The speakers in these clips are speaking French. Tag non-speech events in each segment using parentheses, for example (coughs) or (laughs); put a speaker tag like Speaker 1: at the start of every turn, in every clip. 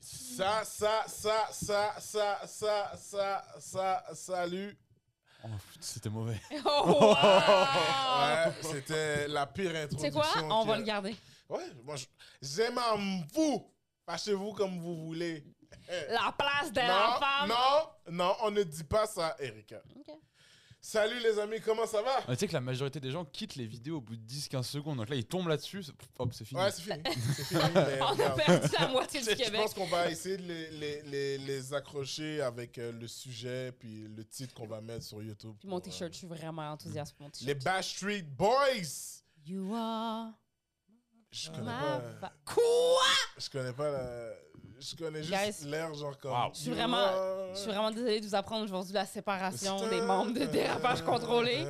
Speaker 1: Ça, ça, ça, ça, ça, ça, ça, ça, salut.
Speaker 2: Oh, putain, c'était mauvais.
Speaker 3: Oh, wow!
Speaker 1: Ouais, c'était la pire introduction.
Speaker 3: Tu sais Ah. quoi? On
Speaker 1: qu'il
Speaker 3: va
Speaker 1: y a-
Speaker 3: le garder.
Speaker 1: Ouais, moi, je- j'aime en vous. Fâchez-vous comme vous voulez.
Speaker 3: La place de la
Speaker 1: Non,
Speaker 3: femme.
Speaker 1: non, non, on ne dit pas ça, Erika.
Speaker 3: Ok.
Speaker 1: Salut les amis, comment ça va?
Speaker 2: Ah, tu sais que la majorité des gens quittent les vidéos au bout de 10-15 secondes. Donc là, ils tombent là-dessus. c'est- Hop, c'est fini.
Speaker 1: Ouais, c'est
Speaker 3: (laughs)
Speaker 1: fini. C'est fini, mais
Speaker 3: On a
Speaker 1: regarde.
Speaker 3: perdu la moitié du
Speaker 1: (laughs) Je
Speaker 3: Québec.
Speaker 1: pense qu'on va essayer de les, les, les, les accrocher avec euh, le sujet puis le titre qu'on va mettre sur YouTube.
Speaker 3: Puis mon
Speaker 1: pour, euh,
Speaker 3: t-shirt, je suis vraiment enthousiaste pour mon t-shirt.
Speaker 1: Les Bash Street Boys!
Speaker 3: You are
Speaker 1: Je connais
Speaker 3: ma...
Speaker 1: pas.
Speaker 3: va- Quoi?
Speaker 1: Je connais pas la. Je connais juste
Speaker 3: Guys.
Speaker 1: l'air, genre comme.
Speaker 2: Wow.
Speaker 3: Je suis vraiment- Je suis vraiment désolée de vous apprendre aujourd'hui la séparation des membres de Dérapage Contrôlé.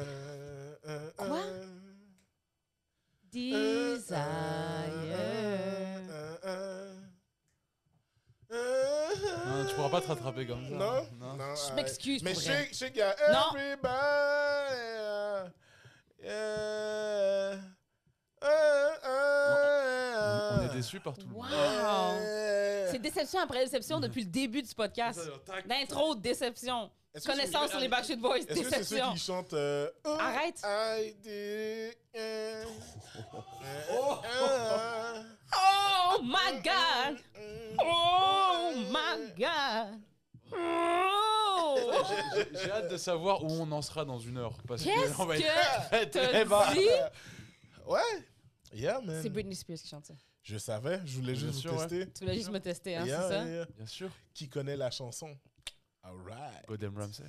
Speaker 3: Quoi? Desire.
Speaker 2: Non, tu pourras pas te rattraper comme ça.
Speaker 1: Non?
Speaker 2: Non.
Speaker 3: Je
Speaker 1: euh,
Speaker 3: m'excuse
Speaker 1: Mais
Speaker 3: pour
Speaker 1: je
Speaker 3: vrai.
Speaker 1: sais je sais qu'il y a
Speaker 3: Non.
Speaker 1: Everybody. euh, euh, euh,
Speaker 2: On, on est déçus par tout le
Speaker 3: Wow!
Speaker 2: monde.
Speaker 3: Oh. C'est déception après
Speaker 1: Mm-hmm.
Speaker 3: déception depuis le début du podcast. D'intro, déception.
Speaker 1: Est-ce que
Speaker 3: Connaissance
Speaker 1: c'est-
Speaker 3: sur les Backstreet Boys,
Speaker 1: Est-ce que c'est ceux
Speaker 3: déception.
Speaker 1: qui chantent euh, Oh,
Speaker 3: Arrête.
Speaker 1: I E did it.
Speaker 3: Oh my god!
Speaker 1: Euh,
Speaker 3: Oh my god!
Speaker 1: (laughs)
Speaker 3: Oh!
Speaker 2: J'ai- J'ai hâte de savoir où on en sera dans une heure. Parce
Speaker 3: Qu'est-ce
Speaker 2: que on va être
Speaker 1: (laughs)
Speaker 3: que
Speaker 2: très, (laughs)
Speaker 1: Eh
Speaker 2: très
Speaker 3: t'as
Speaker 1: ben.
Speaker 2: bas.
Speaker 3: dit?
Speaker 1: euh, Ouais. Yeah, man.
Speaker 3: C'est Britney Spears qui chante ça.
Speaker 1: Je savais, je voulais
Speaker 2: Bien
Speaker 1: juste
Speaker 2: sûr,
Speaker 1: vous
Speaker 2: ouais.
Speaker 1: tester.
Speaker 3: Tu voulais juste me tester, hein,
Speaker 1: Yeah,
Speaker 3: c'est ça?
Speaker 1: yeah, yeah.
Speaker 2: Bien sûr.
Speaker 1: Qui connaît la chanson? All right.
Speaker 2: Godem Ramsey.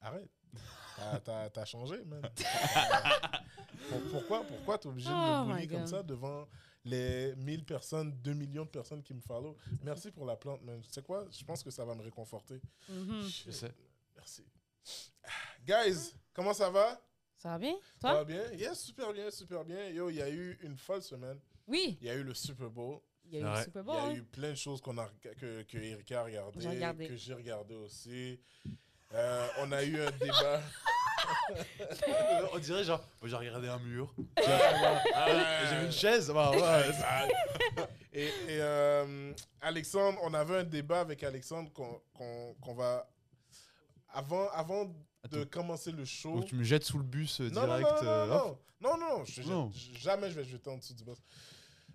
Speaker 1: Arrête.
Speaker 3: (laughs)
Speaker 1: T'as- T'as t'as changé, man. Euh, Pour- pourquoi pourquoi t'es obligé de
Speaker 3: Oh
Speaker 1: me
Speaker 3: my
Speaker 1: bully comme
Speaker 3: God.
Speaker 1: ça devant les 1000 personnes, 2 millions de personnes qui me follow? Merci pour la plante, man. Tu sais quoi? Je pense que ça va me réconforter.
Speaker 3: Mhm.
Speaker 2: Je sais.
Speaker 1: Merci. Guys, comment ça va?
Speaker 3: Ça va bien?
Speaker 1: Ça
Speaker 3: Toi?
Speaker 1: va bien? Yes, super bien, super bien. Yo, il y a eu une folle semaine.
Speaker 3: Oui!
Speaker 1: Il y a eu le Super Bowl.
Speaker 3: Il y a eu
Speaker 2: C'est
Speaker 3: le
Speaker 2: vrai.
Speaker 3: Super
Speaker 1: Il y
Speaker 3: Bowl.
Speaker 1: a
Speaker 3: hein.
Speaker 1: eu plein de choses qu'on a, rega- que, que Erika a regardées,
Speaker 3: J'ai regardé.
Speaker 1: que j'ai regardé aussi. Euh, on a
Speaker 3: (laughs)
Speaker 1: eu un débat.
Speaker 2: On dirait genre, j'ai regardé un mur.
Speaker 1: j'ai
Speaker 2: Ah, j'ai
Speaker 1: vu
Speaker 2: vu
Speaker 1: une
Speaker 2: une chaise.
Speaker 1: (laughs) Et, et, euh, Alexandre, on avait un débat avec Alexandre qu'on qu'on- qu'on va. Avant, avant de
Speaker 2: Attends.
Speaker 1: commencer le show.
Speaker 2: Donc tu me jettes sous le bus euh,
Speaker 1: Non, non,
Speaker 2: direct.
Speaker 1: non,
Speaker 2: euh,
Speaker 1: non,
Speaker 2: hop.
Speaker 1: non, non, non, non, je te jette.
Speaker 2: Non.
Speaker 1: J- jamais je vais te jeter en dessous du boss.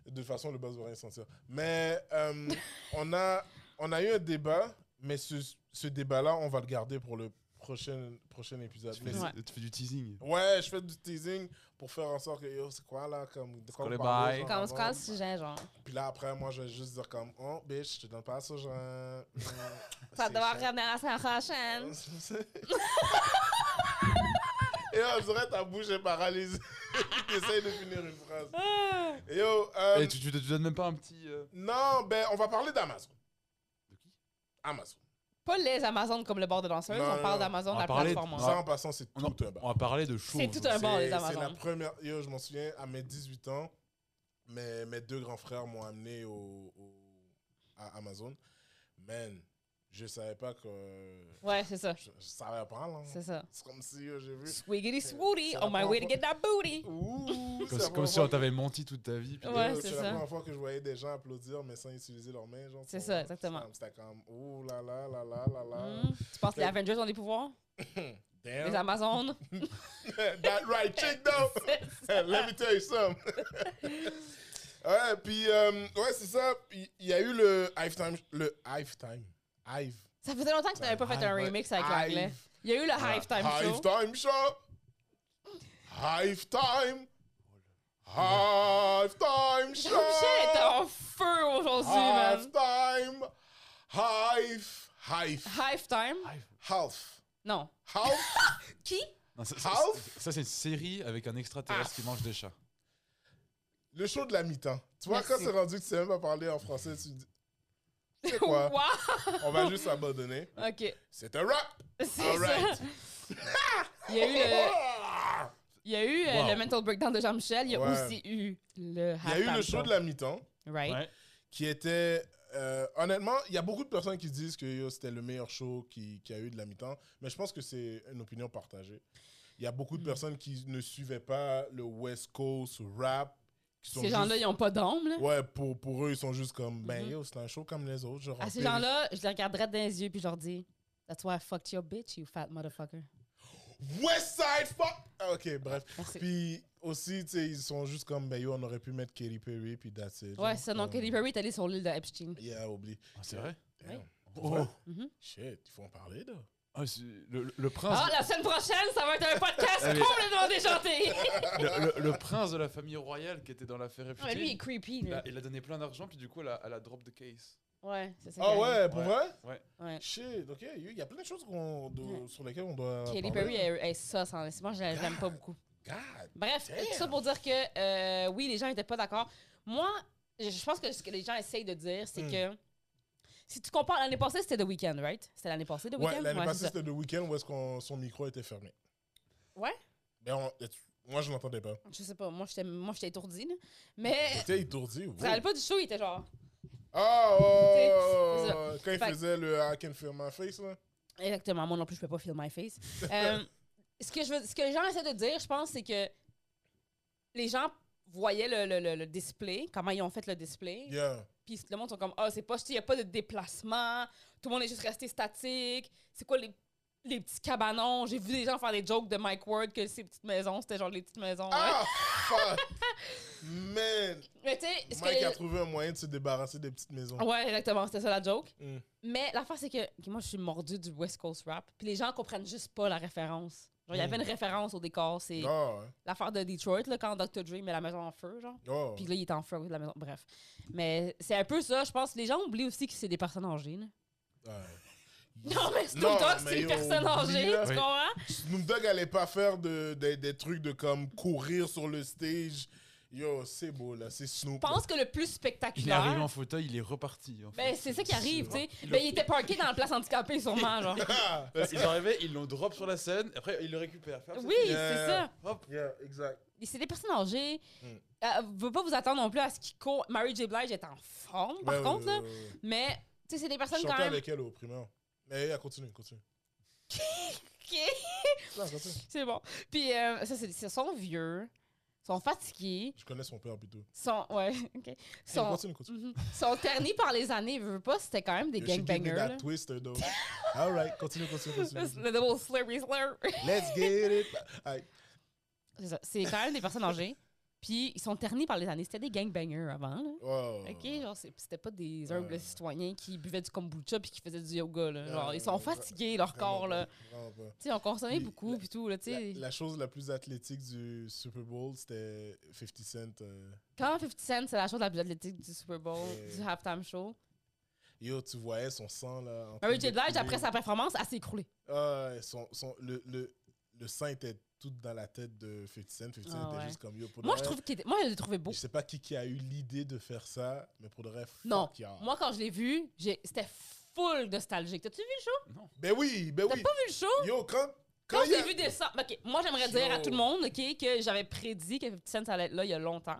Speaker 1: De toute façon, le boss va rien sentir. Mais euh, on, a, on a eu un débat, mais ce, ce débat-là, on va le garder pour le prochain, prochain épisode.
Speaker 2: Tu
Speaker 1: Mais
Speaker 2: fais,
Speaker 1: c'est-
Speaker 3: Ouais.
Speaker 2: du- tu fais du teasing.
Speaker 1: ouais. je fais du teasing pour faire en sorte que yo, c'est quoi là comme de quoi
Speaker 2: Scroll
Speaker 1: on parle,
Speaker 2: by.
Speaker 1: genre,
Speaker 3: Quand on se
Speaker 1: avant.
Speaker 3: casse le sujet, genre.
Speaker 1: Puis là, après, moi, je vais juste dire comme, oh, bitch, je te donne pas ça, genre. Mm,
Speaker 3: (laughs) Ça
Speaker 1: c'est
Speaker 3: doit
Speaker 1: cher.
Speaker 3: revenir à sa prochaine.
Speaker 1: (laughs) Et on dirait ta bouche est paralysée. (laughs) T'essayes de finir une phrase.
Speaker 3: Ah.
Speaker 1: Et Yo, euh,
Speaker 2: Et tu, tu- tu donnes même pas un petit. euh,
Speaker 1: non, ben, on va parler d'Amazon.
Speaker 2: De qui
Speaker 1: Amazon.
Speaker 3: Pas les Amazones comme le bord de danseuse,
Speaker 1: Non, non,
Speaker 3: on parle
Speaker 1: non.
Speaker 3: d'Amazon,
Speaker 2: On
Speaker 3: de la
Speaker 2: va parler-
Speaker 3: plateforme.
Speaker 2: on
Speaker 3: hein.
Speaker 1: Ça, en passant, c'est
Speaker 2: On en-
Speaker 1: tout un bar.
Speaker 2: On va parler de choses.
Speaker 3: C'est tout un bon, les
Speaker 1: C'est- C'est la
Speaker 3: Amazones.
Speaker 1: première. Yo, je m'en souviens, à mes 18 ans, mes, mes deux grands frères m'ont amené au, au- à Amazon. Man, je savais pas que.
Speaker 3: Ouais, c'est ça.
Speaker 1: Je, je savais pas, là.
Speaker 3: C'est ça.
Speaker 1: C'est comme si euh, j'ai vu.
Speaker 3: Swiggity swooty,
Speaker 1: C'est la
Speaker 3: on my way to
Speaker 1: première
Speaker 3: get that booty.
Speaker 1: Ouh, c'est
Speaker 2: Comme,
Speaker 1: la
Speaker 2: comme
Speaker 1: première
Speaker 2: si
Speaker 1: fois
Speaker 2: on t'avait menti toute ta vie. puis-
Speaker 1: que-
Speaker 3: Ouais,
Speaker 1: euh,
Speaker 3: c'est
Speaker 1: la
Speaker 3: ça.
Speaker 1: première fois que je voyais des gens applaudir, mais sans utiliser leurs mains. genre,
Speaker 3: C'est
Speaker 1: pour-
Speaker 3: ça, exactement.
Speaker 1: C'était comme, ouh là là là là là là.
Speaker 3: Hmm. Tu penses que les Avengers ont des pouvoirs?
Speaker 1: (laughs)
Speaker 3: Les
Speaker 1: Damn.
Speaker 3: Amazones?
Speaker 1: That right chick
Speaker 3: (laughs)
Speaker 1: though. (laughs) Let me tell you something. (laughs) ouais, puis, euh, ouais, c'est ça. Puis, il y a eu le Hive Time. Le Hive Time. Hive.
Speaker 3: Ça faisait longtemps que tu n'avais pas fait un
Speaker 1: Hive-
Speaker 3: remix avec
Speaker 1: Hive.
Speaker 3: l'anglais. Il y a eu le
Speaker 1: Ouais.
Speaker 3: Hive Time
Speaker 1: Ah, Hive
Speaker 3: Show.
Speaker 1: Time
Speaker 3: (gasps)
Speaker 1: Show. Hive Time.
Speaker 3: Oh,
Speaker 1: Hive Time Show.
Speaker 3: Jean-Michel est en feu aujourd'hui, man.
Speaker 1: Half time. Hive. Hive.
Speaker 3: Hive Time?
Speaker 1: Half.
Speaker 3: Non.
Speaker 1: Half.
Speaker 3: Qui?
Speaker 2: Non, ça, ça-
Speaker 1: Half
Speaker 2: ça, c'est une série avec un extraterrestre qui mange des chats.
Speaker 1: Le show de la mi-temps. Tu vois,
Speaker 3: Merci.
Speaker 1: quand c'est rendu que tu sais même pas parler en français, tu dis. Tu sais quoi?
Speaker 3: (laughs) Wow!
Speaker 1: On va juste abandonner.
Speaker 3: OK.
Speaker 1: C'est un
Speaker 3: (laughs)
Speaker 1: rap.
Speaker 3: C'est
Speaker 1: Alright.
Speaker 3: ça. (laughs) Il y a eu le, il y a eu, euh,
Speaker 2: Wow.
Speaker 3: le mental breakdown de Jean-Michel. Il y a
Speaker 1: Ouais.
Speaker 3: aussi eu le
Speaker 1: Il y a eu le show de la mi-temps
Speaker 3: Right.
Speaker 2: Ouais.
Speaker 1: qui était. euh, honnêtement, il y a beaucoup de personnes qui disent que yo, c'était le meilleur show qui, qui a eu de la mi-temps, mais je pense que c'est une opinion partagée. Il y a beaucoup de
Speaker 3: Mm.
Speaker 1: personnes qui ne suivaient pas le West Coast rap, qui sont
Speaker 3: Ces gens-là,
Speaker 1: juste-
Speaker 3: ils ont pas d'âme, là.
Speaker 1: Ouais, pour, pour eux, ils sont juste comme, ben
Speaker 3: Mhm. Ah,
Speaker 1: yo, c'est un show comme les autres. je
Speaker 3: À ces
Speaker 1: remplis-
Speaker 3: gens-là, je les regarderais dans les yeux puis je leur dis That's why I fucked your bitch, you fat motherfucker.
Speaker 1: West Side fuck! Ah, Ok, bref.
Speaker 3: Merci.
Speaker 1: Puis aussi, tu sais, ils sont juste comme, ben yo, on aurait pu mettre Katy Perry, puis that's it.
Speaker 3: Ouais,
Speaker 1: Genre,
Speaker 3: ça, non,
Speaker 1: comme-
Speaker 3: Katy Perry est allée sur l'île de Epstein.
Speaker 1: Yeah, oublie.
Speaker 2: Ah, c'est vrai
Speaker 1: Damn.
Speaker 3: Oui.
Speaker 1: Pour vrai?
Speaker 3: Mhm.
Speaker 1: Shit, il faut en parler, là.
Speaker 2: Ah, c'est- le, le prince,
Speaker 3: Ah, la semaine prochaine, ça va être un podcast
Speaker 2: Ah oui.
Speaker 3: complètement déjanté.
Speaker 2: le, le- le prince de la famille royale qui était dans l'affaire réputée,
Speaker 3: Ouais, Ah, lui, il est creepy, lui.
Speaker 1: Ben.
Speaker 2: il, a, il a donné plein d'argent, puis du coup, elle a, elle a drop the case.
Speaker 3: Ouais, c'est ça.
Speaker 1: Ah
Speaker 3: qui arrive.
Speaker 1: ouais, pour
Speaker 2: Ouais.
Speaker 1: vrai?
Speaker 3: Ouais.
Speaker 1: Shit, ok. Il y a plein de choses qu'on do-
Speaker 3: Ouais.
Speaker 1: sur lesquelles on doit.
Speaker 3: Katy
Speaker 1: parler.
Speaker 3: Perry, elle, elle est ça, sans laissement, je la- je l'aime pas beaucoup.
Speaker 1: God.
Speaker 3: Bref,
Speaker 1: Damn.
Speaker 3: tout ça pour dire que euh, oui, les gens n'étaient pas d'accord. Moi, je- je pense que ce que les gens essayent de dire, c'est
Speaker 1: Hmm.
Speaker 3: que si tu compares, l'année passée, c'était The Weeknd, right? C'était l'année passée, The Weeknd?
Speaker 1: Ouais, l'année
Speaker 3: Ouais,
Speaker 1: passée,
Speaker 3: c'est ça.
Speaker 1: c'était le week-end où est-ce qu'on son micro était fermé.
Speaker 3: Ouais?
Speaker 1: Ben, on- et tu- moi, je l'entendais pas.
Speaker 3: Je sais pas, moi j'étais moi, j'étais étourdie. là. Mais
Speaker 1: J'étais étourdi. oui.
Speaker 3: tu te rappelles pas du show, il était genre.
Speaker 1: Ah, oh,
Speaker 3: sais,
Speaker 1: oh,
Speaker 3: c'est ça.
Speaker 1: oh, quand il
Speaker 3: Fait-
Speaker 1: faisait le I can feel my face, là.
Speaker 3: Exactement, moi non plus, je peux pas filmer my face. Euh, ce, que je veux, ce que les gens essaient de dire, je pense, c'est que les gens voyaient le, le- le- le display, comment ils ont fait le display.
Speaker 1: Yeah.
Speaker 3: Puis le monde sont comme, ah, c'est pas, il n'y a pas de déplacement, tout le monde est juste resté statique. C'est quoi les, les petits cabanons? J'ai vu des gens faire des jokes de Mike Ward que ces petites maisons, c'était genre les petites maisons. ouais.
Speaker 1: Ah,
Speaker 3: (laughs)
Speaker 1: fuck! Man!
Speaker 3: Mais tu sais, ce que Ah
Speaker 1: Mike
Speaker 3: les-
Speaker 1: a trouvé un moyen de se débarrasser des petites maisons.
Speaker 3: Ouais, exactement, c'était ça la joke.
Speaker 1: Mm.
Speaker 3: Mais l'affaire, c'est que que moi, je suis mordue du West Coast rap. Puis les gens comprennent juste pas la référence. Genre, Il y avait
Speaker 1: Mm.
Speaker 3: une référence au décor, c'est
Speaker 1: Ah, ouais.
Speaker 3: l'affaire de Detroit, là, quand Dr. Dre met la maison en feu, genre.
Speaker 1: Oh.
Speaker 3: Puis là, il est en feu à cause de la maison. Bref. Mais c'est un peu ça, je pense. Les gens oublient aussi que c'est des personnes âgées, là.
Speaker 1: Ah. ouais.
Speaker 3: (laughs) Non, mais Snoop
Speaker 1: Non,
Speaker 3: Dogg,
Speaker 1: mais
Speaker 3: c'est une
Speaker 1: yo,
Speaker 3: personne âgée,
Speaker 1: oublie, là.
Speaker 3: tu
Speaker 2: Oui.
Speaker 3: comprends?
Speaker 1: Snoop Dogg allait pas faire de, des- des trucs de comme courir sur le stage. Yo, c'est beau là, c'est
Speaker 3: Je
Speaker 1: Snoop. là.
Speaker 3: pense que le plus
Speaker 2: Il est arrivé
Speaker 3: spectaculaire.
Speaker 2: en fauteuil, il est reparti. en
Speaker 3: Ben,
Speaker 2: fait.
Speaker 3: c'est ça qui arrive, tu sais.
Speaker 2: Il a-
Speaker 3: Ben, il était parké dans la place handicapée,
Speaker 1: (laughs)
Speaker 3: sûrement, genre.
Speaker 1: (laughs) Ah,
Speaker 2: Ils sont arrivés, ils l'ont drop sur la scène, après ils le récupèrent. Ferme cette
Speaker 3: Oui,
Speaker 2: fenêtre.
Speaker 3: c'est ça.
Speaker 2: Hop.
Speaker 1: yeah, exact.
Speaker 3: Et C'est des personnes âgées.
Speaker 1: Mm.
Speaker 3: Euh, veux pas vous attendre non plus à ce qu'ils courent. Mary J. Blige est en forme, par
Speaker 1: Ouais,
Speaker 3: contre,
Speaker 1: ouais,
Speaker 3: là.
Speaker 1: ouais, ouais, ouais.
Speaker 3: Mais, tu sais, c'est des
Speaker 1: Je
Speaker 3: personnes quand
Speaker 1: chantais
Speaker 3: même.
Speaker 1: avec elle au primaire. Mais yeah, continue, continue. Non, continue.
Speaker 3: (laughs) C'est bon. Puis, euh, ça, c'est ils sont vieux, sont fatigués,
Speaker 1: Je connais son père plutôt.
Speaker 3: sont. Ouais, (laughs) ok. Sont,
Speaker 1: Continue, continue.
Speaker 3: (laughs) Mhm. sont ternis par les années. Veux veux pas, c'était quand même des
Speaker 1: Yo, she gave me
Speaker 3: gangbangers.
Speaker 1: that
Speaker 3: là.
Speaker 1: twister though. All right, continue, continue, continue.
Speaker 3: Le double slurry slur.
Speaker 1: Let's get it. All right.
Speaker 3: C'est ça. C'est quand même des personnes âgées. Puis ils sont ternis par les années. C'était des gangbangers avant. Là.
Speaker 1: Oh.
Speaker 3: OK, genre, c'est- c'était pas des humbles
Speaker 1: Ouais.
Speaker 3: citoyens qui buvaient du kombucha puis qui faisaient du yoga. Là. Genre,
Speaker 1: Ouais,
Speaker 3: ils sont
Speaker 1: ouais,
Speaker 3: fatigués, leur
Speaker 1: Vraiment
Speaker 3: corps. Là.
Speaker 1: pas, vraiment pas.
Speaker 3: Tu sais, on consommait
Speaker 1: Puis
Speaker 3: beaucoup
Speaker 1: la-
Speaker 3: puis tout. Là, tu
Speaker 1: La,
Speaker 3: sais.
Speaker 1: la chose la plus athlétique du Super Bowl, c'était 50 Cent. euh,
Speaker 3: Quand 50 Cent, c'est la chose la plus athlétique du Super Bowl,
Speaker 1: Ouais.
Speaker 3: du halftime show.
Speaker 1: Yo, tu voyais son sang là. en train
Speaker 3: Mary
Speaker 1: de
Speaker 3: J. Blige,
Speaker 1: couler.
Speaker 3: après sa performance, elle s'est écroulée.
Speaker 1: Ah, ouais, son, son, le, le, le sein était tout dans la tête de 50 Cent. 50 Cent
Speaker 3: Ah
Speaker 1: était
Speaker 3: ouais.
Speaker 1: juste comme yo. Pour de
Speaker 3: Moi, je
Speaker 1: vrai,
Speaker 3: trouve qu'il était- Moi, je l'ai trouvé beau.
Speaker 1: Je sais pas qui, qui a eu l'idée de faire ça, mais pour de vrai, fuck
Speaker 3: Non,
Speaker 1: y'all.
Speaker 3: Moi, quand je l'ai vu, j'ai- c'était full nostalgique. T'as-tu vu le show?
Speaker 1: Ben oui, ben
Speaker 3: T'as
Speaker 1: oui.
Speaker 3: pas vu le show?
Speaker 1: Yo, quand.
Speaker 3: Quand
Speaker 1: il y
Speaker 3: j'ai
Speaker 1: a-
Speaker 3: vu descendre. OK, moi, j'aimerais dire à
Speaker 1: Yo.
Speaker 3: tout le monde ok, que j'avais prédit que 50 Cent ça allait être là il y a longtemps.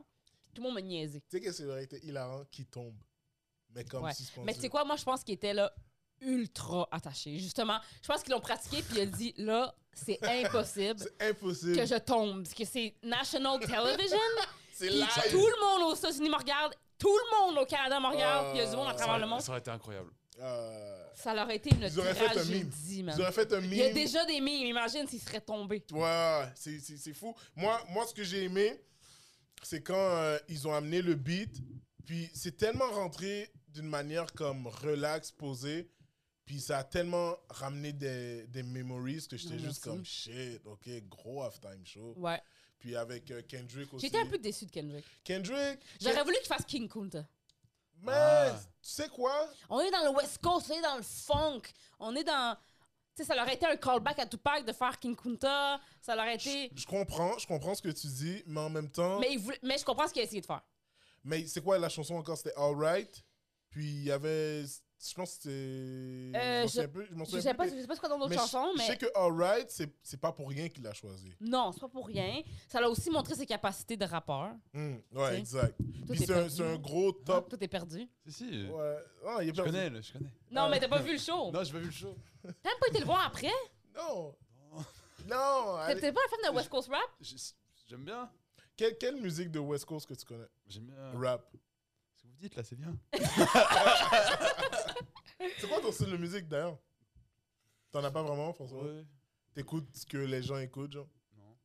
Speaker 3: Tout le monde me niaisait.
Speaker 1: Tu sais que c'est vrai, c'était hilarant qui tombe. Mais comme
Speaker 3: Ouais.
Speaker 1: suspendu.
Speaker 3: Mais tu sais quoi, moi, je pense qu'il était là ultra attaché. Justement, je pense qu'ils l'ont pratiqué puis il a dit là, c'est
Speaker 1: (laughs)
Speaker 3: impossible
Speaker 1: C'est impossible.
Speaker 3: que je tombe. Parce que c'est
Speaker 1: (laughs)
Speaker 3: National Television.
Speaker 1: C'est
Speaker 3: puis
Speaker 1: live.
Speaker 3: tout le monde aux États-Unis me regarde. Tout le monde au Canada me regarde.
Speaker 1: Ah.
Speaker 3: puis il y a du monde à
Speaker 2: Ça
Speaker 3: travers
Speaker 2: aurait-
Speaker 3: le monde.
Speaker 2: Ça aurait été incroyable.
Speaker 1: Euh,
Speaker 3: Ça leur a été une
Speaker 1: Ils auraient fait un meme.
Speaker 3: tragédie, man.
Speaker 1: ils auraient fait un
Speaker 3: Il y a
Speaker 1: meme.
Speaker 3: déjà des mimes. Imagine s'ils seraient tombés.
Speaker 1: Ouais, c'est- c'est c'est fou. Moi, moi, ce que j'ai aimé, c'est quand euh, ils ont amené le beat, puis c'est tellement rentré d'une manière comme relax, posée, puis ça a tellement ramené des, des memories que j'étais
Speaker 3: Ouais,
Speaker 1: juste
Speaker 3: merci.
Speaker 1: comme shit, ok, gros halftime show.
Speaker 3: Ouais.
Speaker 1: Puis avec euh, Kendrick aussi.
Speaker 3: J'étais un peu déçu de Kendrick.
Speaker 1: Kendrick,
Speaker 3: J'aurais voulu qu'il fasse King Kunta.
Speaker 1: mais
Speaker 2: Ah.
Speaker 1: tu sais quoi?
Speaker 3: On est dans le West Coast, on est dans le funk, on est dans. Tu sais, ça leur aurait été un callback à Tupac de faire King Kunta. Ça leur aurait été.
Speaker 1: Je comprends, je comprends ce que tu dis, mais en même temps, mais,
Speaker 3: Mais, il voulait- mais je comprends ce qu'il a essayé de faire.
Speaker 1: c'est quoi la chanson encore? C'était Alright, puis il y avait, je pense que c'était.
Speaker 3: Euh,
Speaker 1: m'en
Speaker 3: je-
Speaker 1: souviens plus- m'en
Speaker 3: Je
Speaker 1: souviens
Speaker 3: sais
Speaker 1: plus
Speaker 3: pas,
Speaker 1: des-
Speaker 3: je sais pas ce qu'il y a dans d'autres
Speaker 1: Mais
Speaker 3: chansons,
Speaker 1: je- Je sais
Speaker 3: mais.
Speaker 1: que Alright, c'est c'est pas pour rien qu'il l'a choisi.
Speaker 3: Non, c'est pas pour rien. Ça l'a aussi montré ses capacités de rappeur.
Speaker 1: Hmm,
Speaker 3: Tu
Speaker 1: ouais,
Speaker 3: sais.
Speaker 1: exact.
Speaker 3: Tout
Speaker 1: Puis
Speaker 3: est
Speaker 1: c'est un,
Speaker 3: perdu.
Speaker 1: c'est un gros
Speaker 3: Ah.
Speaker 1: top.
Speaker 3: Tout est perdu.
Speaker 2: Si, si.
Speaker 1: Ouais. Ah, il est
Speaker 2: Je
Speaker 1: perdu.
Speaker 2: connais, le- je connais.
Speaker 3: Non,
Speaker 1: Ah.
Speaker 3: mais t'as pas vu le show.
Speaker 2: Non, j'ai pas vu le show.
Speaker 3: T'as même pas été le voir après.
Speaker 1: Non. Non.
Speaker 3: T'es
Speaker 1: allez. Ah,
Speaker 3: t'es pas un fan de West Coast rap?
Speaker 2: J'ai- J'aime bien.
Speaker 1: Quelle, quelle musique de West Coast que tu connais
Speaker 2: J'aime bien.
Speaker 1: Rap.
Speaker 2: Ce que vous dites là, c'est bien.
Speaker 1: C'est quoi ton style de musique d'ailleurs T'en as pas vraiment, François
Speaker 2: Ouais.
Speaker 1: T'écoutes ce que les gens écoutent, genre
Speaker 2: Non.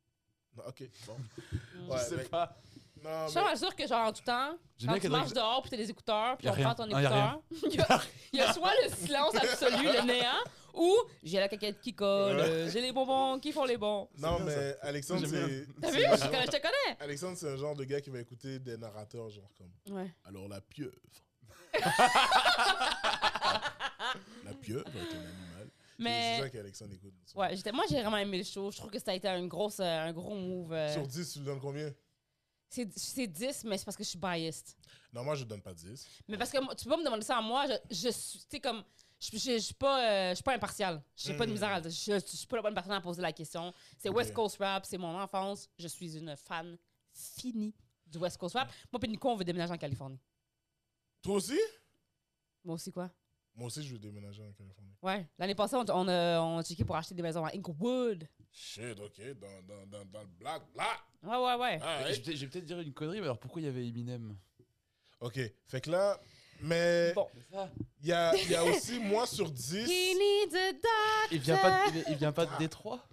Speaker 1: Non, ok, (laughs) bon.
Speaker 2: Je
Speaker 1: Ouais,
Speaker 2: sais
Speaker 1: mec.
Speaker 2: pas.
Speaker 1: Non,
Speaker 3: Je suis
Speaker 1: mais
Speaker 3: pas sûre que, genre, en tout temps, quand
Speaker 2: J'aime bien
Speaker 3: tu
Speaker 2: qu'elle
Speaker 3: marches dehors, puis t'as des écouteurs, puis
Speaker 2: Y a
Speaker 3: on prend
Speaker 2: rien.
Speaker 3: ton
Speaker 2: Ah, y a
Speaker 3: écouteur, il y, a- il y a soit le silence absolu, le néant, ou j'ai la caquette qui colle, euh, j'ai les bonbons qui font les bons.
Speaker 1: non,
Speaker 2: bien,
Speaker 1: mais Alexandre,
Speaker 2: J'aime
Speaker 1: c'est.
Speaker 3: T'as vu?
Speaker 1: c'est
Speaker 3: Je
Speaker 1: le
Speaker 3: te
Speaker 1: genre-
Speaker 3: connais, je te connais.
Speaker 1: Alexandre, c'est un genre de gars qui va écouter des narrateurs, genre comme.
Speaker 3: Ouais.
Speaker 1: Alors la pieuvre. (laughs) la pieuvre est un animal. C'est
Speaker 3: Mais,
Speaker 1: ça qu'Alexandre écoute.
Speaker 3: ouais, j'étais- moi, j'ai vraiment aimé le show. Je trouve que ça a été une grosse, euh, un gros move. euh.
Speaker 1: Sur 10, tu lui donnes combien
Speaker 3: C'est c'est 10, mais c'est parce que je suis biased.
Speaker 1: Non, moi, je donne pas 10.
Speaker 3: Mais parce que moi- tu peux pas me demander ça à moi, je, je suis, tu sais, comme, je, je, je suis pas, euh, je suis pas impartiale. J'ai pas de
Speaker 1: Mm.
Speaker 3: misère à le dire. Je, je suis pas la bonne personne à poser la question. C'est
Speaker 1: Ok.
Speaker 3: West Coast Rap, c'est mon enfance. Je suis une fan finie du West Coast Rap. Moi, puis Nico, on veut déménager en Californie.
Speaker 1: Toi aussi
Speaker 3: Moi aussi, quoi?
Speaker 1: Moi aussi, je veux déménager en Californie.
Speaker 3: Ouais. L'année passée, on, on, a- on a checké pour acheter des maisons à Inglewood.
Speaker 1: Shit, ok, dans, dans, dans, dans le black, black.
Speaker 3: Ouais, ouais, ouais.
Speaker 1: Ah,
Speaker 2: Je vais peut-être dire une connerie, mais alors pourquoi il y avait Eminem
Speaker 1: Ok, fait que là, mais
Speaker 3: Bon.
Speaker 1: il y, a, il y a aussi moi sur 10.
Speaker 3: He needs a dog.
Speaker 2: Il vient pas de, il- il vient pas de Détroit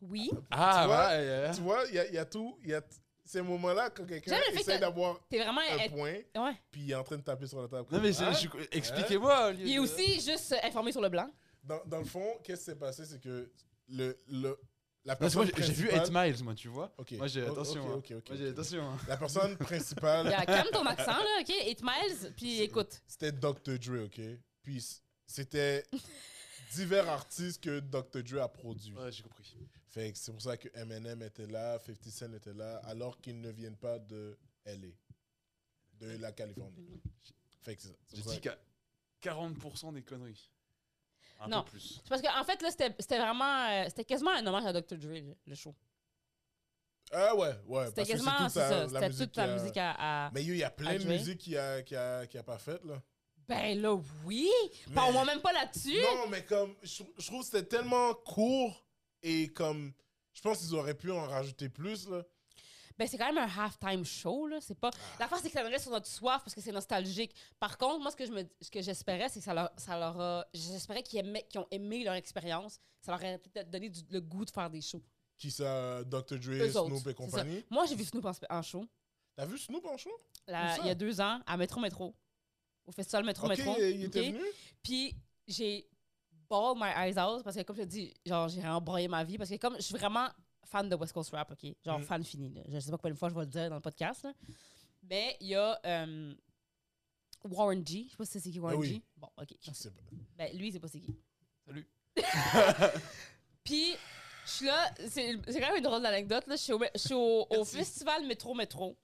Speaker 3: Oui.
Speaker 2: Ah,
Speaker 1: Tu vois
Speaker 2: voilà. euh,
Speaker 1: Tu vois, il y a, il y a tout. Il y a t- ces moments-là quand quelqu'un
Speaker 3: J'aime le fait Eh,
Speaker 1: essaie
Speaker 3: que-
Speaker 1: d'avoir
Speaker 3: T'es vraiment.
Speaker 1: un
Speaker 3: être-
Speaker 1: point,
Speaker 3: Ouais.
Speaker 1: puis il est en train de taper sur la table.
Speaker 2: Non, mais c'est-
Speaker 1: Hein?
Speaker 2: je- expliquez-moi. au lieu
Speaker 3: Il est
Speaker 2: de-
Speaker 3: aussi juste euh, informé sur le blanc.
Speaker 1: dans, dans le fond, qu'est-ce qui s'est passé C'est que le, le, la
Speaker 2: Parce que
Speaker 1: personne.
Speaker 2: moi, j'ai- j'ai vu 8
Speaker 1: principale-
Speaker 2: Miles, moi, tu vois.
Speaker 1: Ok.
Speaker 2: Moi, j'ai.
Speaker 1: Oh,
Speaker 2: Attention.
Speaker 1: ok,
Speaker 2: hein.
Speaker 1: ok, ok,
Speaker 2: Moi, j'ai.
Speaker 1: ok.
Speaker 2: Attention. hein.
Speaker 1: La personne
Speaker 2: (laughs)
Speaker 3: Il y
Speaker 1: principale,
Speaker 3: a- Calme ton accent, là, OK? 8 miles, puis écoute.
Speaker 1: c'était Dr. Dre, ok Puis c- c'était divers artistes que Dr. Dre a produits.
Speaker 2: Ouais, j'ai compris.
Speaker 1: Fait que c'est pour ça que Eminem était là, 50 Cent était là, alors qu'ils ne viennent pas de LA, de la Californie. Fait que c'est ça. C'est
Speaker 2: J'ai
Speaker 1: pour ça
Speaker 2: dit
Speaker 1: que-
Speaker 2: qu'à 40% des conneries. Un
Speaker 3: Non.
Speaker 2: peu plus.
Speaker 3: C'est parce qu'en en fait, là, c'était c'était vraiment. euh, c'était quasiment un hommage à Dr. Dre, le, le show.
Speaker 1: Ah ouais, ouais.
Speaker 3: C'était
Speaker 1: parce que
Speaker 3: quasiment.
Speaker 1: toute
Speaker 3: C'est ça.
Speaker 1: la euh,
Speaker 3: C'était toute
Speaker 1: qu'il y
Speaker 3: la
Speaker 1: a-
Speaker 3: musique à. à-
Speaker 1: Mais yo, il y a plein
Speaker 3: à
Speaker 1: de
Speaker 3: jouer.
Speaker 1: musique qu'il a, qu'il a, qu'il a pas faite, là.
Speaker 3: Ben là, oui!
Speaker 1: Mais-
Speaker 3: Parle-moi même pas là-dessus!
Speaker 1: Non, mais comme, je, trou- je trouve que c'était tellement court et comme, je pense qu'ils auraient pu en rajouter plus, là.
Speaker 3: Ben, c'est quand même un halftime show, là. C'est pas.
Speaker 1: Ah.
Speaker 3: La face, c'est que ça nous reste sur notre soif parce que c'est nostalgique. Par contre, moi, ce que je me, ce que j'espérais, c'est que ça leur, ça leur a- J'espérais qu'ils aimaient- qu'ils ont aimé leur expérience. Ça leur aurait peut-être donné du- le goût de faire des shows.
Speaker 1: Qui ça, Dr. Dre,
Speaker 3: Eux autres,
Speaker 1: Snoop
Speaker 3: c'est
Speaker 1: et compagnie.
Speaker 3: Moi, j'ai vu Snoop en, en show,
Speaker 1: T'as vu Snoop en show?
Speaker 3: là,
Speaker 1: Où ça?
Speaker 3: il y a deux ans, à Métro Métro. Au festival Métro
Speaker 1: Ok,
Speaker 3: Métro.
Speaker 1: il était
Speaker 3: OK?
Speaker 1: venu?
Speaker 3: Puis j'ai ball my eyes out parce que comme je te dis, genre j'ai embroyé ma vie parce que comme je suis vraiment fan de West Coast Rap, ok, genre
Speaker 1: Mm.
Speaker 3: fan fini. Là. Je sais pas combien de fois je vais le dire dans le podcast, là. mais il y a euh, Warren G. Je sais pas si c'est qui Warren
Speaker 1: Ah oui.
Speaker 3: G. Bon, ok.
Speaker 1: Je sais pas.
Speaker 3: Ben lui, c'est pas c'est qui.
Speaker 2: Salut.
Speaker 3: (laughs) Puis je suis là, c'est c'est quand même une drôle d'anecdote là. Je suis au, je suis au- au
Speaker 2: Merci.
Speaker 3: festival Métro Métro.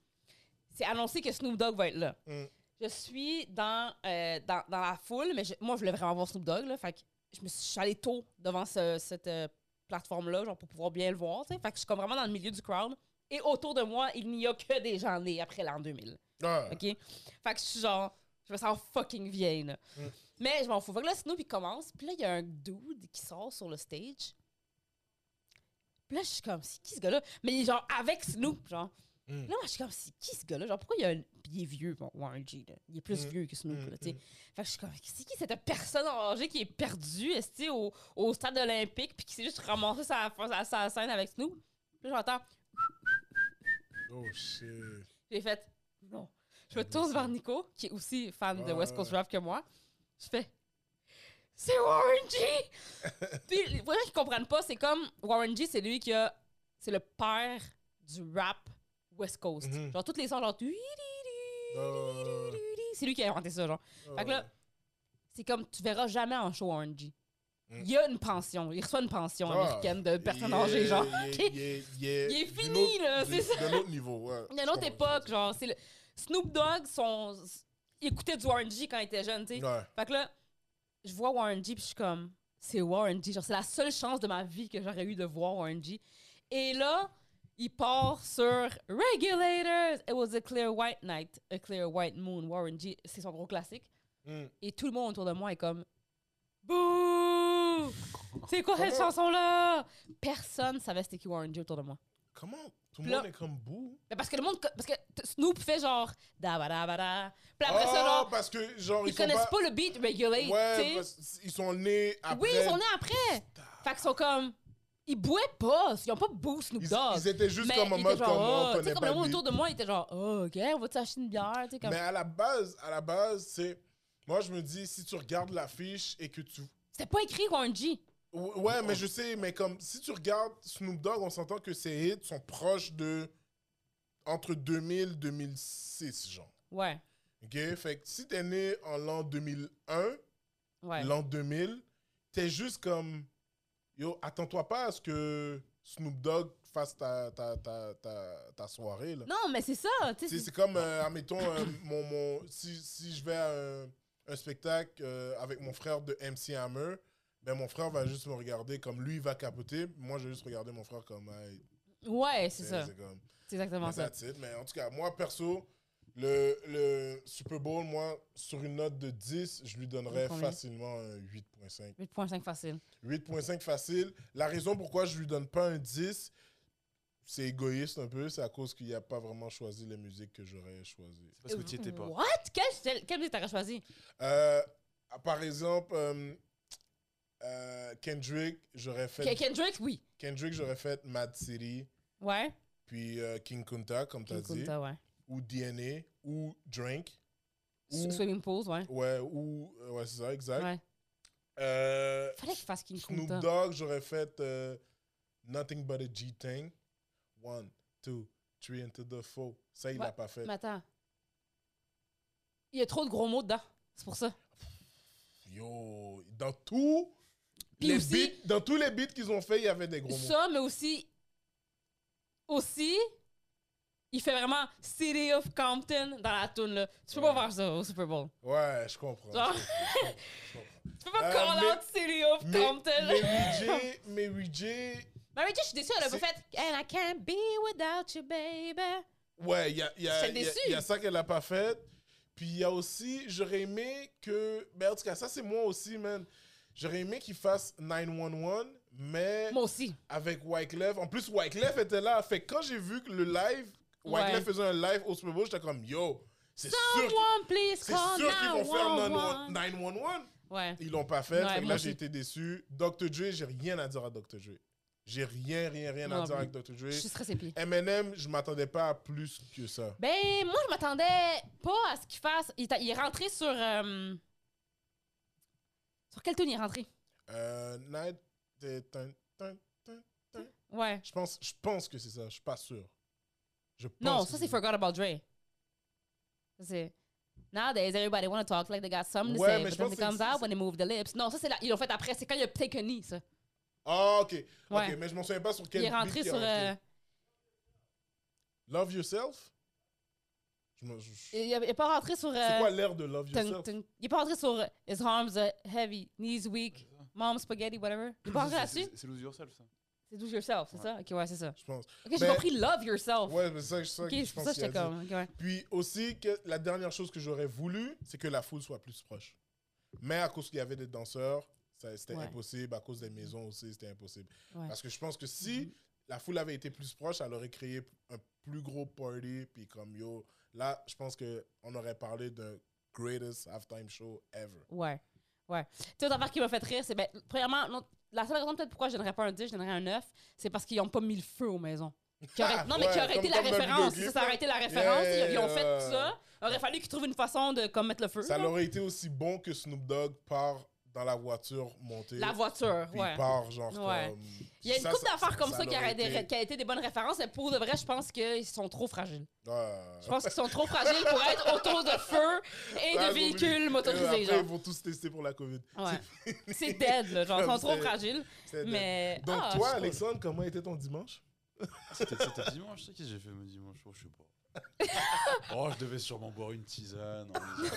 Speaker 3: C'est annoncé que Snoop Dogg va être là.
Speaker 1: Mm.
Speaker 3: Je suis dans, euh, dans, dans la foule, mais je- moi, je voulais vraiment voir Snoop Dogg. Là, fait que je me suis, je suis allée tôt devant ce- cette euh, plateforme-là genre, pour pouvoir bien le voir. tu sais. Fait que je suis comme vraiment dans le milieu du crowd. Et autour de moi, il n'y a que des gens nés après l'an 2000.
Speaker 1: Ah,
Speaker 3: OK? Fait que je suis genre, je me sens fucking vieille. là.
Speaker 1: Mm.
Speaker 3: Mais je m'en fous. Fait que là, Snoop, il commence. Puis là, il y a un dude qui sort sur le stage. Puis là, je suis comme, c'est qui ce gars-là? Mais il est genre avec Snoop, genre.
Speaker 1: Mm.
Speaker 3: Là, moi, je suis comme, c'est qui ce gars-là? Genre, pourquoi il y a un. Puis il est vieux, bon, Warren G, là. Il est plus
Speaker 1: Mm.
Speaker 3: vieux que Snoop,
Speaker 1: Mm,
Speaker 3: là, tu sais.
Speaker 1: mm.
Speaker 3: Fait que je suis comme, c'est qui cette personne âgée qui est perdue, est au, au stade olympique, puis qui s'est juste ramassée sa, sa, sa scène avec Snoop? Puis là, j'entends,
Speaker 1: Oh shit.
Speaker 3: j'ai fait, non. Je me tourne vers Nico, qui est aussi fan de
Speaker 1: Ouais,
Speaker 3: West
Speaker 1: ouais,
Speaker 3: Coast
Speaker 1: Ah, ouais.
Speaker 3: Rap que moi. Je fais, c'est Warren G!
Speaker 1: (laughs)
Speaker 3: Puis les gens qui comprennent pas, c'est comme Warren G, c'est lui qui a. C'est le père du rap West Coast.
Speaker 1: Mhm.
Speaker 3: Genre, toutes les sons, genre. tuiri,
Speaker 1: Euh,
Speaker 3: C'est lui qui a inventé ça, genre. Fait que
Speaker 1: Ah.
Speaker 3: là, c'est comme tu verras jamais en show Warren G.
Speaker 1: Mm.
Speaker 3: Il y a une pension, il reçoit une pension
Speaker 1: Ah,
Speaker 3: américaine de personnes
Speaker 1: il est-
Speaker 3: âgées, genre.
Speaker 1: Il est, il est- il est-
Speaker 3: Il est
Speaker 1: d'une
Speaker 3: fini,
Speaker 1: autre-
Speaker 3: là,
Speaker 1: d'une-
Speaker 3: c'est ça.
Speaker 1: D'un autre niveau, ouais.
Speaker 3: D'une autre époque, genre. c'est le- Snoop Dogg, son... il écoutait du Warren G quand il était jeune, tu sais.
Speaker 1: Ouais.
Speaker 3: Fait que là, je vois Warren G, puis je suis comme, c'est Warren G. Genre, c'est la seule chance de ma vie que j'aurais eu de voir Warren G. Et là, il part sur Regulators. It was a clear white night, a clear white moon. Warren G, c'est son gros classique.
Speaker 1: Mm.
Speaker 3: Et tout le monde autour de moi est comme, bouh! C'est quoi cette chanson-là? Personne savait c'était qui Warren G autour de moi.
Speaker 1: Comment Tout le
Speaker 3: Puis là-
Speaker 1: monde est comme bouh.
Speaker 3: Mais Ben, parce que le monde. co- Parce que t- Snoop fait genre. Da ba da ba da. Puis après ça,
Speaker 1: Ah,
Speaker 3: genre.
Speaker 1: parce que genre,
Speaker 3: Ils,
Speaker 1: ils, sont
Speaker 3: connaissent pas... le beat regulate. tu
Speaker 1: Ouais,
Speaker 3: sais.
Speaker 1: parce qu'ils sont nés après.
Speaker 3: Oui, ils sont nés après. Fait qu'ils sont comme. Ils bouaient pas. Ils ont pas boué Snoop
Speaker 1: Ils-
Speaker 3: Dogg.
Speaker 1: Ils étaient juste
Speaker 3: mais
Speaker 1: comme en
Speaker 3: ils
Speaker 1: mode
Speaker 3: étaient genre,
Speaker 1: comme on
Speaker 3: oh, tu sais,
Speaker 1: connaît
Speaker 3: comme
Speaker 1: pas
Speaker 3: le
Speaker 1: le
Speaker 3: monde
Speaker 1: beat.
Speaker 3: autour de moi, ils étaient genre, oh, ok, on va t'acheter une bière. tu sais, Comme...
Speaker 1: Mais à la base, à la base, c'est moi je me dis si tu regardes l'affiche et que tu
Speaker 3: C'était pas écrit Warren G.
Speaker 1: Ou- Ouais, mais je sais, mais comme si tu regardes Snoop Dogg, on s'entend que ses hits sont proches de entre 2000 2006 genre.
Speaker 3: Ouais,
Speaker 1: OK, fait que si t'es né en l'an 2001,
Speaker 3: ouais.
Speaker 1: l'an 2000, t'es juste comme yo, attends-toi pas à ce que Snoop Dogg fasse ta ta, ta, ta, ta soirée là.
Speaker 3: Non, mais c'est ça. tu sais,
Speaker 1: C'est
Speaker 3: c'est-
Speaker 1: c'est comme, euh, admettons, euh, mon, mon- si, si je vais à un, un spectacle euh, avec mon frère de MC Hammer, ben mon frère va juste me regarder comme lui, il va capoter. Moi, je vais juste regarder mon frère comme. hey,
Speaker 3: Ouais,
Speaker 1: tu
Speaker 3: c'est
Speaker 1: sais,
Speaker 3: ça.
Speaker 1: C'est comme.
Speaker 3: C'est exactement
Speaker 1: mais
Speaker 3: ça.
Speaker 1: that's it. Mais en tout cas, moi, perso, le, le Super Bowl, moi, sur une note de 10, je lui donnerais
Speaker 3: Combien?
Speaker 1: facilement un 8,5.
Speaker 3: 8.5 facile.
Speaker 1: 8.5 facile. La raison pourquoi je lui donne pas un 10, c'est égoïste un peu. C'est à cause qu'il n'a pas vraiment choisi les musiques que j'aurais choisies.
Speaker 2: Parce que tu étais pas.
Speaker 3: What? Quelle, quelle musique t'aurais choisi?
Speaker 1: Euh, par exemple, euh, euh, Kendrick, j'aurais fait,
Speaker 3: Ke- Kendrick, oui.
Speaker 1: Kendrick, j'aurais fait Mad City,
Speaker 3: Ouais.
Speaker 1: puis euh, King Kunta, comme tu as
Speaker 3: King
Speaker 1: dit,
Speaker 3: Kunta, ouais.
Speaker 1: ou DNA, ou Drink.
Speaker 3: Sw-
Speaker 1: Ou-
Speaker 3: Swimming Pools, ouais.
Speaker 1: Ouais, ou. euh, Ouais, c'est ça, exact.
Speaker 3: Ouais.
Speaker 1: Euh,
Speaker 3: Fallait qu'il fasse King
Speaker 1: Snoop
Speaker 3: Kunta.
Speaker 1: Dogg, j'aurais fait euh, Nothing But a G-Thing. One, two, three, into the four. Ça, il
Speaker 3: Ouais,
Speaker 1: l'a pas fait.
Speaker 3: Mais attends. Il y a trop de gros mots dedans. C'est pour ça.
Speaker 1: Yo, dans tous
Speaker 3: Puis
Speaker 1: les
Speaker 3: aussi-
Speaker 1: beats, dans tous les beats qu'ils ont fait, il y avait des gros mots.
Speaker 3: Ça, mais aussi. Aussi. Il fait vraiment City of Compton dans la tune là. Tu peux
Speaker 1: Ouais.
Speaker 3: pas faire ça au Super Bowl.
Speaker 1: Ouais, je comprends.
Speaker 3: Genre-
Speaker 1: je comprends, je comprends, je
Speaker 3: Tu peux pas
Speaker 1: Euh,
Speaker 3: call
Speaker 1: mais-
Speaker 3: out City of
Speaker 1: comprends.
Speaker 3: Compton.
Speaker 1: Mais, mais,
Speaker 3: (laughs)
Speaker 1: J, mais Ray J,
Speaker 3: Mary J, je suis déçue, elle a pas
Speaker 1: C'est-
Speaker 3: fait And I can't be without you, baby.
Speaker 1: ouais, il y a, il y, a,
Speaker 3: J'étais
Speaker 1: il y, a-
Speaker 3: déçue.
Speaker 1: il y a ça qu'elle a pas fait. Puis il y a aussi, j'aurais aimé que. Ben, en tout cas, ça, c'est moi aussi, man. J'aurais aimé qu'il fasse 911, mais
Speaker 3: Moi aussi.
Speaker 1: avec Wyclef. En plus, Wyclef était là. Fait que quand j'ai vu que le live, Wyclef
Speaker 3: Ouais.
Speaker 1: faisait un live au Super Bowl, j'étais comme, yo, c'est sûr qu'ils
Speaker 3: Someone please
Speaker 1: c'est
Speaker 3: call
Speaker 1: sûr qu'ils vont faire
Speaker 3: 911.
Speaker 1: 911.
Speaker 3: Ouais.
Speaker 1: Ils l'ont pas fait.
Speaker 3: Ouais,
Speaker 1: fait que
Speaker 3: moi
Speaker 1: là,
Speaker 3: aussi.
Speaker 1: j'ai été déçu. Dr. Dre, j'ai rien à dire à Dr. Dre. J'ai rien, rien, rien à
Speaker 3: Moi
Speaker 1: dire
Speaker 3: non
Speaker 1: avec Dr. Dre.
Speaker 3: Je suis stressée, pis.
Speaker 1: Eminem, je m'attendais pas à plus que ça.
Speaker 3: Ben, moi, je m'attendais pas à ce qu'il fasse. Il, t'a- il est rentré sur. euh, Sur quel tune il est rentré?
Speaker 1: Euh, Night. euh, tin, tin, tin, tin.
Speaker 3: Ouais.
Speaker 1: Je pense, je pense que c'est ça. Je suis pas sûr. Je pense
Speaker 3: Non,
Speaker 1: que
Speaker 3: ça, c'est Forgot About Dre. Ça, c'est. Nowadays, everybody wanna talk like they got something
Speaker 1: Ouais,
Speaker 3: to say,
Speaker 1: mais
Speaker 3: but
Speaker 1: je
Speaker 3: then
Speaker 1: pense
Speaker 3: it
Speaker 1: que
Speaker 3: comes
Speaker 1: c'est-
Speaker 3: out when they move the lips. Non, ça, c'est là. Ils l'ont fait après. C'est quand il a take a knee, ça.
Speaker 1: Ah, ok. Ok,
Speaker 3: Ouais.
Speaker 1: mais je m'en souviens pas sur quel.
Speaker 3: Il est
Speaker 1: beat
Speaker 3: rentré
Speaker 1: il est
Speaker 3: sur.
Speaker 1: rentré.
Speaker 3: euh,
Speaker 1: Love Yourself Je me- je- je-
Speaker 3: Il n'est pas rentré sur.
Speaker 1: C'est
Speaker 3: euh,
Speaker 1: quoi l'air de Love
Speaker 3: Tung-
Speaker 1: Yourself
Speaker 3: tung. Il est pas rentré sur euh, His arms are heavy, knees
Speaker 1: Ah,
Speaker 3: weak, mom spaghetti, whatever. Il
Speaker 1: (laughs)
Speaker 3: est pas rentré
Speaker 2: C'est-
Speaker 3: là-dessus?
Speaker 2: C'est c'est Lose Yourself, ça.
Speaker 3: C'est Do Yourself, c'est
Speaker 2: Ouais.
Speaker 3: ça? Ok, ouais, c'est ça.
Speaker 1: Je pense.
Speaker 3: Ok, j'ai
Speaker 1: Mais-
Speaker 3: compris Love Yourself.
Speaker 1: Ouais, mais c'est ça, que- ça
Speaker 3: ok,
Speaker 1: que
Speaker 3: c'est
Speaker 1: je
Speaker 3: pour
Speaker 1: pense
Speaker 3: ça que
Speaker 1: qu'il a
Speaker 3: j'étais
Speaker 1: dit.
Speaker 3: comme. ok, ouais.
Speaker 1: Puis aussi, que la dernière chose que j'aurais voulu, c'est que la foule soit plus proche. Mais à cause qu'il y avait des danseurs, ça- c'était
Speaker 3: Ouais.
Speaker 1: impossible. À cause des maisons aussi, c'était impossible.
Speaker 3: Ouais. Mhm.
Speaker 1: Parce que je pense que
Speaker 3: Mm-hmm.
Speaker 1: si la foule avait été plus proche, elle aurait créé un plus gros party. Puis comme yo, là, je pense qu'on aurait parlé d'un greatest halftime show ever.
Speaker 3: Ouais. Ouais. Tu sais, l'affaire qui m'a fait rire, c'est, ben, premièrement, l'autre- la seule raison peut-être pourquoi je donnerais pas un 10, je donnerais un 9, c'est parce qu'ils n'ont pas mis le feu aux maisons. Qui aurait- non, mais qui
Speaker 1: Ah, Ouais,
Speaker 3: aurait
Speaker 1: comme-
Speaker 3: été la
Speaker 1: comme dans le
Speaker 3: référence.
Speaker 1: vidéoclip,
Speaker 3: Ça, ça
Speaker 1: là.
Speaker 3: aurait été la référence.
Speaker 1: Yeah,
Speaker 3: ils, ils ont fait
Speaker 1: ouais.
Speaker 3: ça. aurait fallu qu'ils trouvent une façon de comme, mettre le feu.
Speaker 1: Ça
Speaker 3: là.
Speaker 1: l'aurait été aussi bon que Snoop Dogg part dans la voiture montée.
Speaker 3: La voiture,
Speaker 1: Puis
Speaker 3: ouais.
Speaker 1: il part, genre.
Speaker 3: Ouais.
Speaker 1: Comme...
Speaker 3: Il y a une couple d'affaires comme ça, qui,
Speaker 1: aurait
Speaker 3: auraient des,
Speaker 1: été-
Speaker 3: qui a été des bonnes références, mais pour de vrai, je pense qu'ils sont trop fragiles.
Speaker 1: Ouais.
Speaker 3: Je pense qu'ils sont trop fragiles pour être autour de feu et
Speaker 1: Ah,
Speaker 3: de
Speaker 1: ils vont-
Speaker 3: véhicules
Speaker 1: Après,
Speaker 3: motorisés, genre.
Speaker 1: Ils vont tous tester pour la COVID.
Speaker 3: Ouais. C'est dead, là. Genre, ils sont trop
Speaker 1: C'est-
Speaker 3: fragiles.
Speaker 1: C'est-
Speaker 3: Mais.
Speaker 1: Donc,
Speaker 3: ah,
Speaker 1: toi,
Speaker 3: je-
Speaker 1: Alexandre, comment était ton dimanche
Speaker 2: C'était c'était dimanche, ça, qu'est-ce que j'ai fait mon dimanche Oh, Je sais pas. (laughs) Oh, je devais sûrement boire une tisane en lisant,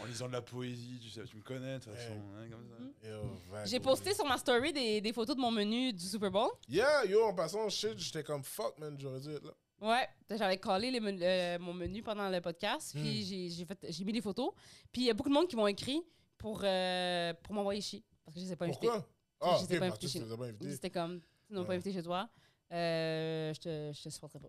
Speaker 2: en lisant de la poésie, tu sais, tu me connais de toute façon, hein, comme ça.
Speaker 3: J'ai posté sur ma story des, des photos de mon menu du Super Bowl.
Speaker 1: Yeah, yo, en passant, shit, j'étais comme fuck, man, j'aurais dû être là.
Speaker 3: Ouais, j'avais collé les men- euh, mon menu pendant le podcast,
Speaker 1: Hmm.
Speaker 3: puis j'ai- j'ai fait- j'ai mis les photos. Puis il y a beaucoup de monde qui m'ont écrit pour, euh, pour m'envoyer chier, parce que je les ai pas invités.
Speaker 1: Pourquoi Ah,
Speaker 3: Je
Speaker 1: ok,
Speaker 3: sais pas
Speaker 1: parce
Speaker 3: invité
Speaker 1: que
Speaker 3: chez
Speaker 1: tu les as pas
Speaker 3: Ils
Speaker 1: invités.
Speaker 3: étaient comme, tu n'as
Speaker 1: Ouais.
Speaker 3: pas invité chez toi. euh, je te, je te supporterai pas.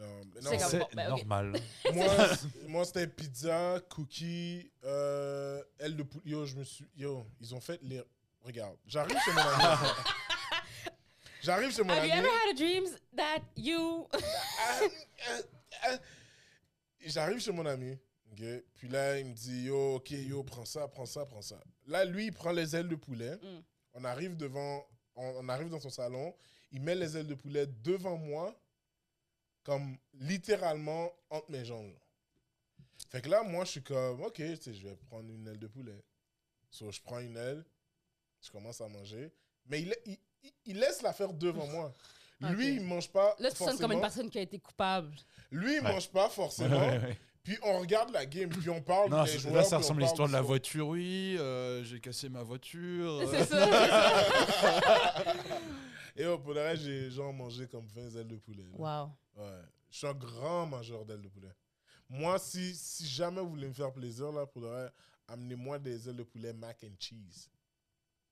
Speaker 1: Euh, mais
Speaker 3: C'est
Speaker 1: non,
Speaker 3: comme-
Speaker 1: c'est-
Speaker 3: bon,
Speaker 2: C'est Bah,
Speaker 3: ben, ok.
Speaker 2: normal.
Speaker 1: moi, c'est- moi c'était pizza, cookie, euh, aile de poulet. Yo, je me suis. Yo, ils ont fait les. Regarde, j'arrive chez mon ami. j'arrive chez mon
Speaker 3: Have you
Speaker 1: ami.
Speaker 3: ever had a dreams that you.
Speaker 1: (laughs) Ah, ah, ah. J'arrive chez mon ami. ok? Puis là, il me dit Yo, ok, yo, prends ça, prends ça, prends ça. Là, lui, il prend les ailes de poulet.
Speaker 3: Mm.
Speaker 1: On arrive devant, on, on arrive dans son salon. Il met les ailes de poulet devant moi, comme littéralement entre mes jambes. là. Fait que là, moi, je suis comme Ok, tu sais, je vais prendre une aile de poulet. So, je prends une aile, je commence à manger. Mais il, il, il- il laisse l'affaire devant moi.
Speaker 3: (laughs) Ok.
Speaker 1: Lui, il mange pas.
Speaker 3: Là, tu sonnes comme
Speaker 1: forcément.
Speaker 3: une personne qui a été coupable.
Speaker 1: Lui, il
Speaker 2: Ouais.
Speaker 1: mange pas
Speaker 2: Ouais,
Speaker 1: forcément.
Speaker 2: (laughs) ouais, ouais.
Speaker 1: Puis on regarde la game, puis on parle
Speaker 2: Non,
Speaker 1: des
Speaker 2: c'est-
Speaker 1: joueurs.
Speaker 2: là, ça
Speaker 1: puis on
Speaker 2: ressemble à
Speaker 1: parle
Speaker 2: l'histoire de la
Speaker 1: du sport.
Speaker 2: voiture. Oui, euh, j'ai cassé ma voiture. euh,
Speaker 3: (laughs) C'est ça,
Speaker 1: (laughs)
Speaker 3: c'est ça.
Speaker 1: Et au pour le reste, j'ai genre mangé comme 20 ailes de poulet. là.
Speaker 3: Wow.
Speaker 1: Ouais. Je suis un grand mangeur d'ailes de poulet. Moi, si, si jamais vous voulez me faire plaisir, là, pour le reste, amenez-moi des ailes de poulet mac and cheese.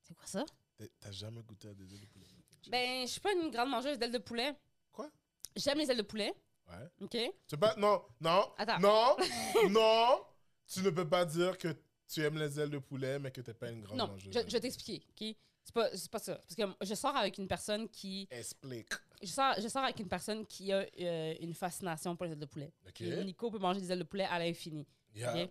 Speaker 3: C'est quoi ça?
Speaker 1: T'as- T'as jamais goûté à des ailes de poulet mac and cheese?
Speaker 3: Ben, je suis pas une grande mangeuse d'ailes de poulet.
Speaker 1: Quoi?
Speaker 3: J'aime les ailes de poulet.
Speaker 1: Ouais.
Speaker 3: OK?
Speaker 1: Tu peux pas. Non, non,
Speaker 3: Attends.
Speaker 1: non,
Speaker 3: (laughs)
Speaker 1: non. Tu ne peux pas dire que tu aimes les ailes de poulet, mais que t'es pas une grande
Speaker 3: non,
Speaker 1: mangeuse.
Speaker 3: je, je
Speaker 1: d'ailes de
Speaker 3: vais t'expliquer. OK? C'est pas, c'est pas ça. Parce que je sors avec une personne qui.
Speaker 1: poulet. Explique.
Speaker 3: Je sors, je sors avec une personne qui a euh, une fascination pour les ailes de poulet.
Speaker 1: Ok.
Speaker 3: Puis Nico peut manger des ailes de poulet à l'infini.
Speaker 1: Yeah.
Speaker 3: Ok.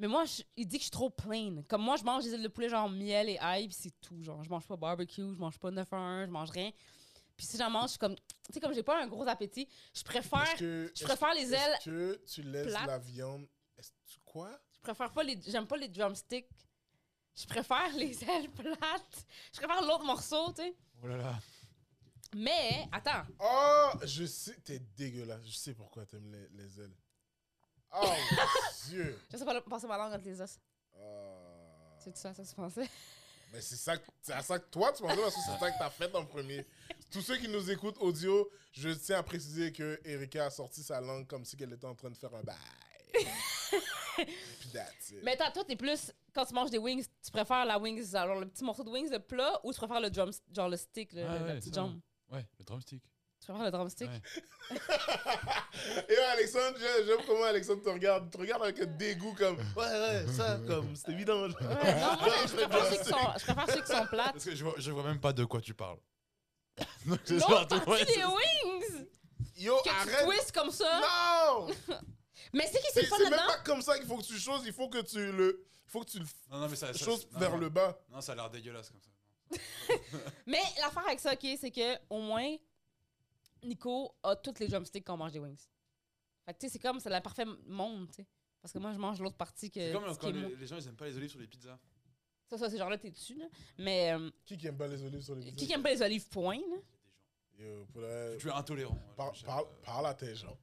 Speaker 3: Mais moi, je- il dit que je suis trop plain. Comme moi, je mange des ailes de poulet genre miel et ail, puis c'est tout. Genre, je mange pas barbecue, je mange pas 9 à 1, je mange rien. Puis si j'en mange, je suis comme. Tu sais, comme j'ai pas un gros appétit, je préfère.
Speaker 1: Est-ce que-
Speaker 3: Je préfère les ailes.
Speaker 1: Est-ce que tu laisses
Speaker 3: plates.
Speaker 1: la viande. Est-ce tu- quoi?
Speaker 3: Je préfère pas les. J'aime pas les drumsticks. Je préfère (laughs) les ailes plates. Je préfère l'autre morceau, tu sais.
Speaker 2: Oh là là.
Speaker 3: Mais, attends.
Speaker 1: Oh, je sais, t'es dégueulasse. Je sais pourquoi t'aimes les, les ailes. Oh,
Speaker 3: (laughs)
Speaker 1: mon Dieu!
Speaker 3: Je sais pas passer ma langue entre les os.
Speaker 1: Ah.
Speaker 3: C'est tout ça, ça que tu pensais.
Speaker 1: Mais c'est ça, que- c'est à ça que toi tu pensais parce que c'est ça que t'as fait en premier. Tous ceux qui nous écoutent audio, je tiens à préciser que Erika a sorti sa langue comme si elle était en train de faire un bail.
Speaker 3: (laughs)
Speaker 1: Puis that's it.
Speaker 3: (laughs) Mais attends, toi, t'es plus. Quand tu manges des wings, tu préfères la wings, alors le petit morceau de wings, le plat, ou tu préfères le drum, genre le stick, le, le-
Speaker 2: Ah
Speaker 3: la
Speaker 2: ouais,
Speaker 3: petite
Speaker 2: ça.
Speaker 3: jambe?
Speaker 2: Ouais, le drumstick.
Speaker 3: Tu préfères le drumstick?
Speaker 2: Ouais.
Speaker 1: Et ouais, Alexandre, j'aime j'aime comment Alexandre te regarde. Te regarde avec un dégoût comme Ouais, ouais, ça, comme c'est évident.
Speaker 3: Ouais, non, moi, je préfère ceux qui sont, je préfère ceux qui sont plates.
Speaker 2: Parce que je vois, je vois même pas de quoi tu (laughs) parles. Donc, (laughs) c'est ça,
Speaker 3: L'autre partie
Speaker 2: ouais,
Speaker 3: des
Speaker 2: c'est-
Speaker 3: wings!
Speaker 1: Yo,
Speaker 3: Que tu
Speaker 1: arrête!
Speaker 3: twists comme ça!
Speaker 1: Non!
Speaker 3: Mais c'est qui (laughs) c'est
Speaker 1: C'est
Speaker 3: le fun
Speaker 1: c'est même
Speaker 3: là-dedans?
Speaker 1: pas comme ça qu'il faut que tu choses, il faut que tu le. Il faut que tu le f-
Speaker 2: Non, non, mais ça. ça-
Speaker 1: choses
Speaker 2: non,
Speaker 1: vers
Speaker 2: non.
Speaker 1: le bas.
Speaker 2: Non, ça a l'air dégueulasse
Speaker 3: Euh,
Speaker 2: comme ça.
Speaker 3: Mais l'affaire avec ça, OK, c'est que au moins, Nico a toutes les drumsticks quand on mange des wings. Fait que, tu sais, c'est comme, c'est la parfaite monde, tu sais. Parce que moi, je mange l'autre partie que.
Speaker 2: C'est comme
Speaker 3: ce qui Hein?
Speaker 2: quand
Speaker 3: est
Speaker 2: les,
Speaker 3: mou.
Speaker 2: les gens ils aiment pas les olives sur les pizzas.
Speaker 3: Ça, ça, c'est genre là, t'es dessus, là. Mais, euh,
Speaker 1: Qui qui aime pas les olives sur les
Speaker 3: qui qui aime pas les olives points, là?
Speaker 1: Yo, pour la-
Speaker 2: Tu es intolérant.
Speaker 1: Euh, Par-
Speaker 2: Michel,
Speaker 1: par-
Speaker 2: euh,
Speaker 1: Parle à tes gens.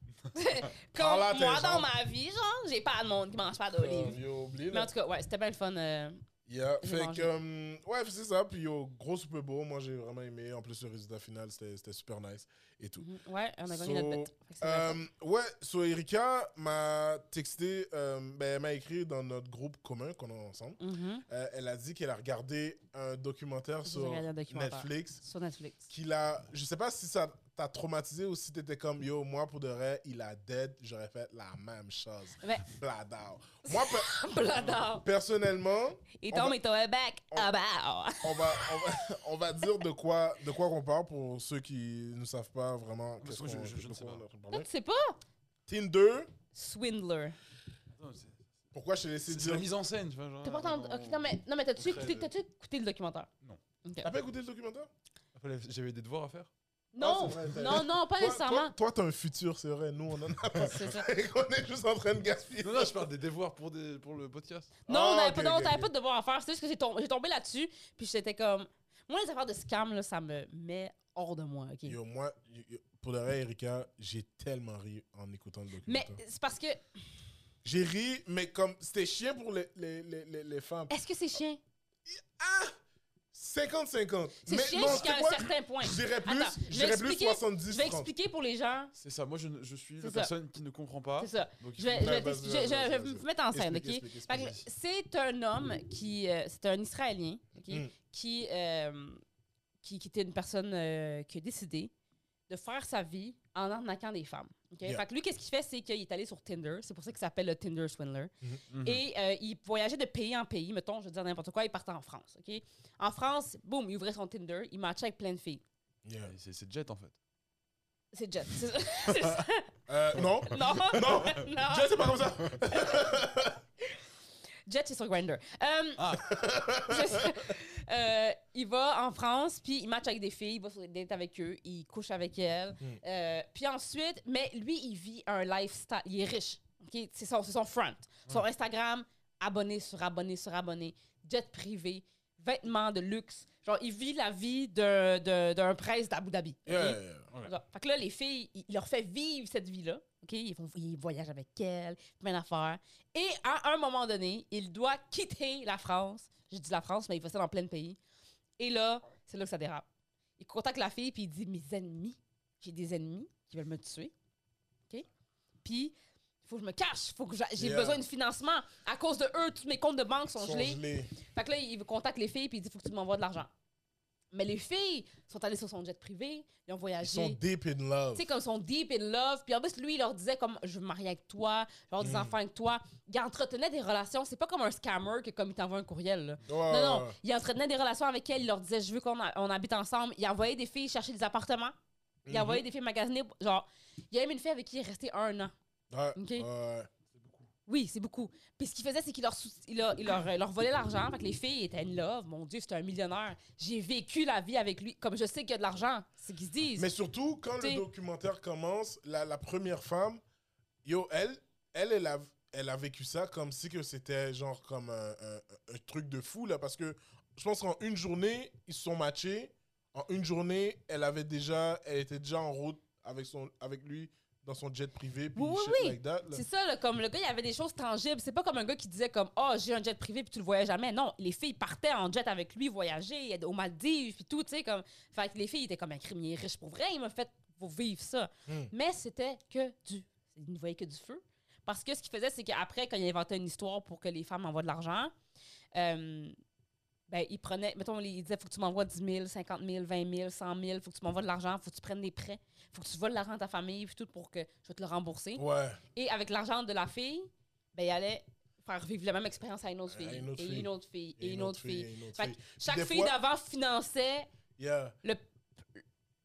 Speaker 1: Parle à
Speaker 3: Comme
Speaker 1: tes
Speaker 3: moi,
Speaker 1: gens.
Speaker 3: dans ma vie, genre, j'ai pas de monde qui mange pas
Speaker 1: Comme,
Speaker 3: d'olives.
Speaker 1: Euh, Yo, oublie
Speaker 3: Mais en
Speaker 1: là.
Speaker 3: tout cas, ouais, c'était bien le fun. euh,
Speaker 1: Yeah,
Speaker 3: j'ai
Speaker 1: Fait
Speaker 3: mangé.
Speaker 1: que, euh, ouais, c'est ça. Puis yo, gros Super beau. Moi, j'ai vraiment aimé. En plus, le résultat final, c'était c'était super nice et tout.
Speaker 3: mhm. Ouais, on a gagné
Speaker 1: So,
Speaker 3: notre bête. Fait que c'est bien le fun.
Speaker 1: Euh, ouais, so Erika m'a texté, euh, ben, elle m'a écrit dans notre groupe commun qu'on a ensemble.
Speaker 3: Mhm.
Speaker 1: Euh, elle a dit qu'elle a regardé un documentaire
Speaker 3: J'ai
Speaker 1: sur
Speaker 3: regardé un documentaire.
Speaker 1: Netflix.
Speaker 3: Sur
Speaker 1: (laughs)
Speaker 3: Netflix.
Speaker 1: Qu'il a, je sais pas si ça t'a traumatisé ou si t'étais comme yo, moi pour de vrai, il a dead, j'aurais fait la même chose.
Speaker 3: Ouais.
Speaker 1: Bladao. Moi, pe-
Speaker 3: Bladard.
Speaker 1: personnellement,
Speaker 3: Et
Speaker 1: On
Speaker 3: ton
Speaker 1: va-
Speaker 3: et ton back.
Speaker 1: on-
Speaker 3: Ah bah. (laughs)
Speaker 1: on va, on va, (laughs) on va dire de quoi, de quoi qu'on parle pour ceux qui ne savent pas vraiment.
Speaker 2: Parce
Speaker 1: qu'est-ce
Speaker 2: que je-
Speaker 1: qu'on-
Speaker 2: je- je ne sais
Speaker 1: pourquoi
Speaker 2: pas.
Speaker 1: on a parlé.
Speaker 3: Toi, tu sais pas?
Speaker 1: Tinder,
Speaker 3: Swindler.
Speaker 2: attends, euh, c'est-
Speaker 1: pourquoi je t'ai laissé
Speaker 2: C'est de la
Speaker 1: dire
Speaker 2: mise en scène, tu vois. Genre,
Speaker 3: T'as pas entendu. Ok, non, mais, non, mais t'as-tu
Speaker 2: Après,
Speaker 3: écouté,
Speaker 2: euh,
Speaker 3: t'as-tu écouté le documentaire?
Speaker 2: Non.
Speaker 3: Ok.
Speaker 1: T'as pas écouté le documentaire
Speaker 2: Après, j'avais des devoirs à faire.
Speaker 3: Non,
Speaker 1: Ah, c'est vrai, t'as-
Speaker 3: non,
Speaker 1: Toi-
Speaker 3: non, pas
Speaker 1: Toi,
Speaker 3: nécessairement.
Speaker 1: toi, t'as un futur, c'est vrai. Nous, on en a
Speaker 3: C'est ça.
Speaker 1: (laughs) on est juste en train de gaspiller.
Speaker 2: Non, non, je parle des devoirs pour, des, pour le podcast.
Speaker 3: Non,
Speaker 1: Ah,
Speaker 3: on avait
Speaker 1: ok,
Speaker 3: pas, non,
Speaker 1: ok,
Speaker 3: t'avais
Speaker 1: ok.
Speaker 3: pas de devoir à faire. C'est juste que j'ai tom- j'ai tombé là-dessus, puis j'étais comme. Moi, les affaires de scam, là, ça me met hors de moi, ok?
Speaker 1: Yo, moi, yo- yo, pour de vrai, Erika, j'ai tellement ri en écoutant le
Speaker 3: Mais
Speaker 1: documentaire.
Speaker 3: c'est parce que.
Speaker 1: J'ai ri, mais comme c'était chiant pour les, les, les, les, les femmes.
Speaker 3: Est-ce que c'est chien?
Speaker 1: 50-50.
Speaker 3: C'est
Speaker 1: Mais
Speaker 3: chien
Speaker 1: non,
Speaker 3: jusqu'à
Speaker 1: c'est
Speaker 3: un
Speaker 1: quoi?
Speaker 3: certain point.
Speaker 1: Je dirais plus,
Speaker 3: Attends,
Speaker 1: je
Speaker 3: je vais
Speaker 1: dirais plus
Speaker 3: expliquer- Je
Speaker 1: 70
Speaker 3: vais
Speaker 1: 30.
Speaker 3: expliquer pour les gens.
Speaker 2: C'est ça, moi je, ne- je suis
Speaker 3: C'est
Speaker 2: la
Speaker 3: ça.
Speaker 2: personne qui ne comprend pas.
Speaker 3: C'est ça.
Speaker 2: Donc,
Speaker 3: Je
Speaker 2: il
Speaker 3: vais, je
Speaker 2: faut-
Speaker 1: Ah.
Speaker 3: vais,
Speaker 1: Ouais, vas-y,
Speaker 3: t'expliquer-
Speaker 1: vas-y,
Speaker 3: je- je vais
Speaker 1: vas-y,
Speaker 3: vous mettre en scène,
Speaker 1: Explique,
Speaker 3: ok?
Speaker 1: explique,
Speaker 3: Fait
Speaker 1: explique.
Speaker 3: que C'est un homme qui. euh, c'est un Israélien, ok?
Speaker 1: Mm.
Speaker 3: Qui, euh, qui, qui était une personne euh, qui a décidé de faire sa vie en arnaquant des femmes. ok?
Speaker 1: Yeah.
Speaker 3: Fait que lui, qu'est-ce qu'il fait, c'est qu'il est allé sur Tinder. C'est pour ça qu'il s'appelle le Tinder Swindler.
Speaker 2: Mhm.
Speaker 3: Et euh, il voyageait de pays en pays. Mettons, je veux dire n'importe quoi, il partait en France. ok? En France, boum, il ouvrait son Tinder, il matchait avec plein de filles.
Speaker 1: Yeah.
Speaker 2: Et C'est c'est Jet en fait.
Speaker 3: C'est Jet. C'est c'est ça.
Speaker 1: Euh, non,
Speaker 3: (laughs) Non.
Speaker 1: Non.
Speaker 3: non.
Speaker 1: Jet, c'est pas
Speaker 3: (laughs)
Speaker 1: comme ça.
Speaker 3: Jet, c'est sur Grindr. Euh, (laughs)
Speaker 2: Ah.
Speaker 3: il va en France, puis il match avec des filles, il va sur des dates avec eux, il couche avec elles.
Speaker 1: Mm.
Speaker 3: Euh, puis ensuite, mais lui, il vit un lifestyle. Il est riche. ok? C'est son, c'est son front.
Speaker 1: Hmm.
Speaker 3: Son Instagram, abonné sur abonné sur abonné. Jet privé, vêtements de luxe. Genre, il vit la vie d'un de, d'un prince d'Abu Dhabi. ok?
Speaker 1: Yeah, yeah, yeah.
Speaker 3: Genre, fait que là, les filles, il il leur fait vivre cette vie-là. OK? Ils, vont, ils voyagent avec elles, plein d'affaires. Et à un moment donné, il doit quitter la France. Je dis la France, mais il fait ça dans plein de pays. Et là, c'est là que ça dérape. Il contacte la fille, puis il dit Mes ennemis, j'ai des ennemis qui veulent me tuer. OK? Puis, il faut que je me cache. Faut que j'a- j'ai
Speaker 1: Yeah.
Speaker 3: besoin de financement. À cause de eux, tous mes comptes de banque sont
Speaker 1: Sont
Speaker 3: gelés.
Speaker 1: gelés.
Speaker 3: Fait que là, il contacte les filles, puis il dit Faut que tu m'envoies de l'argent. Mais les filles sont allées sur son jet privé, ils ont
Speaker 1: Ils
Speaker 3: voyagé
Speaker 1: sont deep in love.
Speaker 3: tu sais, comme ils sont deep in love. Puis en plus, lui, il leur disait comme, je veux me marier avec toi, je vais avoir des
Speaker 1: Mm.
Speaker 3: enfants avec toi. Il entretenait des relations. C'est pas comme un scammer que comme il t'envoie un courriel, là.
Speaker 1: Ouais, ouais,
Speaker 3: Non, non.
Speaker 1: Ah, ouais.
Speaker 3: Il entretenait des relations avec elle. Il leur disait, je veux qu'on ha- on habite ensemble. Il envoyait des filles chercher des appartements. Il
Speaker 1: Mhm.
Speaker 3: envoyait des filles magasiner. Genre, il y a même une fille avec qui il est resté un an.
Speaker 1: Mm-hmm. Ouais,
Speaker 3: Ok.
Speaker 1: ouais.
Speaker 3: Oui, c'est beaucoup. Puis ce qu'il faisait, c'est qu'il leur, sou- il leur, il leur, il leur volait l'argent. Fait que les filles étaient in love. Mon Dieu, c'était un millionnaire. J'ai vécu la vie avec lui. Comme je sais qu'il y a de l'argent, c'est qu'ils se disent.
Speaker 1: Mais surtout, quand
Speaker 3: T'sais-
Speaker 1: le documentaire commence, la, la première femme, yo, elle, elle, elle a, elle a vécu ça comme si que c'était genre comme un, un- un truc de fou, là, parce que je pense qu'en une journée, ils se sont matchés. En une journée, elle avait déjà, elle était déjà en route avec, son, avec lui dans son jet privé. Puis
Speaker 3: Oui, oui,
Speaker 1: shit
Speaker 3: oui.
Speaker 1: like that, là.
Speaker 3: C'est ça, là, comme le gars, il avait des choses tangibles. C'est pas comme un gars qui disait comme Oh, j'ai un jet privé puis tu le voyais jamais. Non, les filles partaient en jet avec lui, voyager aux Maldives puis tout, tu sais, comme. Fait que les filles étaient comme un crime, il est riche pour vrai, il m'a fait vous vivre ça.
Speaker 1: Hmm.
Speaker 3: Mais c'était que du. Il ne voyait que du feu. Parce que ce qu'il faisait, c'est qu'après, quand il inventait une histoire pour que les femmes envoient de l'argent, euh, ben, il prenait, mettons, il disait, faut que tu m'envoies 10 000, 50 000, 20 000, 100 000, faut que tu m'envoies de l'argent, faut que tu prennes des prêts, faut que tu voles l'argent à ta famille, puis tout pour que je vais te le rembourser.
Speaker 1: Ouais.
Speaker 3: Et avec l'argent de la fille, ben, il allait faire vivre la même expérience à une autre
Speaker 1: À
Speaker 3: fille.
Speaker 1: une autre
Speaker 3: et
Speaker 1: fille.
Speaker 3: une autre fille. Et une autre fille.
Speaker 1: et une autre
Speaker 3: Fait que
Speaker 1: fille. Puis
Speaker 3: Chaque
Speaker 1: des
Speaker 3: fille
Speaker 1: fois-
Speaker 3: d'avant finançait
Speaker 1: Yeah.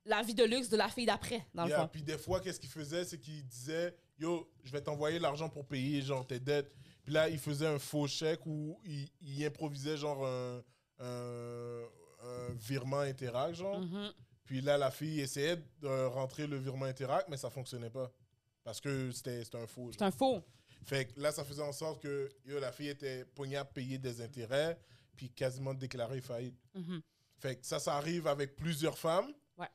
Speaker 3: la vie de luxe de la fille d'après, dans
Speaker 1: Yeah,
Speaker 3: le fond.
Speaker 1: Puis des fois, qu'est-ce qu'il faisait C'est qu'il disait Yo, je vais t'envoyer l'argent pour payer genre tes dettes. Puis là, il faisait un faux chèque où il, il improvisait genre un, un- un virement Interac, genre.
Speaker 3: Mhm.
Speaker 1: Puis là, la fille essayait de rentrer le virement Interac, mais ça fonctionnait pas. Parce que c'était c'était un faux.
Speaker 3: C'est
Speaker 1: genre.
Speaker 3: un faux.
Speaker 1: Fait que là, ça faisait en sorte que yo, la fille était pognée à payer des intérêts, puis quasiment déclarée faillite.
Speaker 3: Mhm.
Speaker 1: Fait que ça, ça arrive avec plusieurs femmes.
Speaker 3: Ouais.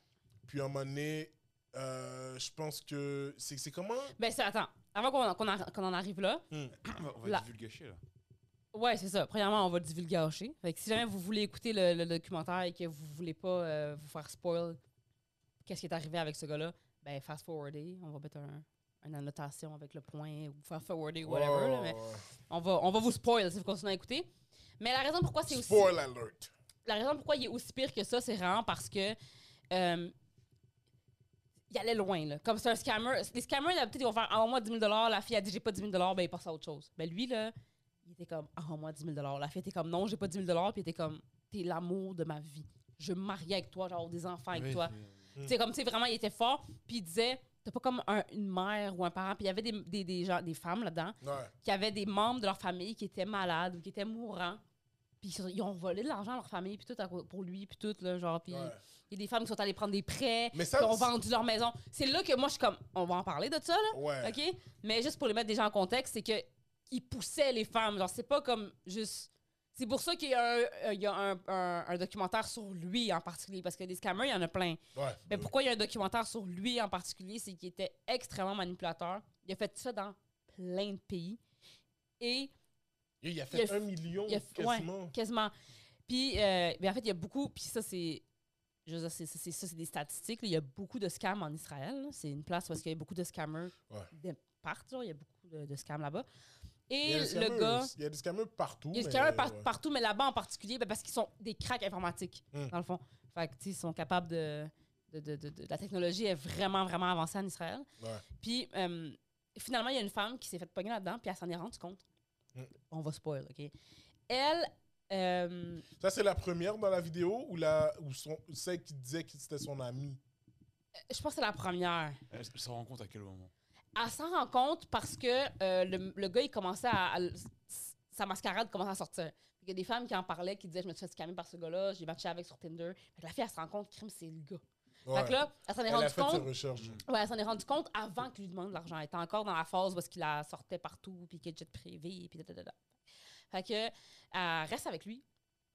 Speaker 1: Puis à un moment donné, euh, je pense que. C'est c'est comment
Speaker 3: Ben, c'est, attends, avant qu'on, qu'on en- qu'on en arrive là,
Speaker 2: On
Speaker 3: (coughs) Là.
Speaker 2: va divulgacher là.
Speaker 3: ouais, c'est ça. Premièrement, on va divulgacher. Fait que si jamais vous voulez écouter le, le documentaire et que vous voulez pas euh, vous faire spoil qu'est-ce qui est arrivé avec ce gars-là, ben, fast-forwarder. On va mettre un, une annotation avec le point ou fast-forwarder, whatever. là, mais- On va, on va vous spoil si vous continuez à écouter. Mais la raison pourquoi c'est aussi.
Speaker 1: Spoil alert.
Speaker 3: La raison pourquoi il est aussi pire que ça, c'est vraiment parce que. euh, il allait loin, là. Comme c'est un scammer. Les scammers, d'habitude, ils vont faire envoie-moi 10 000 La fille a dit j'ai pas 10 000 ben il passe à autre chose. Ben lui, là, il était comme envoie-moi 10 000 La fille était comme non, j'ai pas 10 000 Puis il était comme t'es l'amour de ma vie. Je veux me marier avec toi, genre des enfants avec toi. C'est comme, tu sais, vraiment, il était fort. Puis il disait t'as pas comme un- une mère ou un parent. Puis il y avait des, des, des gens, des femmes là-dedans
Speaker 1: Ouais.
Speaker 3: qui avaient des membres de leur famille qui étaient malades ou qui étaient mourants. Puis ils sont- ils ont volé de l'argent à leur famille, puis tout à co- pour lui, puis tout, là, genre. Puis il
Speaker 1: ouais.
Speaker 3: y a des femmes qui sont allées prendre des prêts,
Speaker 1: Mais
Speaker 3: qui
Speaker 1: ça.
Speaker 3: ont vendu leur maison. C'est là que moi, je suis comme, on va en parler de ça, là,
Speaker 1: Ouais.
Speaker 3: OK? Mais juste pour les mettre déjà en contexte, c'est que ils poussaient les femmes. Genre, c'est pas comme juste. C'est pour ça qu'il y a, un, euh, il y a un, un- un documentaire sur lui en particulier, parce que des scammers, il y en a plein.
Speaker 1: ouais.
Speaker 3: Mais pourquoi il y a un documentaire sur lui en particulier, c'est qu'il était extrêmement manipulateur. Il a fait ça dans plein de pays. Et
Speaker 1: Yo, Il a
Speaker 3: il
Speaker 1: fait
Speaker 3: a
Speaker 1: un million
Speaker 3: il a fait- ouais.
Speaker 1: quasiment.
Speaker 3: quasiment. Puis, euh, ben en fait, il y a beaucoup. Puis ça, c'est. Je veux dire, c'est, c'est- c'est- ça, c'est des statistiques. là. Il y a beaucoup de scams en Israël. là. C'est une place où il y a beaucoup de scammers
Speaker 1: Ouais.
Speaker 3: de partout. genre. Il y a beaucoup de, de scams là-bas.
Speaker 1: Il y a
Speaker 3: Et
Speaker 1: des
Speaker 3: le
Speaker 1: scammers-
Speaker 3: gars.
Speaker 1: Il y a des scammers partout.
Speaker 3: Il y a des
Speaker 1: mais-
Speaker 3: scammers par-
Speaker 1: ouais.
Speaker 3: partout, mais là-bas en particulier, ben, parce qu'ils sont des cracks informatiques,
Speaker 1: Hmm.
Speaker 3: dans le fond. Fait que, tu sais, ils sont capables de, de de- de- de- de- la technologie est vraiment, vraiment avancée en Israël.
Speaker 1: Ouais.
Speaker 3: Puis euh, finalement, il y a une femme qui s'est faite pogner là-dedans, puis elle s'en est rendue compte.
Speaker 1: Mm.
Speaker 3: On va spoil, OK? Elle. euh,
Speaker 1: Ça, c'est la première dans la vidéo ou, la, ou son, celle qui disait que c'était son ami.
Speaker 3: je pense que c'est la première.
Speaker 2: Elle s'en rend compte à quel moment
Speaker 3: Elle s'en rend compte parce que euh, le, le gars, il commençait à, à- Sa mascarade commençait à sortir. Il y a des femmes qui en parlaient, qui disaient Je me suis fait scammer par ce gars-là, j'ai matché avec sur Tinder. Fait que la fille, elle se rend compte, crime, c'est le gars.
Speaker 1: Ouais.
Speaker 3: Fait que là, elle s'en est
Speaker 1: Elle a
Speaker 3: rendue
Speaker 1: fait ses
Speaker 3: compte.
Speaker 1: recherches.
Speaker 2: Mm.
Speaker 3: Ouais, elle s'en est rendu compte avant qu'il lui demande de l'argent. Elle était encore dans la phase où est-ce qu'il la sortait partout, puis qu'il était privé, puis da, da, da, da. Fait que, elle reste avec lui.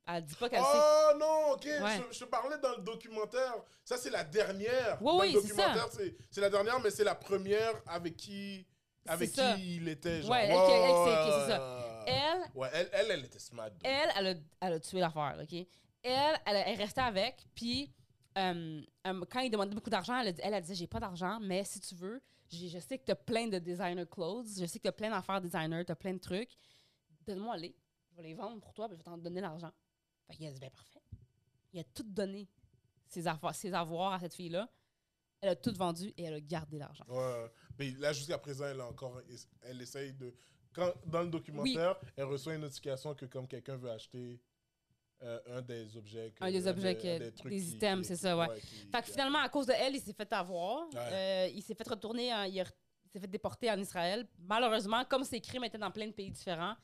Speaker 3: Elle dit pas qu'elle sait.
Speaker 1: Oh non, ok,
Speaker 3: Ouais.
Speaker 1: je, je te parlais dans le documentaire. Ça, c'est la dernière.
Speaker 3: Oui,
Speaker 1: Dans
Speaker 3: oui,
Speaker 1: le
Speaker 3: c'est ça.
Speaker 1: documentaire, c'est c'est la dernière, mais c'est la première avec qui, avec
Speaker 3: C'est ça.
Speaker 1: qui il était. Genre,
Speaker 3: Ouais, elle-
Speaker 1: wow,
Speaker 3: elle- elle- c'est- c'est
Speaker 1: ouais.
Speaker 3: Elle,
Speaker 1: Ouais, elle, elle, elle était smart. donc.
Speaker 3: elle, elle a, elle a tué l'affaire, OK? Elle, elle est restée avec, puis euh, euh, quand il demandait beaucoup d'argent, elle, a dit- elle, elle disait J'ai pas d'argent, mais si tu veux, j'ai- je sais que t'as plein de designer clothes, je sais que t'as plein d'affaires designer, t'as plein de trucs. Donne-moi les. Je vais les vendre pour toi, puis je vais t'en donner l'argent. Fait qu'il a dit Ben parfait. Il a tout donné, ses, affaires, ses avoirs à cette fille-là. Elle a tout vendu et elle a gardé l'argent.
Speaker 1: Ouais. Mais là, jusqu'à présent, elle a encore. Elle essaye de. Quand, dans le documentaire, elle reçoit une notification que comme quelqu'un veut acheter euh, un des objets. que-
Speaker 3: Un des objets que- des items, c'est ça, ouais.
Speaker 1: qui-
Speaker 3: Fait que
Speaker 1: qui-
Speaker 3: finalement, à cause de elle, il s'est fait avoir.
Speaker 1: Ouais.
Speaker 3: Euh, il s'est fait retourner, en- il, a re- il s'est fait déporter en Israël. Malheureusement, comme ses crimes étaient dans plein de pays différents,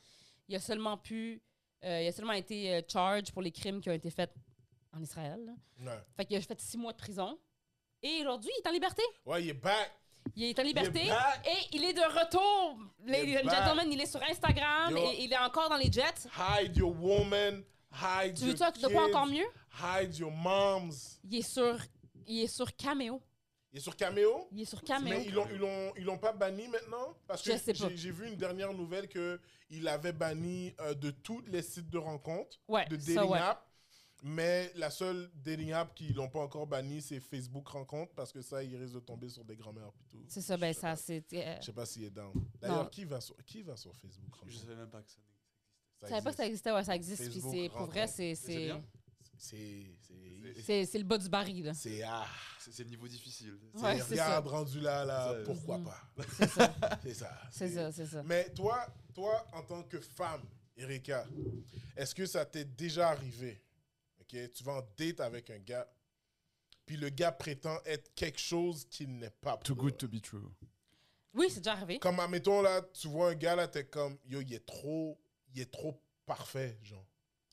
Speaker 3: il a seulement pu, euh, il a seulement été euh, charged pour les crimes qui ont été faits en Israël. là.
Speaker 1: Ouais.
Speaker 3: Fait qu'il a fait six mois de prison. Et aujourd'hui, il est en liberté.
Speaker 1: Ouais, il est back.
Speaker 3: Il est en liberté.
Speaker 1: Il est back.
Speaker 3: et il est de retour. Ladies and
Speaker 1: back.
Speaker 3: gentlemen, il est sur Instagram.
Speaker 1: Yo.
Speaker 3: Et, il est encore dans les jets.
Speaker 1: Hide your woman. Hide
Speaker 3: Tu
Speaker 1: your
Speaker 3: veux ça de quoi
Speaker 1: kids,
Speaker 3: encore mieux?
Speaker 1: Hide your moms.
Speaker 3: Il est sur, il est sur Cameo.
Speaker 1: Il est sur Cameo.
Speaker 3: Il est sur Cameo.
Speaker 1: Mais ils l'ont, ils l'ont, ils l'ont pas banni maintenant parce que
Speaker 3: Je sais pas.
Speaker 1: j'ai, j'ai vu une dernière nouvelle que il avait banni euh, de tous les sites de rencontres.
Speaker 3: Ouais,
Speaker 1: de
Speaker 3: ça,
Speaker 1: dating
Speaker 3: ouais.
Speaker 1: app. Mais la seule dating app qui l'ont pas encore banni, c'est Facebook Rencontre parce que ça, il risque de tomber sur des grand-mères plutôt.
Speaker 3: C'est ça, ben
Speaker 1: Je sais
Speaker 3: ça,
Speaker 1: pas.
Speaker 3: c'est. euh,
Speaker 1: Je sais pas s'il est down. D'ailleurs,
Speaker 3: Non.
Speaker 1: qui va, sur, qui va sur Facebook
Speaker 2: Je
Speaker 1: Rencontre
Speaker 2: savais même pas que ça n'existait.
Speaker 1: Ça
Speaker 3: Je savais pas que ça
Speaker 1: existe.
Speaker 3: existait, ouais, ça existe. Puis
Speaker 1: Facebook,
Speaker 3: c'est, pour vrai,
Speaker 1: rencontre.
Speaker 3: c'est,
Speaker 2: C'est
Speaker 3: c'est,
Speaker 2: bien.
Speaker 1: C'est. C'est.
Speaker 2: C'est-
Speaker 3: c'est, c'est le bas du baril, là.
Speaker 1: C'est. Ah,
Speaker 2: C'est c'est le niveau difficile.
Speaker 1: c'est
Speaker 3: Ouais, c'est ça.
Speaker 1: regarde, rendu là, là,
Speaker 2: C'est ça.
Speaker 1: pourquoi
Speaker 3: Mhm.
Speaker 1: pas
Speaker 3: C'est ça,
Speaker 1: (laughs) C'est ça.
Speaker 3: c'est ça, c'est ça.
Speaker 1: Mais toi, toi, en tant que femme, Erika, est-ce que ça t'est déjà arrivé? Ok, tu vas en date avec un gars, puis le gars prétend être quelque chose qu'il n'est pas. pour
Speaker 2: Too
Speaker 1: de
Speaker 2: good
Speaker 1: vrai.
Speaker 2: to be true.
Speaker 3: Oui, c'est déjà arrivé.
Speaker 1: Comme, admettons, là, tu vois un gars, là, t'es comme, yo, il est trop, il est trop parfait, genre.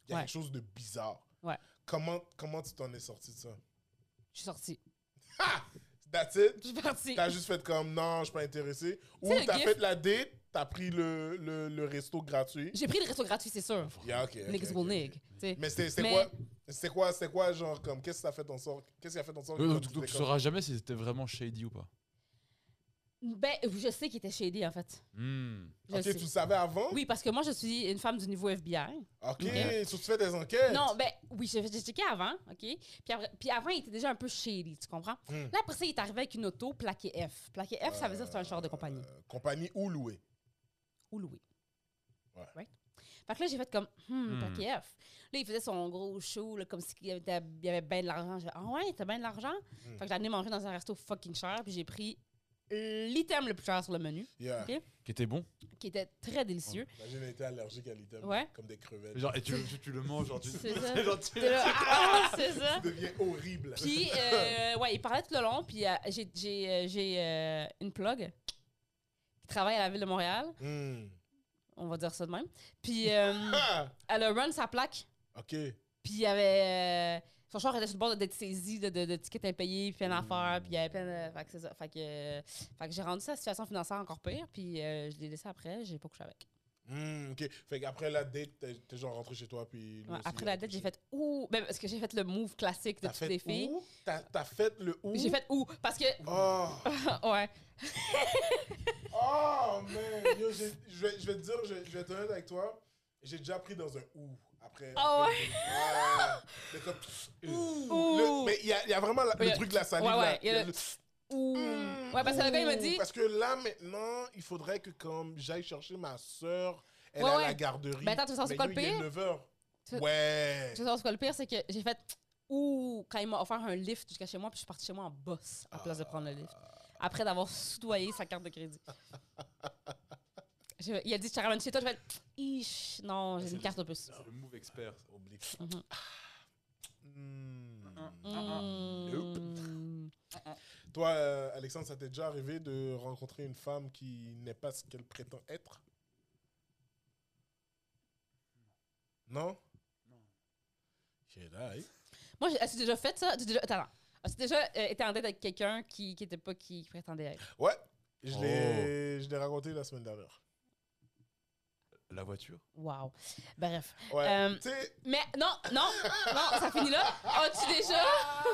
Speaker 1: Il y a
Speaker 3: Ouais.
Speaker 1: quelque chose de bizarre.
Speaker 3: Ouais.
Speaker 1: Comment, comment tu t'en es sorti de ça?
Speaker 3: Je suis sortie.
Speaker 1: That's it?
Speaker 3: Je suis partie.
Speaker 1: T'as juste fait comme, non, je suis pas intéressé. Ou
Speaker 3: sais, le
Speaker 1: t'as
Speaker 3: gift-
Speaker 1: fait la date, t'as pris le, le, le resto gratuit.
Speaker 3: J'ai pris le resto gratuit, c'est sûr.
Speaker 1: Yeah, ok, ok,
Speaker 3: Niggas
Speaker 1: ok,
Speaker 3: will
Speaker 1: ok.
Speaker 3: nig. tu sais.
Speaker 1: Mais c'était c'était
Speaker 3: Mais-
Speaker 1: quoi C'était quoi C'était quoi genre comme qu'est-ce que ça fait en sorte Qu'est-ce qui a fait en sorte que
Speaker 2: Euh, donc,
Speaker 1: tu
Speaker 2: donc
Speaker 1: t'es
Speaker 2: tu
Speaker 1: comme-
Speaker 2: sauras jamais si c'était vraiment shady ou pas.
Speaker 3: Ben, je sais qu'il était shady, en fait.
Speaker 2: Hmm.
Speaker 3: Je
Speaker 1: Ok,
Speaker 3: sais.
Speaker 1: tu le savais avant
Speaker 3: Oui, parce que moi, je suis une femme du niveau FBI.
Speaker 1: Ok,
Speaker 2: Ok.
Speaker 1: so tu fais des enquêtes.
Speaker 3: Non, ben, oui, j'ai j'ai checké avant, OK? Puis, après- puis avant, il était déjà un peu shady, tu comprends?
Speaker 1: Hmm.
Speaker 3: Là, après ça, il est arrivé avec une auto plaquée F. Plaquée F, ça veut dire que c'est un char de compagnie.
Speaker 1: Euh, compagnie ou louée.
Speaker 3: ou louer.
Speaker 1: Ouais.
Speaker 3: Right? Fait que là, j'ai fait comme, hmm,
Speaker 2: Hmm.
Speaker 3: pas kiff. Là, il faisait son gros show, là, comme s'il y avait, il y avait bien de l'argent. J'ai fait, ah ouais, t'as bien de l'argent?
Speaker 1: Hmm.
Speaker 3: Fait que j'ai amené manger dans un resto fucking cher, puis j'ai pris l'item le plus cher sur le menu,
Speaker 1: Yeah.
Speaker 3: Ok.
Speaker 2: Qui était bon.
Speaker 3: qui était très délicieux.
Speaker 1: Imagine, elle était allergique à l'item.
Speaker 3: Ouais.
Speaker 1: Comme des crevettes.
Speaker 2: Genre, et tu, tu, tu le manges, genre, tu,
Speaker 3: C'est ça.
Speaker 2: (laughs) genre, tu-
Speaker 3: T'es là, ah, c'est
Speaker 1: Ça
Speaker 3: ça.
Speaker 1: devient horrible.
Speaker 3: Puis, euh, ouais, il parlait tout le long, puis euh, j'ai- j'ai euh, j'ai, euh, une plug qui travaille à la ville de Montréal,
Speaker 1: Hmm.
Speaker 3: on va dire ça de même. Puis, euh,
Speaker 1: Ah!
Speaker 3: elle a run sa plaque
Speaker 1: Ok.
Speaker 3: Puis il y avait. euh, son char était sur le bord d'être saisi de, de, de tickets impayés, puis plein d'affaires, puis il y avait plein de. Fait que c'est ça. Fait que, euh, fait que j'ai rendu sa situation financière encore pire, puis euh, je l'ai laissé après, j'ai pas couché avec.
Speaker 1: Hmm, ok. Fait qu'après la date, t'es t'es genre rentré chez toi puis. lui
Speaker 3: Ouais,
Speaker 1: aussi, il
Speaker 3: après
Speaker 1: est
Speaker 3: la
Speaker 1: rentré
Speaker 3: dette, j'ai
Speaker 1: chez-
Speaker 3: fait ouh! Ben, parce que j'ai fait le move classique de
Speaker 1: T'as
Speaker 3: toutes
Speaker 1: fait
Speaker 3: les filles.
Speaker 1: où? T'as t'as fait le où
Speaker 3: J'ai fait ouh! Parce que.
Speaker 1: Oh,
Speaker 3: ouais.
Speaker 1: oh man, Yo, j'ai- je vais, je vais te dire, je, je vais être honnête avec toi, j'ai déjà pris dans un ou après.
Speaker 3: Ah
Speaker 1: après- Ouais. C'est comme pff, ouh.
Speaker 3: Ouh.
Speaker 1: Le- mais il y a, il y a vraiment la-
Speaker 3: Ouais.
Speaker 1: le truc de la salive.
Speaker 3: Ouais, ouais,
Speaker 1: là.
Speaker 3: il y a
Speaker 1: Le-
Speaker 3: le- Ouh!
Speaker 1: Mm,
Speaker 3: ouais, parce que le gars, il m'a
Speaker 1: ouh.
Speaker 3: dit.
Speaker 1: Parce que là maintenant, il faudrait que comme j'aille chercher ma soeur, elle
Speaker 3: Ouais,
Speaker 1: est
Speaker 3: Ben,
Speaker 1: à
Speaker 3: ouais.
Speaker 1: la garderie.
Speaker 3: Mais attends, tu veux savoir c'est quoi le
Speaker 1: yo, il est
Speaker 3: pire?
Speaker 1: 9h.
Speaker 3: Tu-
Speaker 1: Ouais.
Speaker 3: Tu sais ce que le pire, c'est que j'ai fait ou quand il m'a offert un lift jusqu'à chez moi, puis je suis partie chez moi en bosse à place de prendre le lift. Après d'avoir soudoyé sa carte de crédit. Je- il a dit, je te ramène chez toi. Je vais Ish, non, j'ai
Speaker 2: C'est
Speaker 3: une
Speaker 2: le-
Speaker 3: carte au plus.
Speaker 2: C'est le move expert.
Speaker 1: Oblique.
Speaker 3: Mhm.
Speaker 1: Ah. Hmm.
Speaker 3: Hmm. Mm.
Speaker 1: Toi, euh, Alexandre, ça t'est déjà arrivé de rencontrer une femme qui n'est pas ce qu'elle prétend être Non
Speaker 2: Non.
Speaker 1: J'ai là, eh.
Speaker 3: Moi, j'ai- as-tu déjà fait ça? As-tu déjà, attends, as-tu déjà euh, été en date avec quelqu'un qui n'était pas qui prétendait être?
Speaker 1: Ouais, je l'ai je l'ai raconté la semaine dernière.
Speaker 2: La voiture.
Speaker 3: Wow. Bref.
Speaker 1: Ouais.
Speaker 3: Euh,
Speaker 1: Tu sais,
Speaker 3: Mais non, non, non, ça finit là. As-tu déjà?
Speaker 1: euh,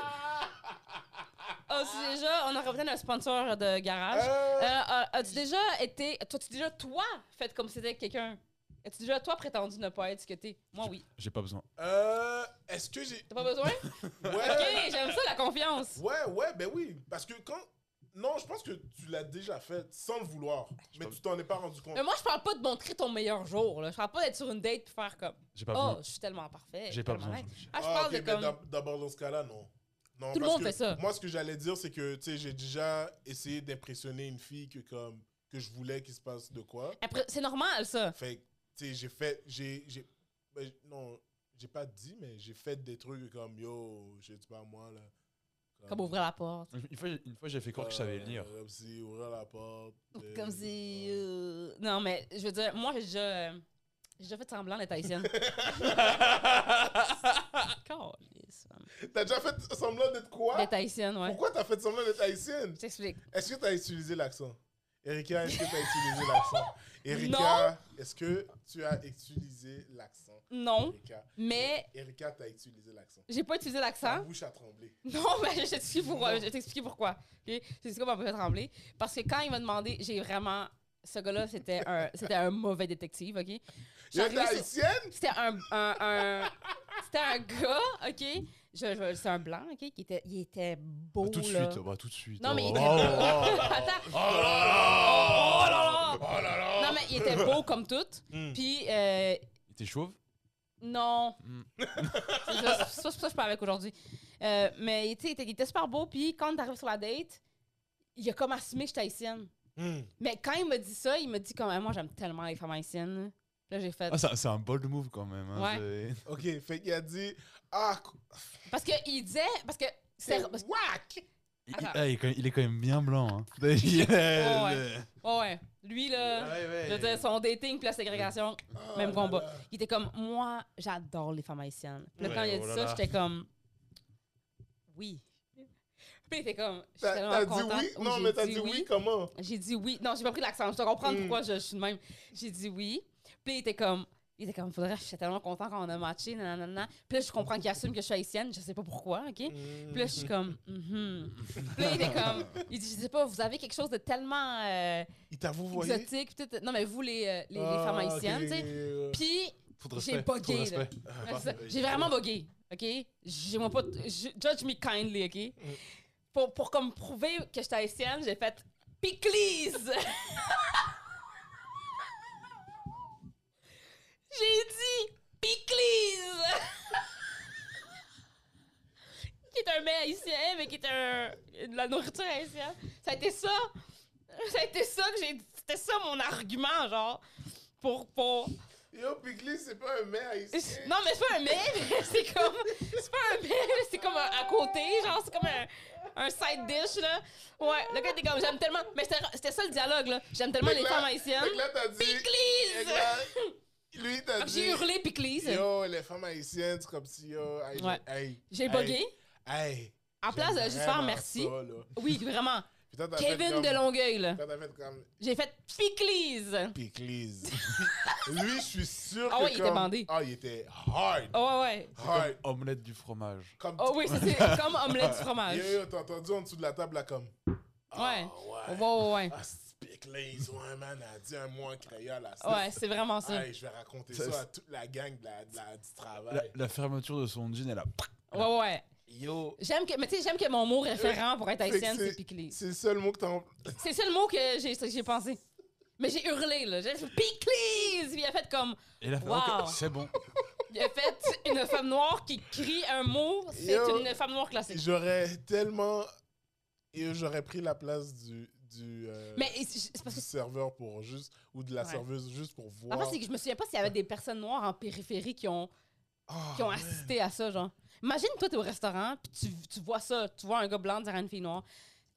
Speaker 3: As-tu déjà? On aurait peut-être un sponsor de garage.
Speaker 1: euh,
Speaker 3: Euh, as-tu déjà été. T'as-tu déjà, toi, fait comme si c'était quelqu'un? As-tu déjà, toi, prétendu ne pas être ce que t'es? Moi, oui.
Speaker 2: J'ai pas besoin.
Speaker 3: ah.
Speaker 1: euh, est-ce que j'ai.
Speaker 3: T'as pas besoin?
Speaker 1: Ouais,
Speaker 2: (laughs)
Speaker 3: Ok, j'aime ça, la confiance.
Speaker 1: ouais, ouais, ben oui. Parce que quand. Non, je pense que tu l'as déjà fait sans le vouloir, mais
Speaker 2: pense-
Speaker 1: tu t'en es pas rendu compte.
Speaker 3: Mais moi, je parle pas de montrer ton meilleur jour. Là. Je parle pas d'être sur une date puis faire comme
Speaker 2: J'ai pas
Speaker 3: Oh,
Speaker 2: besoin.
Speaker 3: je suis tellement parfait.
Speaker 2: J'ai pas
Speaker 3: tellement
Speaker 2: besoin.
Speaker 3: nice.
Speaker 2: je-
Speaker 3: Ah, je
Speaker 1: Ah,
Speaker 3: parle
Speaker 1: ok,
Speaker 3: de
Speaker 1: mais
Speaker 3: comme.
Speaker 1: d'ab- D'abord, dans ce cas-là, non. non
Speaker 3: Tout le
Speaker 1: parce
Speaker 3: monde
Speaker 1: que
Speaker 3: fait ça.
Speaker 1: Moi, ce que j'allais dire, c'est que tu sais, j'ai déjà essayé d'impressionner une fille que, comme, que je voulais qu'il se passe de quoi.
Speaker 3: Après, c'est normal, ça.
Speaker 1: Fait que, tu sais, j'ai fait. j'ai j'ai- ben, Non, j'ai pas dit, mais j'ai fait des trucs comme yo, je sais pas moi, là.
Speaker 3: Comme ouvrir la porte.
Speaker 2: Une fois, une fois, j'ai fait croire que je savais lire.
Speaker 1: Comme euh, si ouvrir la porte. euh,
Speaker 3: Comme si.
Speaker 1: euh,
Speaker 3: euh, Non, mais je veux dire, moi, j'ai déjà. euh, J'ai déjà fait semblant
Speaker 1: (laughs)
Speaker 3: d'être haïtienne. Calisse, man.
Speaker 1: T'as déjà fait semblant d'être quoi
Speaker 3: euh, D'être haïtienne, ouais.
Speaker 1: Pourquoi t'as fait semblant d'être haïtienne
Speaker 3: Je t'explique.
Speaker 1: Est-ce que tu as utilisé l'accent Erika, est-ce que tu as utilisé
Speaker 3: (laughs)
Speaker 1: l'accent Erika, est-ce que tu as utilisé l'accent
Speaker 3: Non,
Speaker 1: Erika,
Speaker 3: mais
Speaker 1: Erika, tu as utilisé l'accent.
Speaker 3: j'ai pas utilisé
Speaker 1: Ta
Speaker 3: l'accent.
Speaker 1: bouche a tremblé.
Speaker 3: (laughs) Non, mais je vais t'expliquer pourquoi. Je vais t'expliquer pourquoi. ok? C'est ce qu'on m'a fait trembler. Parce que quand il m'a demandé, j'ai vraiment. Ce gars-là, c'était un, c'était un mauvais détective, OK? Je suis
Speaker 1: Erika
Speaker 3: arrivée sur-
Speaker 1: haïtienne
Speaker 3: C'était un, un, un- c'était un gars, OK? Je, je- c'est un blanc, OK? Qui était, il était beau,
Speaker 2: tout de
Speaker 3: Oh là.
Speaker 2: suite, bah, tout de suite.
Speaker 3: Non, mais il
Speaker 2: oh,
Speaker 3: était-
Speaker 2: oh,
Speaker 3: (laughs)
Speaker 2: oh, oh.
Speaker 3: Attends.
Speaker 2: Oh là là
Speaker 3: là là!
Speaker 2: Oh là là
Speaker 3: Non, mais il était beau comme tout.
Speaker 1: Hmm.
Speaker 3: Puis, euh,
Speaker 2: Il était chauve
Speaker 3: non.
Speaker 2: Hmm.
Speaker 3: C'est (laughs) ça, c'est pour ça que je parle avec aujourd'hui. Euh, mais, tu sais, il était- il était super beau. Puis, quand on arrive sur la date, il a comme assumé que j'étais haïtienne.
Speaker 1: Hmm.
Speaker 3: Mais quand il m'a dit ça, il m'a dit comme, Ah, moi, j'aime tellement les femmes haïtiennes. Là, j'ai fait.
Speaker 2: Ah, ça- c'est un bold move quand même. hein, c'est-
Speaker 1: Ok, fait qu'il a dit Ah, co-
Speaker 3: Parce qu'il disait. Parce que.
Speaker 1: c'est
Speaker 3: C'est, parce-
Speaker 1: whack
Speaker 2: Il,
Speaker 3: Attends.
Speaker 2: ah, il est quand même, il est quand même bien blanc.
Speaker 3: (laughs)
Speaker 2: Hein. Il est-
Speaker 3: Oh, ouais.
Speaker 2: le-
Speaker 3: ouais, ouais. Lui, là.
Speaker 2: ouais.
Speaker 3: Je veux dire, son dating, puis la ségrégation.
Speaker 1: Ah
Speaker 3: Même
Speaker 1: là
Speaker 3: combat.
Speaker 1: là.
Speaker 3: Il était comme, moi, j'adore les femmes haïtiennes. Puis là,
Speaker 2: Ouais,
Speaker 3: quand il a
Speaker 2: oh
Speaker 3: dit
Speaker 2: là
Speaker 3: ça,
Speaker 2: là.
Speaker 3: j'étais comme, oui. (laughs) Puis il était comme, je suis
Speaker 1: T'as Ben, t'as
Speaker 3: tellement
Speaker 1: dit
Speaker 3: contente.
Speaker 1: oui
Speaker 3: Oui,
Speaker 1: Non,
Speaker 3: j'ai
Speaker 1: mais t'as dit oui comment
Speaker 3: J'ai dit oui. Non, j'ai pas pris l'accent. Je dois comprendre
Speaker 1: Mm.
Speaker 3: pourquoi je, je suis de même. J'ai dit oui. Puis il était comme, il était comme, faudrait, je suis tellement content quand on a matché, nanana. Puis là, je comprends qu'il assume que je suis haïtienne. Je sais pas pourquoi, OK?
Speaker 2: Hmm.
Speaker 3: Puis là, je suis comme, Mhm. Puis là, il était comme, il dit, je sais pas, vous avez quelque chose de tellement euh,
Speaker 1: Il t'a vous Ah, voyé
Speaker 3: exotique. puis tout. Non, mais vous, les, euh, les, les femmes haïtiennes, tu sais. Puis
Speaker 2: Faut de
Speaker 3: J'ai
Speaker 2: respect,
Speaker 3: pas
Speaker 2: faut de
Speaker 3: gay, là.
Speaker 2: respect.
Speaker 1: Ah,
Speaker 3: Ouais, c'est Ah, ça. J'ai vraiment bugué, OK? J'ai moi pas... je- Judge me kindly, OK? Pour, pour comme prouver que j'étais haïtienne, j'ai fait « Piclis! » (laughs) J'ai dit « Piclis! » (laughs) Qui est un mets haïtien, mais qui est un, de la nourriture haïtienne. Ça a été ça. Ça a été ça que j'ai... C'était ça mon argument, genre, pour... pour
Speaker 1: Yo, Piglis, c'est pas un mec
Speaker 3: (laughs)
Speaker 1: haïtien.
Speaker 3: non, mais c'est pas un mais, mais (laughs) c'est comme. C'est pas un mais, mais c'est comme un à côté, genre, c'est comme un, un side dish, là. Ouais, le gars était comme, j'aime tellement. Mais c'était- c'était ça le dialogue, là. J'aime tellement
Speaker 1: Fait que
Speaker 3: les
Speaker 1: là-
Speaker 3: femmes
Speaker 1: Fait
Speaker 3: haïtiennes.
Speaker 1: que là, t'as dit. Fait que
Speaker 3: Piclise! Ah,
Speaker 1: là, Lui, t'as dit.
Speaker 3: J'ai hurlé Piclise.
Speaker 1: Yo, les femmes haïtiennes, c'est comme si yo. Aïe,
Speaker 3: Ouais.
Speaker 1: aïe,
Speaker 3: J'ai
Speaker 1: aïe,
Speaker 3: bugué.
Speaker 1: aïe,
Speaker 3: En place de
Speaker 1: j'aime
Speaker 3: juste faire
Speaker 1: vraiment
Speaker 3: merci.
Speaker 1: ça, là.
Speaker 3: Oui, vraiment.
Speaker 1: Puis toi, t'as fait
Speaker 3: Kevin
Speaker 1: comme-
Speaker 3: de Longueuil, là.
Speaker 1: toi, T'as fait comme
Speaker 3: J'ai fait Piclise.
Speaker 1: Piclise. (laughs) Lui, je suis sûr
Speaker 3: Ah
Speaker 1: que.
Speaker 3: ouais, il était
Speaker 1: comme-
Speaker 3: bandé.
Speaker 1: Ah, il était hard.
Speaker 3: Oh, ouais, ouais.
Speaker 1: Hard.
Speaker 2: Omelette du fromage.
Speaker 1: Comme.
Speaker 3: Oh, oui, ça,
Speaker 1: (laughs)
Speaker 3: c'est comme omelette du
Speaker 1: Yo,
Speaker 3: fromage.
Speaker 1: yo, t'as entendu en dessous de la table, là, comme.
Speaker 3: Ouais.
Speaker 1: Ah,
Speaker 3: Ouais,
Speaker 1: ouais.
Speaker 3: ouais, ouais.
Speaker 1: Ah, c'est Piclise, ouais, man, a dit un mot en créole à ça.
Speaker 3: Ouais, c'est vraiment ça.
Speaker 1: Aïe, je vais raconter
Speaker 2: Ça,
Speaker 1: ça, à
Speaker 2: c'est-
Speaker 1: toute la gang de la, de la- du travail.
Speaker 2: La, la fermeture de son jean, elle a.
Speaker 3: Ouais, ouais, ouais.
Speaker 2: Yo
Speaker 3: J'aime que, mais tu sais, j'aime que mon mot référent pour être
Speaker 1: Fait que
Speaker 3: haïtienne,
Speaker 1: c'est-
Speaker 3: c'est Piclise.
Speaker 1: C'est le seul mot que t'as. en-
Speaker 3: C'est ça le mot que j'ai, que j'ai pensé. Mais j'ai hurlé, là. J'ai fait Piclise! Puis il a fait comme.
Speaker 2: Et la
Speaker 3: Wow.
Speaker 2: C'est bon.
Speaker 3: Il a fait une femme noire qui crie un mot. C'est
Speaker 1: Yo.
Speaker 3: une femme noire classique.
Speaker 1: J'aurais tellement. Et j'aurais pris la place du. du euh,
Speaker 3: Mais c'est parce
Speaker 1: du
Speaker 3: que.
Speaker 1: serveur pour juste ou de la
Speaker 3: Ouais.
Speaker 1: serveuse juste pour
Speaker 3: En
Speaker 1: voir
Speaker 3: fait, c'est que je me souviens pas s'il y avait des personnes noires en périphérie qui ont,
Speaker 1: Ah,
Speaker 3: qui ont
Speaker 1: ouais.
Speaker 3: assisté à ça, genre. Imagine, toi, t'es au restaurant, puis tu, tu vois ça. Tu vois un gars blanc dire à une fille noire.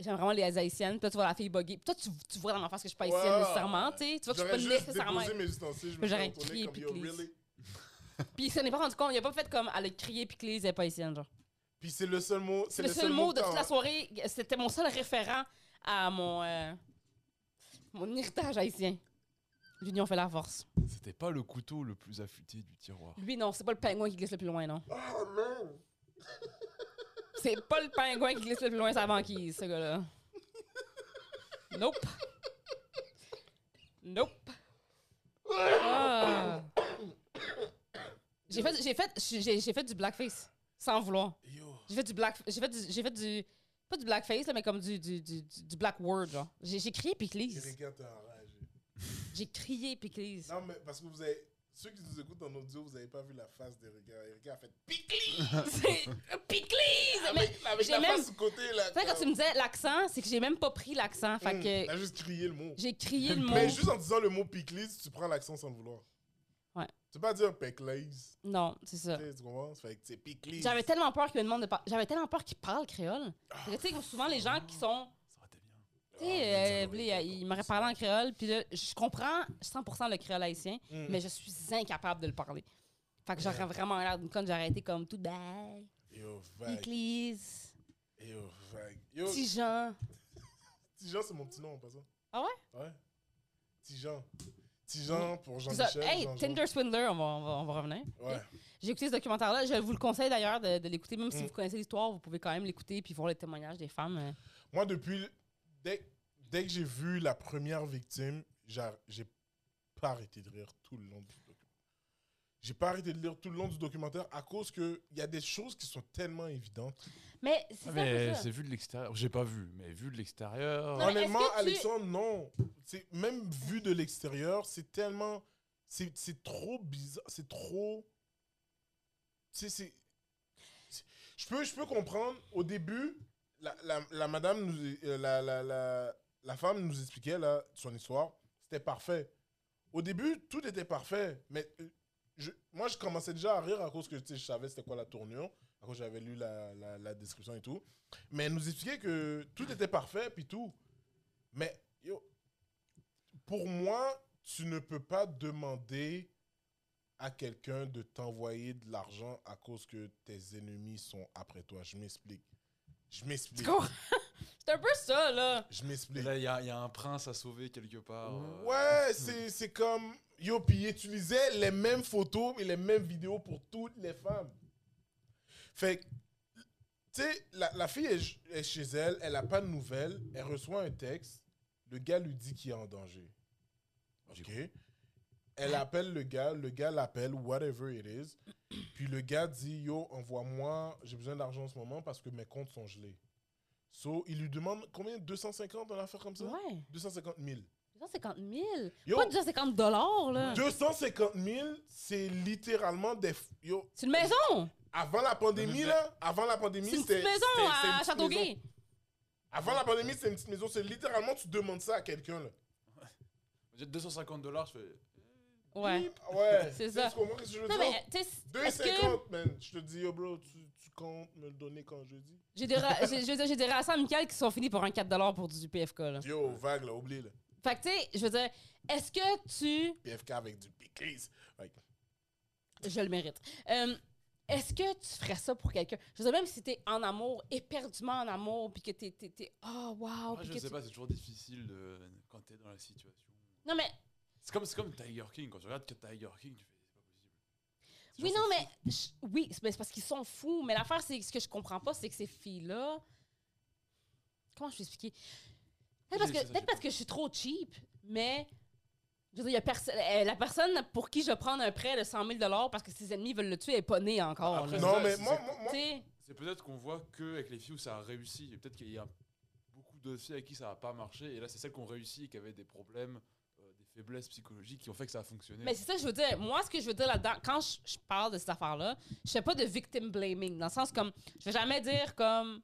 Speaker 3: J'aime vraiment les haïtiennes. Puis là, tu vois la fille buggée. Puis toi, tu, tu vois dans l'enfance que je suis pas haïtienne
Speaker 1: Ouais.
Speaker 3: nécessairement, tu sais. Tu vois que je
Speaker 1: J'aurais
Speaker 3: suis pas
Speaker 1: juste
Speaker 3: nécessairement.
Speaker 1: déposé mes ustensiles, je me suis
Speaker 3: J'aurais
Speaker 1: retourné
Speaker 3: crié,
Speaker 1: comme yo,
Speaker 3: puis
Speaker 1: really?
Speaker 3: Puis ça n'est pas rendu compte. Il a pas fait comme elle a crié puis que les elle est pas haïtienne, genre.
Speaker 1: Puis c'est le seul mot.
Speaker 3: C'est le, seul mot de
Speaker 1: que
Speaker 3: toute la
Speaker 1: t'en-
Speaker 3: soirée. C'était mon seul référent à mon, euh, mon héritage haïtien. L'union fait la force.
Speaker 2: C'était pas le couteau le plus affûté du tiroir.
Speaker 3: Lui, non, c'est pas le pingouin qui glisse le plus loin, non.
Speaker 1: Oh non!
Speaker 3: C'est pas le pingouin qui glisse le plus loin sa banquise, ce gars-là. Nope. Nope. Ah. J'ai fait, j'ai fait, j'ai- j'ai fait du blackface, sans vouloir.
Speaker 1: Yo.
Speaker 3: J'ai fait du black. J'ai fait du. J'ai fait du. Pas du blackface, là, mais comme du, du, du, du- du black word, genre. J'ai j'ai crié
Speaker 1: Et
Speaker 3: Piclis.
Speaker 1: regarde, t'es enragé.
Speaker 3: J'ai crié Piclis.
Speaker 1: Non, mais parce que vous avez. Ceux qui nous écoutent en audio, vous n'avez pas vu la face de Erika. Erika a fait picli!
Speaker 3: (laughs) C'est- Piclis! Ah, Mais,
Speaker 1: Avec, avec
Speaker 3: j'ai
Speaker 1: la
Speaker 3: même-
Speaker 1: face du côté, là.
Speaker 3: tu sais, quand tu me disais l'accent, c'est que j'ai même pas pris l'accent. Fait
Speaker 1: Elle
Speaker 3: que
Speaker 1: a juste crié le mot.
Speaker 3: j'ai crié le mot.
Speaker 1: Hmm. Ben Mais juste en disant le mot piclis, tu prends l'accent sans le vouloir.
Speaker 3: Ouais.
Speaker 1: Tu peux pas dire peclis.
Speaker 3: Non, c'est ça.
Speaker 1: Tu sais, tu comprends? Fait que c'est piclis.
Speaker 3: J'avais tellement peur qu'ils me demandent de par- J'avais tellement peur qu'ils parlent créole. Parce que, Tu sais, souvent, les gens qui sont.
Speaker 2: Ça aurait été bien.
Speaker 1: Ah,
Speaker 3: Tu sais, euh, blé, ils m'auraient parlé en créole, puis là, je comprends 100% le créole haïtien.
Speaker 1: Mm.
Speaker 3: mais je suis incapable de le parler. Fait que j'aurais vraiment l'air d'une conne, j'aurais été comme tout bye,
Speaker 1: Yo, vague.
Speaker 3: Église,
Speaker 1: Yo, vague. Yo,
Speaker 3: Tijan.
Speaker 1: Tijan, c'est mon petit nom en passant.
Speaker 3: Ah
Speaker 1: ouais? Ouais. Tijan. Tijan pour
Speaker 3: Tout ça.
Speaker 1: Jean-Michel.
Speaker 3: Hey,
Speaker 1: Jean-Jean.
Speaker 3: Tinder Swindler, on va, on va, on va revenir.
Speaker 1: Ouais.
Speaker 3: J'ai écouté ce documentaire-là, je vous le conseille d'ailleurs de, de l'écouter, même si
Speaker 1: Mm.
Speaker 3: vous connaissez l'histoire, vous pouvez quand même l'écouter puis voir les témoignages des femmes. euh.
Speaker 1: Moi, depuis. Dès, dès que j'ai vu la première victime, j'a- j'ai pas arrêté de rire tout le long du documentaire. J'ai pas arrêté de lire tout le long du documentaire à cause qu'il y a des choses qui sont tellement évidentes.
Speaker 3: Mais c'est ça, c'est
Speaker 2: Ah, mais
Speaker 3: ça.
Speaker 2: c'est vu de l'extérieur. J'ai pas vu, mais vu de l'extérieur.
Speaker 3: Non, mais
Speaker 1: Honnêtement,
Speaker 3: est-ce que tu-
Speaker 1: Alexandre, non. C'est- Même vu de l'extérieur, c'est tellement. C'est c'est trop bizarre. C'est trop. Tu sais, c'est. c'est- Je peux, je peux comprendre. Au début, la, la, la madame, nous, euh, la, la, la, la femme nous expliquait là, son histoire. C'était parfait. Au début, tout était parfait. Mais euh, je, moi, je commençais déjà à rire à cause que tu sais, je savais c'était quoi la tournure. À cause que j'avais lu la, la, la description et tout. Mais elle nous expliquait que tout était parfait, puis tout. Mais yo, pour moi, tu ne peux pas demander à quelqu'un de t'envoyer de l'argent à cause que tes ennemis sont après toi. Je m'explique. Je
Speaker 3: Tu
Speaker 1: m'explique.
Speaker 3: comprends? (laughs) C'est un peu ça, là.
Speaker 1: Je m'explique.
Speaker 2: Là, il y, a- il y a un prince à sauver quelque part. euh. (laughs)
Speaker 1: Ouais, c'est c'est comme. Yo, puis ils utilisaient les mêmes photos et les mêmes vidéos pour toutes les femmes. Fait que, tu sais, la, la fille est, ch- est chez elle, elle n'a pas de nouvelles, elle reçoit un texte, le gars lui dit qu'il est en danger.
Speaker 2: J'y
Speaker 1: Ok? Elle appelle le gars, le gars l'appelle, whatever it is. Puis le gars dit Yo, envoie-moi, j'ai besoin d'argent en ce moment parce que mes comptes sont gelés. So, il lui demande combien 250 dans l'affaire comme ça
Speaker 3: Ouais.
Speaker 1: 250 000.
Speaker 3: 250 000.
Speaker 1: Yo.
Speaker 3: Pas 250 dollars, là.
Speaker 1: 250 000, c'est littéralement des. f- Yo,
Speaker 3: C'est une maison.
Speaker 1: avant la pandémie,
Speaker 2: Mhm.
Speaker 1: là, avant la pandémie,
Speaker 3: C'est une
Speaker 1: c'était.
Speaker 3: petite maison
Speaker 1: c'était- c'était une
Speaker 3: à
Speaker 1: petite maison.
Speaker 3: Châteauguay.
Speaker 1: Avant la pandémie, c'était une petite maison. C'est littéralement, tu demandes ça à quelqu'un, là.
Speaker 2: Vous dites 250 dollars, je fais.
Speaker 3: Ouais.
Speaker 1: Bip, Ouais.
Speaker 3: (laughs) C'est
Speaker 1: Tu
Speaker 3: ça.
Speaker 1: comprends ce que je veux
Speaker 3: Non,
Speaker 1: dire?
Speaker 3: mais, tu sais, est-ce que.
Speaker 1: 250, man. Je te dis, yo, bro, tu, tu comptes me le donner quand je dis.
Speaker 3: J'ai des, ra- j'ai- je veux dire, j'ai des relations amicales qui sont finies pour un 4 pour du PFK. Là.
Speaker 1: Yo, vague, là, oublie, là.
Speaker 3: Fait que, tu sais, je veux dire, est-ce que tu.
Speaker 1: PFK avec du piquise.
Speaker 3: Je le mérite. Euh, est-ce que tu ferais ça pour quelqu'un? Je veux dire, même si t'es en amour, éperdument en amour, puis que t'es. t'es, t'es- oh, wow. puis
Speaker 2: Après, Ah, je
Speaker 3: que
Speaker 2: sais
Speaker 3: tu-
Speaker 2: pas, c'est toujours difficile de... quand t'es dans la situation.
Speaker 3: Non, mais.
Speaker 2: C'est comme, c'est comme Tiger King. Quand tu regardes que Tiger King, tu fais. C'est pas possible. C'est
Speaker 3: Oui,
Speaker 2: genre,
Speaker 3: non,
Speaker 2: ça
Speaker 3: mais. je- oui, c'est mais c'est parce qu'ils sont fous. Mais l'affaire, c'est que ce que je comprends pas, c'est que ces filles-là. Comment je peux expliquer? Peut-être parce,
Speaker 2: Oui,
Speaker 3: que,
Speaker 2: c'est ça,
Speaker 3: peut-être
Speaker 2: j'ai
Speaker 3: parce
Speaker 2: pas.
Speaker 3: que je suis trop cheap, mais. Je veux dire, il y a perso- euh, la personne pour qui je vais prendre un prêt de 100 000 parce que ses ennemis veulent le tuer, elle est pas née encore.
Speaker 2: Après,
Speaker 3: là.
Speaker 1: Non,
Speaker 2: ça,
Speaker 1: mais
Speaker 2: c'est-
Speaker 1: moi,
Speaker 2: c'est-
Speaker 1: moi,
Speaker 3: Tu
Speaker 1: moi,
Speaker 3: sais,
Speaker 2: C'est peut-être qu'on voit que avec les filles où ça a réussi. Et peut-être qu'il y a beaucoup de filles avec qui ça n'a pas marché. Et là, c'est celles qui ont réussi et qui avaient des problèmes, euh, des faiblesses psychologiques qui ont fait que ça a fonctionné.
Speaker 3: Mais c'est ça que je veux dire. Moi, ce que je veux dire là-dedans, quand je, je parle de cette affaire-là, je fais pas de victim blaming. Dans le sens comme, je vais jamais dire comme,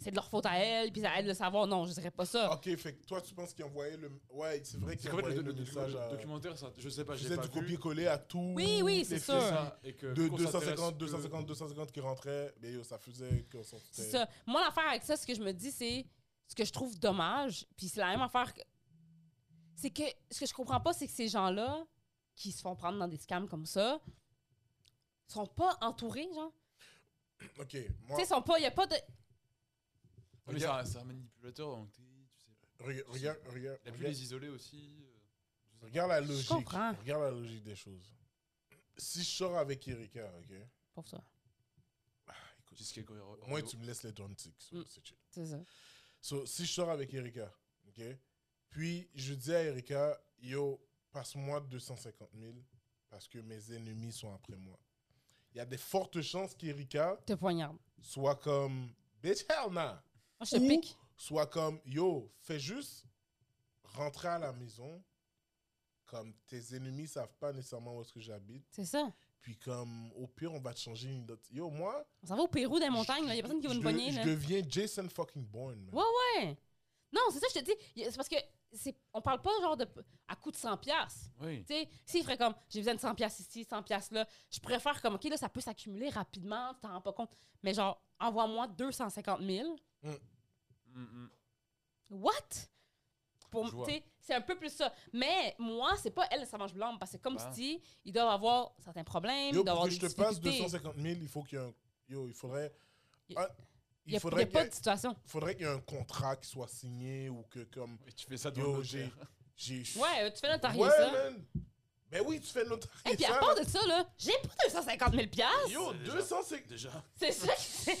Speaker 3: c'est de leur faute à elle, puis ça aide le savoir. Non, je dirais pas ça.
Speaker 1: Ok, fait que toi, tu penses qu'il envoyait le. Ouais, c'est vrai
Speaker 2: C'est
Speaker 1: qu'il
Speaker 2: qu'en fait,
Speaker 1: envoyait
Speaker 2: le,
Speaker 1: le,
Speaker 2: le- le-
Speaker 1: message
Speaker 2: le
Speaker 1: à.
Speaker 2: documentaire, ça, je sais pas,
Speaker 1: Il
Speaker 2: j'ai
Speaker 1: faisait du
Speaker 2: pas vu.
Speaker 1: copier-coller à tout.
Speaker 3: Oui, oui, c'est sûr.
Speaker 2: et que
Speaker 1: De
Speaker 2: Euh, qu'on s'intéresse
Speaker 1: 250,
Speaker 2: peu-
Speaker 1: 250, 250 qui rentraient, mais yo, ça faisait qu'on s'en foutait.
Speaker 3: C'est ça. Moi, l'affaire avec ça, ce que je me dis, c'est ce que je trouve dommage, puis c'est la même affaire que. C'est que ce que je comprends pas, c'est que ces gens-là, qui se font prendre dans des scams comme ça, sont pas entourés, genre.
Speaker 1: Ok,
Speaker 3: Tu
Speaker 1: moi,
Speaker 3: sais, sont pas. Il a pas de.
Speaker 2: Ouais, Mais c'est un- c'est un manipulateur, donc t'es- tu sais.
Speaker 1: rega- regarde, regarde,
Speaker 2: Il a pu
Speaker 1: regarde,
Speaker 2: les isoler aussi. euh, je sais
Speaker 1: regarde la logique.
Speaker 3: comprends.
Speaker 1: Regarde la logique des choses. Si je sors avec Erika, ok,
Speaker 3: Pour ça.
Speaker 2: pas. Jusqu'à quand il re-
Speaker 1: moi,
Speaker 2: re-
Speaker 1: tu me laisses les Dontics, so
Speaker 3: Mm.
Speaker 1: c'est chill.
Speaker 3: C'est ça.
Speaker 1: So, si je sors avec Erika, ok, puis je dis à Erika, yo, passe-moi 250 000 parce que mes ennemis sont après moi. Il y a des fortes chances qu'Erika
Speaker 3: Te poignarde.
Speaker 1: soit comme, bitch, hell nah.
Speaker 3: Moi, je te
Speaker 1: Ou-
Speaker 3: pique.
Speaker 1: soit comme yo, fais juste rentrer à la maison. Comme tes ennemis savent pas nécessairement où est-ce que j'habite.
Speaker 3: C'est ça.
Speaker 1: Puis comme au pire, on va te changer une dot. Yo, moi,
Speaker 3: On s'en va au Pérou, dans les montagnes, là. Il y a personne qui va
Speaker 1: je
Speaker 3: nous
Speaker 1: de-
Speaker 3: poigner,
Speaker 1: Je
Speaker 3: là.
Speaker 1: deviens Jason fucking Bourne. man.
Speaker 3: Ouais, ouais. Non, c'est ça, je te dis. Y a- C'est parce que. c'est- On parle pas genre de. à coup de 100$. piastres.
Speaker 2: Oui.
Speaker 3: Tu sais, s'il ferait comme, j'ai besoin de 100 pièces ici, 100 pièces là, je préfère comme, OK, là, ça peut s'accumuler rapidement, tu t'en rends pas compte. Mais genre, envoie-moi 250 000.
Speaker 2: Mm, mm.
Speaker 3: What? Pour,
Speaker 2: Je vois.
Speaker 3: tu sais, c'est un peu plus ça. Mais moi, c'est pas elle, ça mange blanc, parce que comme
Speaker 2: Ah.
Speaker 3: tu dis, ils doivent avoir certains problèmes,
Speaker 1: Bah. Yo,
Speaker 3: ils doivent
Speaker 1: pour
Speaker 3: avoir
Speaker 1: que
Speaker 3: des
Speaker 1: je te passe
Speaker 3: difficultés.
Speaker 1: 250 000, il faut qu'il y ait un. Yo, il faudrait.
Speaker 3: Y-
Speaker 1: Ah,
Speaker 3: Il y
Speaker 1: il
Speaker 3: a,
Speaker 1: faudrait
Speaker 3: il y a
Speaker 1: qu'il y
Speaker 3: pas
Speaker 1: ait-
Speaker 3: de situation.
Speaker 1: faudrait qu'il y ait un contrat qui soit signé ou que comme.
Speaker 2: Et tu fais ça dans
Speaker 1: Yo,
Speaker 2: le
Speaker 1: j'ai.
Speaker 2: (laughs) j'ai.
Speaker 1: j'ai-
Speaker 3: Ouais, euh, tu fais notarier
Speaker 1: Ouais,
Speaker 3: ça.
Speaker 1: man. Ben oui, tu fais le notariat.
Speaker 3: Et puis à part de ça, là, j'ai pas 250 000 piastres.
Speaker 1: Yo,
Speaker 2: Déjà.
Speaker 1: 250
Speaker 2: Déjà.
Speaker 3: C'est ça que c'est.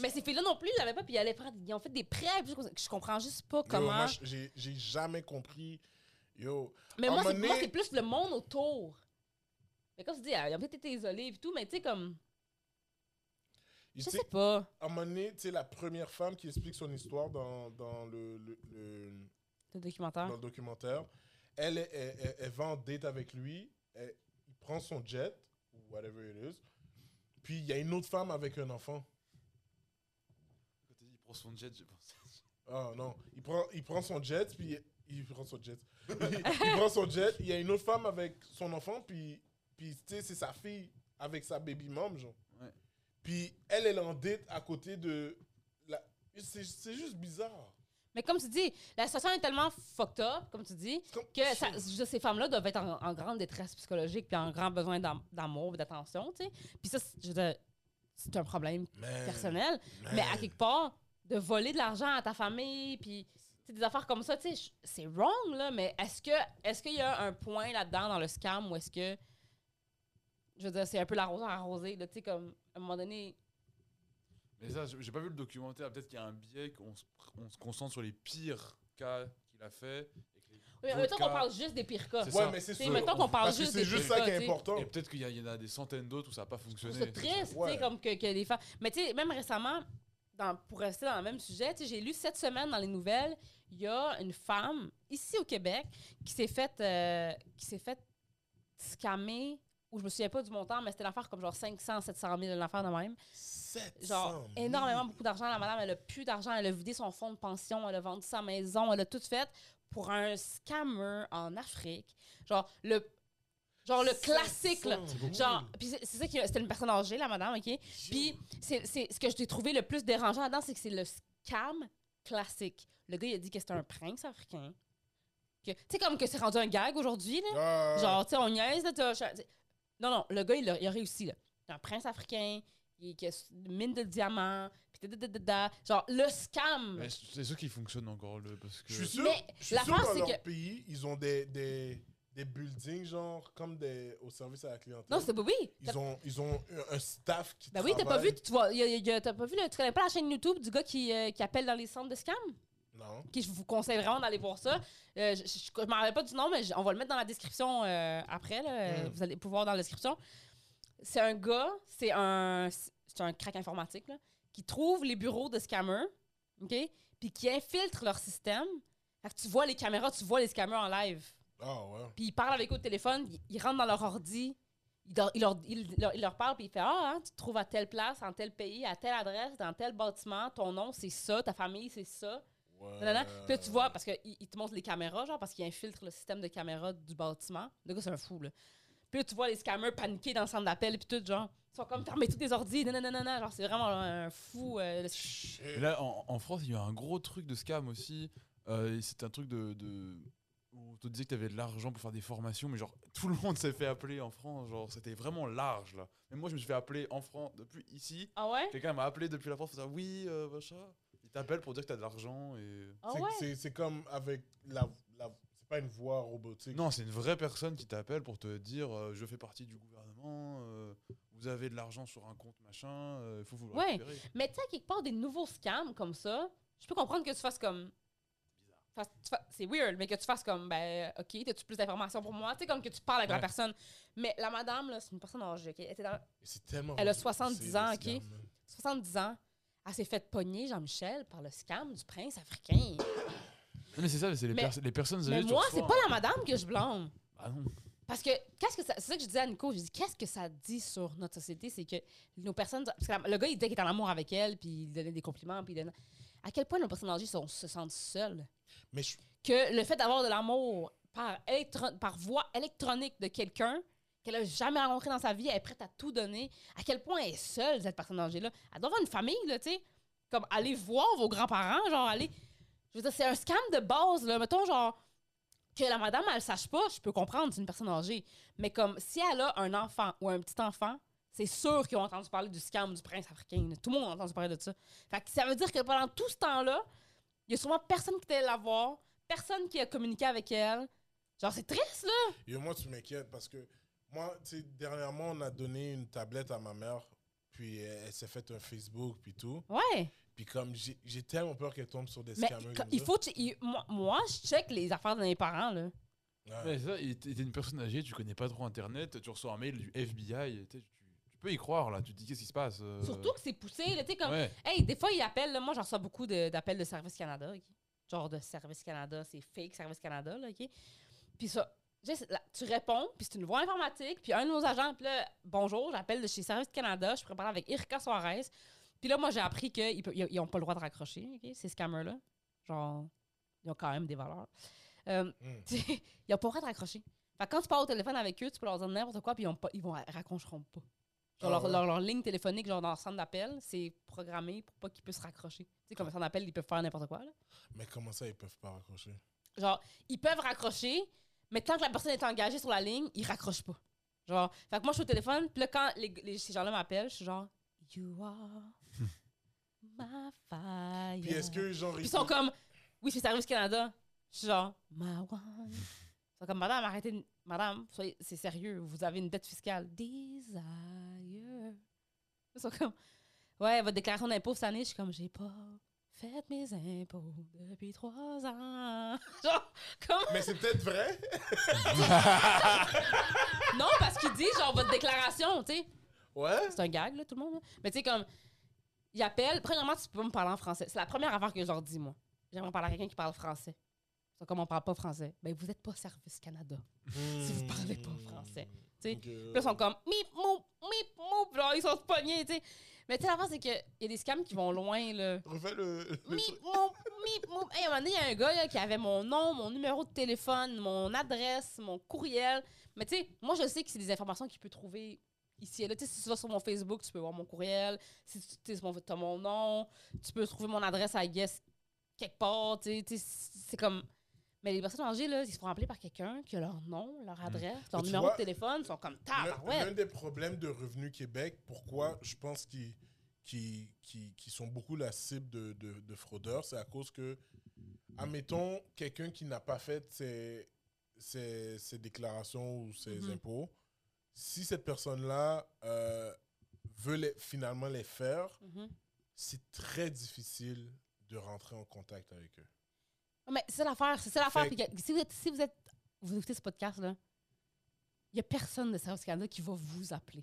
Speaker 3: Mais ces filles-là non plus, ils l'avaient pas, puis ils, allaient prendre- ils ont fait des prêts. puis je- Je comprends juste pas
Speaker 1: Yo,
Speaker 3: comment.
Speaker 1: moi, j'ai j'ai jamais compris. Yo,
Speaker 3: Mais
Speaker 1: À
Speaker 3: moi,
Speaker 1: un
Speaker 3: c'est
Speaker 1: moment
Speaker 3: moi,
Speaker 1: donné-
Speaker 3: c'est plus le monde autour. Mais comme tu dis, ils ont peut-être été isolés et tout, mais tu sais, comme.
Speaker 1: tu sais,
Speaker 3: Je sais pas.
Speaker 1: à un moment donné, tu sais, la première femme qui explique son histoire dans, dans le, le- le-
Speaker 3: Le documentaire.
Speaker 1: dans le documentaire, elle, elle, elle- elle va en date avec lui, elle- il prend son jet, ou whatever it is, puis il y a une autre femme avec un enfant.
Speaker 2: Quand t'as dit pour son jet, j'ai pensé.
Speaker 1: Ah non, il prend, il prend son jet, puis il prend son jet. il, prend son jet, il y a une autre femme avec son enfant, puis, puis tu sais, c'est sa fille avec sa baby mom, genre.
Speaker 2: Ouais.
Speaker 1: Puis elle, elle est en date à côté de. La... C'est c'est juste bizarre.
Speaker 3: Mais comme tu dis, la situation est tellement fucked up, comme tu dis,
Speaker 1: C'est comme-
Speaker 3: que ça- je veux dire, ces femmes-là doivent être en, en grande détresse psychologique puis en grand besoin d'am- d'amour et d'attention, tu sais. Puis ça, c'est- je veux dire, c'est un problème
Speaker 1: Man,
Speaker 3: personnel. Mais à
Speaker 1: man.
Speaker 3: quelque part, de voler de l'argent à ta famille, puis tu sais, des affaires comme ça, tu sais, je- c'est wrong, là, mais est-ce que est-ce qu'il y a un point là-dedans dans le scam ou est-ce que. Je veux dire, c'est un peu l'arroseur arrosé, là, tu sais, comme à un moment donné.
Speaker 2: Mais ça, j'ai j'ai pas vu le documentaire. Peut-être qu'il y a un biais qu'on se, pr- on se concentre sur les pires cas qu'il a fait. et que les-
Speaker 3: Mais
Speaker 2: d'autres
Speaker 3: mettons qu'on
Speaker 2: cas-
Speaker 3: parle juste des pires cas.
Speaker 2: C'est
Speaker 3: Tu
Speaker 1: Ouais,
Speaker 2: ça.
Speaker 1: mais c'est
Speaker 3: sais,
Speaker 1: sûr.
Speaker 3: mettons qu'on parle
Speaker 1: Parce que
Speaker 3: juste
Speaker 1: c'est
Speaker 3: des
Speaker 1: juste
Speaker 3: pires
Speaker 1: ça
Speaker 3: cas,
Speaker 1: qui
Speaker 3: tu
Speaker 1: est
Speaker 3: sais.
Speaker 1: important.
Speaker 2: Et peut-être qu'il y, a- il y en a des centaines d'autres où ça n'a pas
Speaker 3: Je
Speaker 2: fonctionné.
Speaker 3: trouve ça triste, tu
Speaker 1: Ouais.
Speaker 3: sais, comme que, que les femmes. Mais tu sais, même récemment, dans- pour rester dans le même sujet, tu sais, j'ai lu cette semaine dans les nouvelles, il y a une femme ici au Québec qui s'est faite euh, qui s'est faite scammer, ou je me souviens pas du montant, mais c'était l'affaire comme genre 500, 700 000, une affaire de même.
Speaker 1: 700
Speaker 3: Genre
Speaker 1: 000.
Speaker 3: énormément beaucoup d'argent. La madame, elle a plus d'argent, elle a vidé son fonds de pension, elle a vendu sa maison, elle a tout fait pour un scammer en Afrique. Genre le genre le classique là.
Speaker 1: 700 000.
Speaker 3: Genre, puis c'est c'est ça qui. C'était une personne âgée, la madame, OK? Puis c'est c'est- ce que je t'ai trouvé le plus dérangeant là-dedans, c'est que c'est le scam classique. Le gars, il a dit que c'était un prince africain. Que- Tu sais, comme que c'est rendu un gag aujourd'hui, là.
Speaker 1: Ah,
Speaker 3: Genre, tu sais, on niaise, là, t'as- t'sais- Non, non, le gars, il a, il a réussi, là. C'est un prince africain, il est- qui a s- une mine de diamants, puis da, da, da, da, da. Genre, le scam.
Speaker 2: Mais c'est c'est sûr qu'il fonctionne encore, le, parce que...
Speaker 1: je suis sûr,
Speaker 3: Mais
Speaker 1: je suis
Speaker 3: la
Speaker 1: sûr
Speaker 3: France,
Speaker 1: dans
Speaker 3: c'est
Speaker 1: leur
Speaker 3: que-
Speaker 1: pays, ils ont des, des, des buildings, genre, comme des, au service à la clientèle.
Speaker 3: Non, c'est bah oui.
Speaker 1: ils, ont, ils ont un staff qui
Speaker 3: Ben oui, t'as pas
Speaker 1: travaille.
Speaker 3: vu, tu vois, y a- y a- t'as pas vu, le- tu connais pas la chaîne YouTube du gars qui, euh, qui appelle dans les centres de scam?
Speaker 1: Non.
Speaker 3: qui je vous conseille vraiment d'aller voir ça. Euh, je je, je m'en rappelle pas du nom, mais je- on va le mettre dans la description euh, après. là. Euh,
Speaker 1: Mm.
Speaker 3: Vous allez pouvoir dans la description. C'est un gars, c'est un, c'est un crack informatique là, qui trouve les bureaux de scammers, ok, puis qui infiltre leur système. Fait que tu vois les caméras, tu vois les scammers en live.
Speaker 1: Ah ouais.
Speaker 3: Puis il parle avec eux au téléphone, il, il rentre dans leur ordi, il, leur, il, leur, il leur- il leur parle, puis il fait Ah, hein, tu te trouves à telle place, en tel pays, à telle adresse, dans tel bâtiment, ton nom c'est ça, ta famille c'est ça.
Speaker 1: ouais.
Speaker 3: Nanana. Puis là, tu vois, parce qu'il il te montre les caméras, genre, parce qu'il infiltre le système de caméras du bâtiment. Le gars, c'est un fou, là. Puis là, tu vois les scammers paniquer dans le centre d'appel, puis tout, genre, ils sont comme fermés tous les ordis, nanana, nanana. genre, c'est vraiment un fou. euh, le-
Speaker 2: Mais là, en, en France, il y a eu un gros truc de scam aussi. Euh, et c'est un truc de, de- où on te disait que tu avais de l'argent pour faire des formations, mais genre tout le monde s'est fait appeler en France. Genre c'était vraiment large là. Même moi, je me suis fait appeler en France depuis ici.
Speaker 3: Ah ouais?
Speaker 2: Quelqu'un m'a appelé depuis la France pour dire oui, euh, machin. Il t'appelle pour dire que t'as de l'argent et.
Speaker 3: Ah
Speaker 1: C'est-
Speaker 3: ouais?
Speaker 1: c'est- C'est comme avec la. la c'est pas une voix robotique.
Speaker 2: Non, c'est une vraie personne qui t'appelle pour te dire euh, je fais partie du gouvernement, euh, vous avez de l'argent sur un compte machin, euh, il faut vous le
Speaker 3: Ouais.
Speaker 2: récupérer.
Speaker 3: Mais tu sais, à quelque part, des nouveaux scams comme ça, je peux comprendre que tu fasses comme. fasses- tu fasses- C'est weird, mais que tu fasses comme, ben, OK, as-tu plus d'informations pour moi? Tu sais, comme que tu parles avec la
Speaker 2: Ouais.
Speaker 3: personne. Mais la madame, là, c'est une personne âgée, OK? Elle était dans
Speaker 1: Et C'est tellement.
Speaker 3: Elle a
Speaker 1: rendu-
Speaker 3: 70
Speaker 1: c'est
Speaker 3: ans,
Speaker 1: le
Speaker 3: ok?
Speaker 1: scam, man.
Speaker 3: 70 ans. Elle s'est faite pogner, Jean-Michel, par le scam du prince africain.
Speaker 2: Non, mais c'est ça, c'est les,
Speaker 3: Mais-
Speaker 2: pers- les personnes
Speaker 3: Mais
Speaker 2: âgées, tu
Speaker 3: moi,
Speaker 2: reçois
Speaker 3: c'est pas
Speaker 2: un-
Speaker 3: la madame que je blâme.
Speaker 2: Ah non.
Speaker 3: Parce que, qu'est-ce que ça, c'est ça que je disais à Nico, je dis, qu'est-ce que ça dit sur notre société, c'est que nos personnes, parce que la- le gars, il disait qu'il était en amour avec elle, puis il donnait des compliments, puis il donnait- à quel point nos personnes âgées sont- se sentent seules.
Speaker 1: Mais je-
Speaker 3: Que le fait d'avoir de l'amour par, électro- par voie électronique de quelqu'un qu'elle a jamais rencontré dans sa vie, elle est prête à tout donner, à quel point elle est seule, cette personne âgée-là. Elle doit avoir une famille, là, tu sais. Comme, allez voir vos grands-parents, genre, allez... Je veux dire, c'est un scam de base, là. Mettons, genre, que la madame, elle le sache pas, je peux comprendre, c'est une personne âgée. Mais comme, si elle a un enfant ou un petit enfant, c'est sûr qu'ils ont entendu parler du scam du prince africain. là. Tout le monde a entendu parler de ça. Fait que ça veut dire que pendant tout ce temps-là, il y a sûrement personne qui était allé la voir, personne qui a communiqué avec elle. Genre, c'est triste, là.
Speaker 1: Et moi, tu m'inquiètes parce que moi, tu sais, dernièrement, on a donné une tablette à ma mère, puis elle, elle s'est faite un Facebook, puis tout.
Speaker 3: Ouais.
Speaker 1: Puis comme j'ai j'ai tellement peur qu'elle tombe sur des
Speaker 3: Mais
Speaker 1: scammers.
Speaker 3: il-
Speaker 1: comme
Speaker 3: il
Speaker 1: ça.
Speaker 3: faut. che- il- moi, moi, je check les affaires de mes parents, là.
Speaker 1: Euh. Ouais.
Speaker 2: Ouais, c'est ça, et t'es t'es une personne âgée, tu connais pas trop Internet, tu reçois un mail du FBI, et t'es- tu, tu peux y croire là, tu te dis qu'est-ce qui se passe. euh,
Speaker 3: Surtout que c'est poussé, là. Tu sais, comme.
Speaker 2: ouais.
Speaker 3: Hey, des fois, ils appellent. là. moi, j'en reçois beaucoup de- d'appels de, Service Canada. ok? Genre de Service Canada, c'est fake Service Canada, là, OK? Puis ça, tu sais, c'est- là, tu réponds, puis c'est une voix informatique, puis un de nos agents, puis là, bonjour, j'appelle de chez Service Canada, je prépare avec Irka Suarez. Puis là, moi, j'ai appris qu'ils n'ont pas le droit de raccrocher, ok, ces scammers-là. Genre, ils ont quand même des valeurs. Euh,
Speaker 1: Mm.
Speaker 3: (laughs) tu sais, ils n'ont pas le droit de raccrocher. Fait que quand tu parles au téléphone avec eux, tu peux leur dire n'importe quoi, puis ils, ont pas- ils vont, raccrocheront pas.
Speaker 1: Ah
Speaker 3: Genre, leur,
Speaker 1: ouais.
Speaker 3: leur- leur ligne téléphonique, genre dans le centre d'appel, c'est programmé pour pas qu'ils puissent raccrocher. Tu sais,
Speaker 1: Ah.
Speaker 3: comme le centre d'appel, ils peuvent faire n'importe quoi. là.
Speaker 1: Mais comment ça, ils peuvent pas raccrocher
Speaker 3: Genre, ils peuvent raccrocher, mais tant que la personne est engagée sur la ligne, ils raccrochent pas. Genre, fait que moi, je suis au téléphone, puis là, quand les, les- ces gens-là m'appellent, je suis genre, You
Speaker 1: (laughs)
Speaker 3: are my fire.
Speaker 1: Puis est-ce que genre.
Speaker 3: Puis ils sont comme, oui, c'est Service Canada. Je suis genre, ma one. Ils sont comme, madame, arrêtez. de- Madame, soyez- c'est sérieux, vous avez une dette fiscale. Desire. Ils sont comme, ouais, votre déclaration d'impôt cette année, je suis comme, j'ai pas fait mes impôts depuis trois ans. (laughs) Genre, comme,
Speaker 1: Mais c'est peut-être vrai
Speaker 3: non, parce qu'il dit, genre, votre déclaration, tu sais.
Speaker 1: Ouais.
Speaker 3: C'est un gag, là, tout le monde. là. Mais tu sais, comme, ils appellent. Premièrement, tu peux pas me parler en français. C'est la première affaire que je leur dis, moi. J'aimerais parler à quelqu'un qui parle français. Ça, comme on parle pas français, ben vous êtes pas Service Canada. (laughs) Si vous parlez pas
Speaker 1: Hmm.
Speaker 3: français. Tu sais,
Speaker 1: Puis
Speaker 3: Puis là, ils sont comme, mip, moup, mip, moup. Là, ils sont pognés, tu sais. Mais tu sais, l'affaire, c'est qu'il y a des scams qui vont loin, là.
Speaker 1: Refais le. le
Speaker 3: Mip,
Speaker 1: truc.
Speaker 3: moup, mip, moup. Hey, à un moment donné, il y a un gars là, qui avait mon nom, mon numéro de téléphone, mon adresse, mon courriel. Mais tu sais, moi, je sais que c'est des informations qu'il peut trouver ici et là. Tu sais, si tu vas sur mon Facebook, tu peux voir mon courriel. Si tu as mon, t'as mon nom, tu peux trouver mon adresse à Guess quelque part. Tu sais, tu sais, c'est comme. Mais les personnes âgées, là, ils se font appeler par quelqu'un qui a leur nom, leur adresse, leur
Speaker 1: Hmm. Mais tu
Speaker 3: numéro
Speaker 1: vois,
Speaker 3: de téléphone, ils sont comme
Speaker 1: L'un l'un
Speaker 3: tabarouette.
Speaker 1: des problèmes de Revenu Québec, pourquoi je pense qu'ils qui, qui, qui sont beaucoup la cible de, de- de fraudeurs, c'est à cause que, admettons, quelqu'un qui n'a pas fait ses, ses, ses déclarations ou ses
Speaker 3: Mhm.
Speaker 1: impôts, si cette personne-là euh, veut les- finalement les faire,
Speaker 3: Mhm.
Speaker 1: c'est très difficile de rentrer en contact avec eux.
Speaker 3: Mais c'est ça l'affaire, c'est ça l'affaire.
Speaker 1: Fait
Speaker 3: Puis que- si vous êtes, si vous êtes, vous écoutez ce podcast là, il y a personne de Service Canada qui va vous appeler.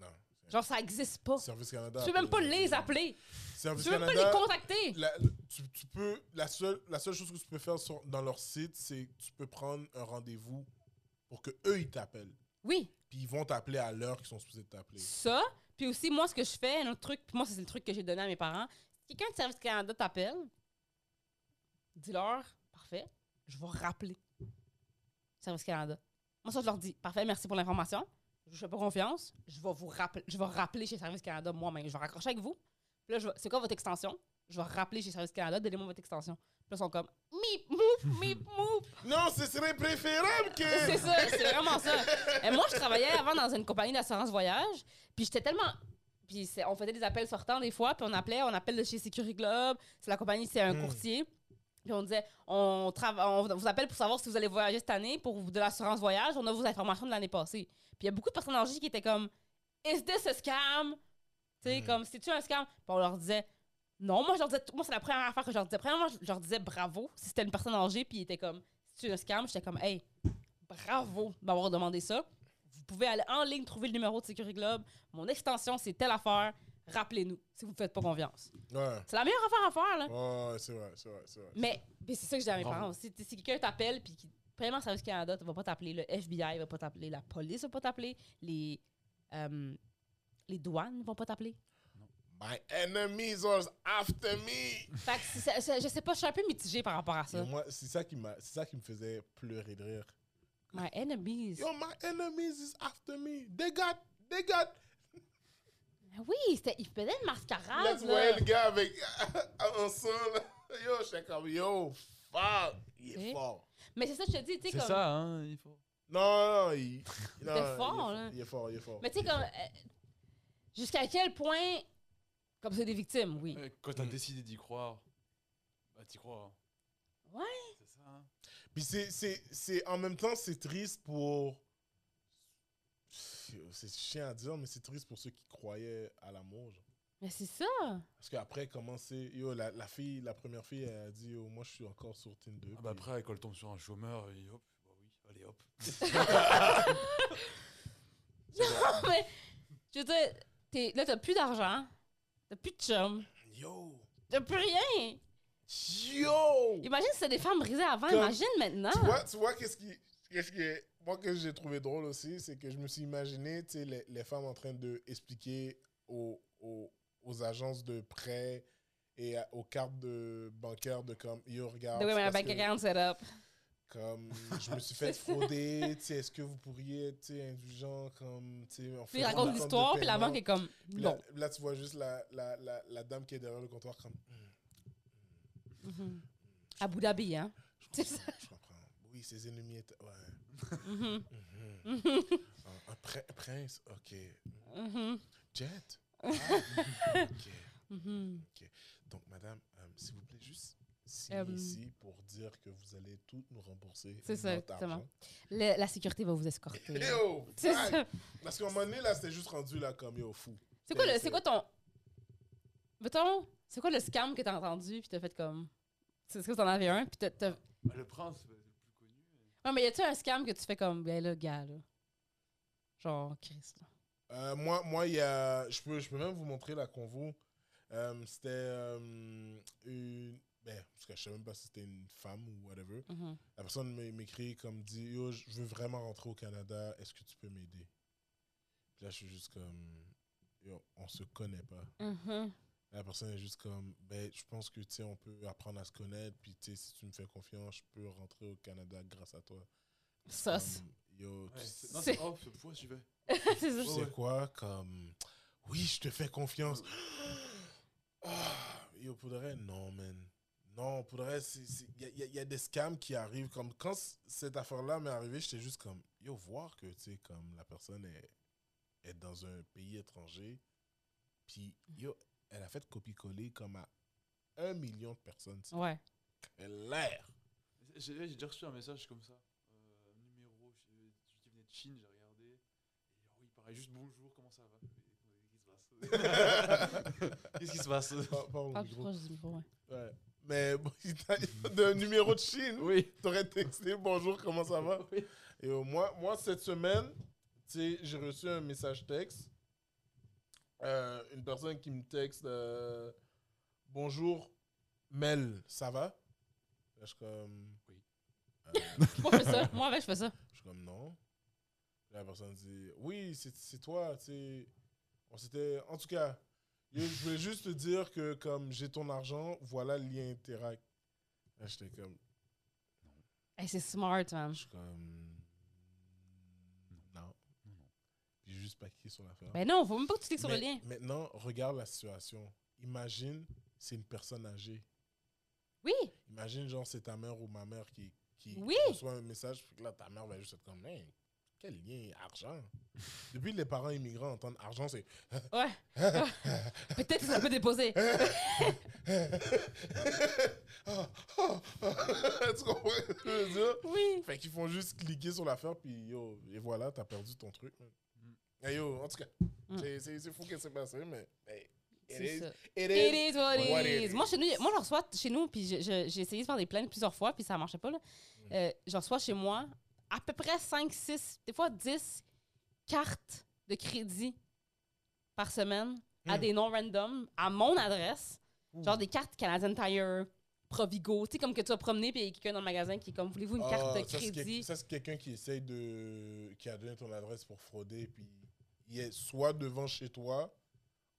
Speaker 1: Non, c'est
Speaker 3: Genre, ça existe pas.
Speaker 1: Service Canada.
Speaker 3: Oh. Tu peux même pas
Speaker 1: appelle-
Speaker 3: les appeler. Tu
Speaker 1: Service
Speaker 3: peux même pas
Speaker 1: Canada,
Speaker 3: les contacter.
Speaker 1: la- tu, tu peux, la, seule, la seule chose que tu peux faire sur- dans leur site, c'est que tu peux prendre un rendez-vous pour que eux ils t'appellent.
Speaker 3: Oui.
Speaker 1: Puis ils vont t'appeler à l'heure qu'ils sont supposés t'appeler.
Speaker 3: Ça, puis aussi, moi, ce que je fais, un autre truc, puis moi, c'est le truc que j'ai donné à mes parents. Si quelqu'un de Service Canada t'appelle, dis-leur, parfait, je vais rappeler Service Canada. Moi, ça, je leur dis, parfait, merci pour l'information, je fais pas confiance, je vais vous rappeler, je vais rappeler chez Service Canada moi-même, je vais raccrocher avec vous. Puis là, je vais- c'est quoi votre extension? Je vais rappeler chez Service Canada, donnez-moi votre extension. Puis là, ils sont comme, mip, mouf, mip, mouf.
Speaker 1: Non, ce serait préférable
Speaker 3: C'est
Speaker 1: que.
Speaker 3: ça, c'est vraiment ça. Et moi, je travaillais avant dans une compagnie d'assurance voyage, puis j'étais tellement. Puis c'est- on faisait des appels sortants des fois, puis on appelait, on appelle de chez Security Globe, c'est la compagnie, c'est un
Speaker 1: Mm.
Speaker 3: courtier. Puis on disait, on, trava- on vous appelle pour savoir si vous allez voyager cette année pour vous- de l'assurance voyage, on a vos informations de l'année passée. Puis il y a beaucoup de personnes âgées qui étaient comme, Is this a scam? Tu sais,
Speaker 1: Mm.
Speaker 3: comme, c'est-tu un scam? Puis on leur disait, non, moi, je leur disais, moi, c'est la première affaire que je leur disais. Premièrement, je leur disais bravo si c'était une personne âgée, puis ils étaient comme, c'est un scam. J'étais comme, hey, bravo d'avoir demandé ça. Vous pouvez aller en ligne trouver le numéro de Security Globe. Mon extension, c'est telle affaire. Rappelez-nous si vous ne faites pas confiance.
Speaker 1: Ouais.
Speaker 3: C'est la meilleure affaire à faire, là.
Speaker 1: Ouais, c'est vrai, c'est vrai, c'est vrai.
Speaker 3: Mais, mais c'est ça que je dis à mes
Speaker 2: Bravo.
Speaker 3: parents aussi. Tu sais, Si quelqu'un t'appelle, puis qui- premièrement, Service Canada ne va pas t'appeler, le FBI ne va pas t'appeler, la police ne va pas t'appeler, les, euh, les douanes ne vont pas t'appeler.
Speaker 1: My enemies are after me.
Speaker 3: Fait que c'est- c'est- c'est- je sais pas, je suis un peu mitigée par rapport à
Speaker 1: Et
Speaker 3: ça.
Speaker 1: moi, c'est ça qui m'a, c'est ça qui me faisait pleurer de rire.
Speaker 3: My enemies.
Speaker 1: Yo, my enemies is after me. They got, they got.
Speaker 3: Ah Oui, c'était- il faisait une
Speaker 1: Là,
Speaker 3: mascarade.
Speaker 1: tu
Speaker 3: là.
Speaker 1: voyais le gars avec (laughs) un son. Là. Yo, j'étais comme yo, fuck, il est
Speaker 3: Eh?
Speaker 1: fort.
Speaker 3: Mais c'est ça, je te dis, tu sais,
Speaker 2: C'est
Speaker 3: comme.
Speaker 2: ça, hein. Il faut...
Speaker 1: Non, non, non,
Speaker 3: (laughs)
Speaker 1: il, non,
Speaker 3: T'es fort,
Speaker 1: il est-
Speaker 3: là.
Speaker 1: Il est fort, il est fort.
Speaker 3: Mais tu sais, comme. euh, Jusqu'à quel point. Comme c'est des victimes, oui.
Speaker 2: Euh, Quand t'as
Speaker 1: Mm.
Speaker 2: décidé d'y croire, bah t'y crois. hein.
Speaker 3: Ouais.
Speaker 2: C'est ça. hein.
Speaker 1: Puis c'est, c'est, c'est, en même temps, c'est triste pour. C'est chiant à dire, mais c'est triste pour ceux qui croyaient à l'amour. genre.
Speaker 3: Mais c'est ça.
Speaker 1: Parce qu'après, comment c'est. Yo, la, la fille, la première fille, elle a dit, yo, moi, je suis encore sur Tinder.
Speaker 2: Ah bah
Speaker 1: puis-
Speaker 2: après, quand elle tombe sur un chômeur, et hop, bah oui, allez hop.
Speaker 3: (laughs) Non, mais. Je veux dire, t'es- là, t'as plus d'argent. T'as plus de chum.
Speaker 1: Yo!
Speaker 3: T'as plus rien.
Speaker 1: Yo!
Speaker 3: Imagine si c'était des femmes brisées avant.
Speaker 1: Comme-
Speaker 3: Imagine maintenant.
Speaker 1: Tu vois, tu vois qu'est-ce qui. Qu'est-ce que. Moi, que j'ai trouvé drôle aussi, c'est que je me suis imaginé, tu sais, les, les femmes en train de expliquer aux, aux, aux agences de prêt et à- aux cartes de bancaires de comme, yo, regarde.
Speaker 3: The way
Speaker 1: c'est
Speaker 3: my
Speaker 1: parce
Speaker 3: bank
Speaker 1: que-
Speaker 3: account set up.
Speaker 1: comme je me
Speaker 3: (laughs)
Speaker 1: suis fait frauder, tu sais, est-ce que vous pourriez être tu sais, indulgent comme tu sais, on
Speaker 3: Puis
Speaker 1: fait
Speaker 3: ils
Speaker 1: une
Speaker 3: racontent
Speaker 1: entente de
Speaker 3: l'histoire, puis la
Speaker 1: paiement.
Speaker 3: banque est comme.
Speaker 1: Puis là,
Speaker 3: Non.
Speaker 1: là, tu vois juste la, la, la, la dame qui est derrière le comptoir comme hmm,
Speaker 3: Mhm. Abu Dhabi, hein.
Speaker 1: je
Speaker 3: C'est
Speaker 1: comprends, je comprends. Oui, ses ennemis étaient ouais.
Speaker 3: Mhm.
Speaker 1: Mhm.
Speaker 3: Mhm.
Speaker 1: Un, un prin- prince, OK.
Speaker 3: Mhm. (laughs)
Speaker 1: Jet. Ah, OK.
Speaker 3: Mhm.
Speaker 1: Donc madame, euh, s'il vous plaît, juste signez
Speaker 3: Euh,
Speaker 1: ici pour dire que vous allez tout nous rembourser
Speaker 3: C'est ça,
Speaker 1: notre
Speaker 3: exactement.
Speaker 1: argent.
Speaker 3: Le- la sécurité va
Speaker 1: (laughs)
Speaker 3: vous escorter.
Speaker 1: Yo,
Speaker 3: C'est
Speaker 1: fuck!
Speaker 3: ça.
Speaker 1: Parce qu'à un moment donné là, c'était juste rendu là comme yo fou.
Speaker 3: C'est quoi, le-
Speaker 1: C'est-
Speaker 3: c'est quoi ton. Mettons, c'est quoi le scam que t'as entendu, puis t'as fait comme. C'est ce que t'en avais un, puis t'as. t'as-
Speaker 2: Bah, le prince, bah, le plus connu.
Speaker 3: Ouais, mais y a-tu un scam que tu fais comme. Ben là, gars, là. Genre, Chris. là.
Speaker 1: Euh, moi, moi, il y a, je peux, je peux même vous montrer la convo. Euh, c'était euh, une, ben, parce que je sais même pas si c'était une femme ou whatever.
Speaker 3: Mhm.
Speaker 1: La personne m'é- m'écrit comme dit, yo, je veux vraiment rentrer au Canada. Est-ce que tu peux m'aider Puis là, je suis juste comme, yo, on se connaît pas.
Speaker 3: Mhm.
Speaker 1: La personne est juste comme, ben, je pense que tu sais, on peut apprendre à se connaître. Puis tu sais, si tu me fais confiance, je peux rentrer au Canada grâce à toi.
Speaker 3: Sauce.
Speaker 1: Comme, yo, tu
Speaker 2: Ouais,
Speaker 1: sais-
Speaker 2: c'est- non,
Speaker 3: C'est-
Speaker 2: c'est hop, cette fois j'y vais.
Speaker 3: (laughs) c'est
Speaker 1: tu
Speaker 3: ça.
Speaker 1: sais
Speaker 2: Ouais.
Speaker 1: quoi, comme, oui, je te fais confiance. Ah, yo, pour de vrai, non, man. Non, pour de vrai, il y, a- y a des scams qui arrivent. Comme quand c- cette affaire-là m'est arrivée, j'étais juste comme, yo, voir que, tu sais, comme la personne est, est dans un pays étranger, puis, yo, elle a fait copier-coller comme à un million de personnes. c'est
Speaker 3: Ouais.
Speaker 1: L'air.
Speaker 2: J'ai j'ai déjà reçu un message comme ça. Euh, un numéro je- qui venait de Chine, j'ai regardé. Et genre, oui, pareil, juste bonjour, comment ça va Et,
Speaker 1: (laughs)
Speaker 2: euh, Qu'est-ce qui se passe Qu'est-ce qui se passe
Speaker 1: Par- parle au
Speaker 3: Ah, plus
Speaker 1: micro.
Speaker 3: proche du micro, ouais.
Speaker 1: Ouais. Mais bon, (laughs) il t'a- de numéro de Chine,
Speaker 2: (laughs) Oui.
Speaker 1: t'aurais texté bonjour, comment ça va?
Speaker 2: Oui.
Speaker 1: Et euh, moi, moi, cette semaine, tu sais, j'ai reçu un message texte euh, une personne qui me texte euh, Bonjour, Mel, ça va Là, je suis comme.
Speaker 2: Oui.
Speaker 1: Euh,
Speaker 3: Moi, je fais ça. Moi, avec, je fais ça.
Speaker 1: je suis comme non. La personne dit Oui, c'est c'est toi, tu sais. On s'était. En tout cas, je je voulais juste te dire que comme j'ai ton argent, voilà le lien Interact. Là, j'étais comme.
Speaker 3: Hey, c'est smart, man.
Speaker 1: Je suis comme. Non.
Speaker 2: Non, non.
Speaker 1: J'ai juste pas cliqué sur l'affaire.
Speaker 3: Ben non, faut même pas que tu cliques sur le
Speaker 1: Mais
Speaker 3: lien.
Speaker 1: Maintenant, regarde la situation. Imagine, c'est une personne âgée.
Speaker 3: Oui,
Speaker 1: Imagine, genre, c'est ta mère ou ma mère qui, qui
Speaker 3: Oui.
Speaker 1: reçoit un message. puis que là, ta mère va juste être comme, Hey, quel lien, argent.
Speaker 3: (laughs)
Speaker 1: Depuis que les parents immigrants entendent argent, c'est. (laughs)
Speaker 3: ouais. Peut-être que ça peut déposer.
Speaker 1: Ah, ah, (laughs) ah. tu comprends ce que je veux dire?
Speaker 3: Oui.
Speaker 1: Fait qu'ils font juste cliquer sur l'affaire, puis yo, et voilà, t'as perdu ton truc. man. Eh, yo, en tout cas,
Speaker 3: Mm.
Speaker 1: c'est- c'est c'est fou que c'est passé, mais. hey, it
Speaker 3: C'est
Speaker 1: is-
Speaker 3: ça.
Speaker 1: it is
Speaker 3: It is what
Speaker 1: what
Speaker 3: it
Speaker 1: it
Speaker 3: is. Moi, chez nous,
Speaker 1: is.
Speaker 3: moi, j'en reçois chez nous, puis je- je- j'ai essayé de faire des plaintes plusieurs fois, puis ça marchait pas. là.
Speaker 1: Mm.
Speaker 3: Euh, j'en reçois chez moi à peu près 5, 6, des fois 10 cartes de crédit par semaine à
Speaker 1: Hmm.
Speaker 3: des noms random, à mon adresse. Genre des cartes Canadian Tire, Provigo. Tu sais, comme que tu vas promener, puis il y a quelqu'un dans le magasin qui est comme Voulez-vous une carte
Speaker 1: Ah,
Speaker 3: de
Speaker 1: ça, c'est quel-
Speaker 3: crédit
Speaker 1: Ça, c'est quelqu'un qui essaye de. qui a donné ton adresse pour frauder, puis il est soit devant chez toi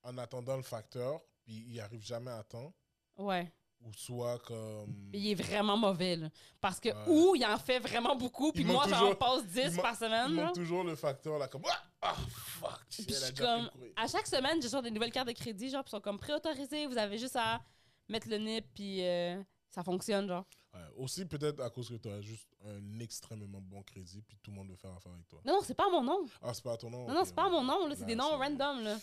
Speaker 1: en attendant le facteur, puis il arrive jamais à temps,
Speaker 3: Ouais.
Speaker 1: ou soit comme.
Speaker 3: Mais il est vraiment mauvais, là. Parce que,
Speaker 1: Ouais.
Speaker 3: ou il en fait vraiment beaucoup, puis
Speaker 1: Il
Speaker 3: moi,
Speaker 1: manque
Speaker 3: j'en
Speaker 1: toujours-
Speaker 3: passe 10
Speaker 1: il
Speaker 3: par
Speaker 1: Il
Speaker 3: semaine. là.
Speaker 1: manque toujours le facteur là, comme. Ah, ah, fuck! shit, elle
Speaker 3: hein? Puis je
Speaker 1: a déjà
Speaker 3: suis
Speaker 1: pris
Speaker 3: comme-
Speaker 1: le courrier.
Speaker 3: À chaque semaine, j'ai genre des nouvelles cartes de crédit, genre, puis sont comme préautorisées. Vous avez juste à mettre le nip, puis euh, ça fonctionne, genre.
Speaker 1: Ouais, aussi, peut-être à cause que tu as juste un extrêmement bon crédit, puis tout le monde veut faire affaire avec toi.
Speaker 3: Non, non, c'est pas mon nom.
Speaker 1: Ah, c'est pas à ton nom.
Speaker 3: Non, non,
Speaker 1: ok,
Speaker 3: c'est pas à
Speaker 1: ouais.
Speaker 3: mon nom, là. C'est
Speaker 1: Là,
Speaker 3: des noms
Speaker 1: c'est-
Speaker 3: random, là.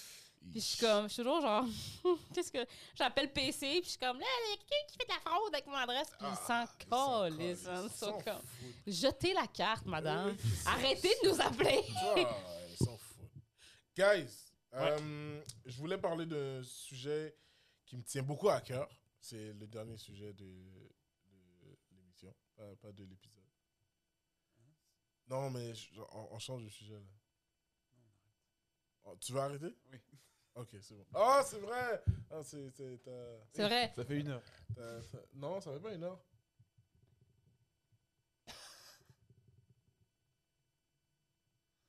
Speaker 3: Puis je suis comme, je suis toujours genre, (laughs) qu'est-ce que. J'appelle PC, puis je suis comme, là, il y a quelqu'un qui fait de la fraude avec mon adresse, puis
Speaker 1: Ah,
Speaker 3: il s'en
Speaker 1: ils s'en
Speaker 3: colle, hein, ils
Speaker 1: collent,
Speaker 3: s'en
Speaker 1: ils
Speaker 3: sont
Speaker 1: s'en
Speaker 3: comme.
Speaker 1: foutent.
Speaker 3: Jetez la carte, madame.
Speaker 1: Euh, ils s'en
Speaker 3: Arrêtez de nous appeler.
Speaker 1: Ah, ils s'en foutent. Guys, euh, je voulais parler d'un sujet qui me tient beaucoup à cœur. C'est le dernier sujet de, de l'émission, pas, pas de l'épisode. Non, mais je- on, on change de sujet là. Oh, tu veux arrêter
Speaker 2: Oui.
Speaker 1: Ok, c'est bon. Ah, c'est vrai Ah, c'est- c'est- t'as-
Speaker 3: C'est vrai.
Speaker 2: Ça fait une heure.
Speaker 1: t'as- t'as- Non, ça fait pas une heure.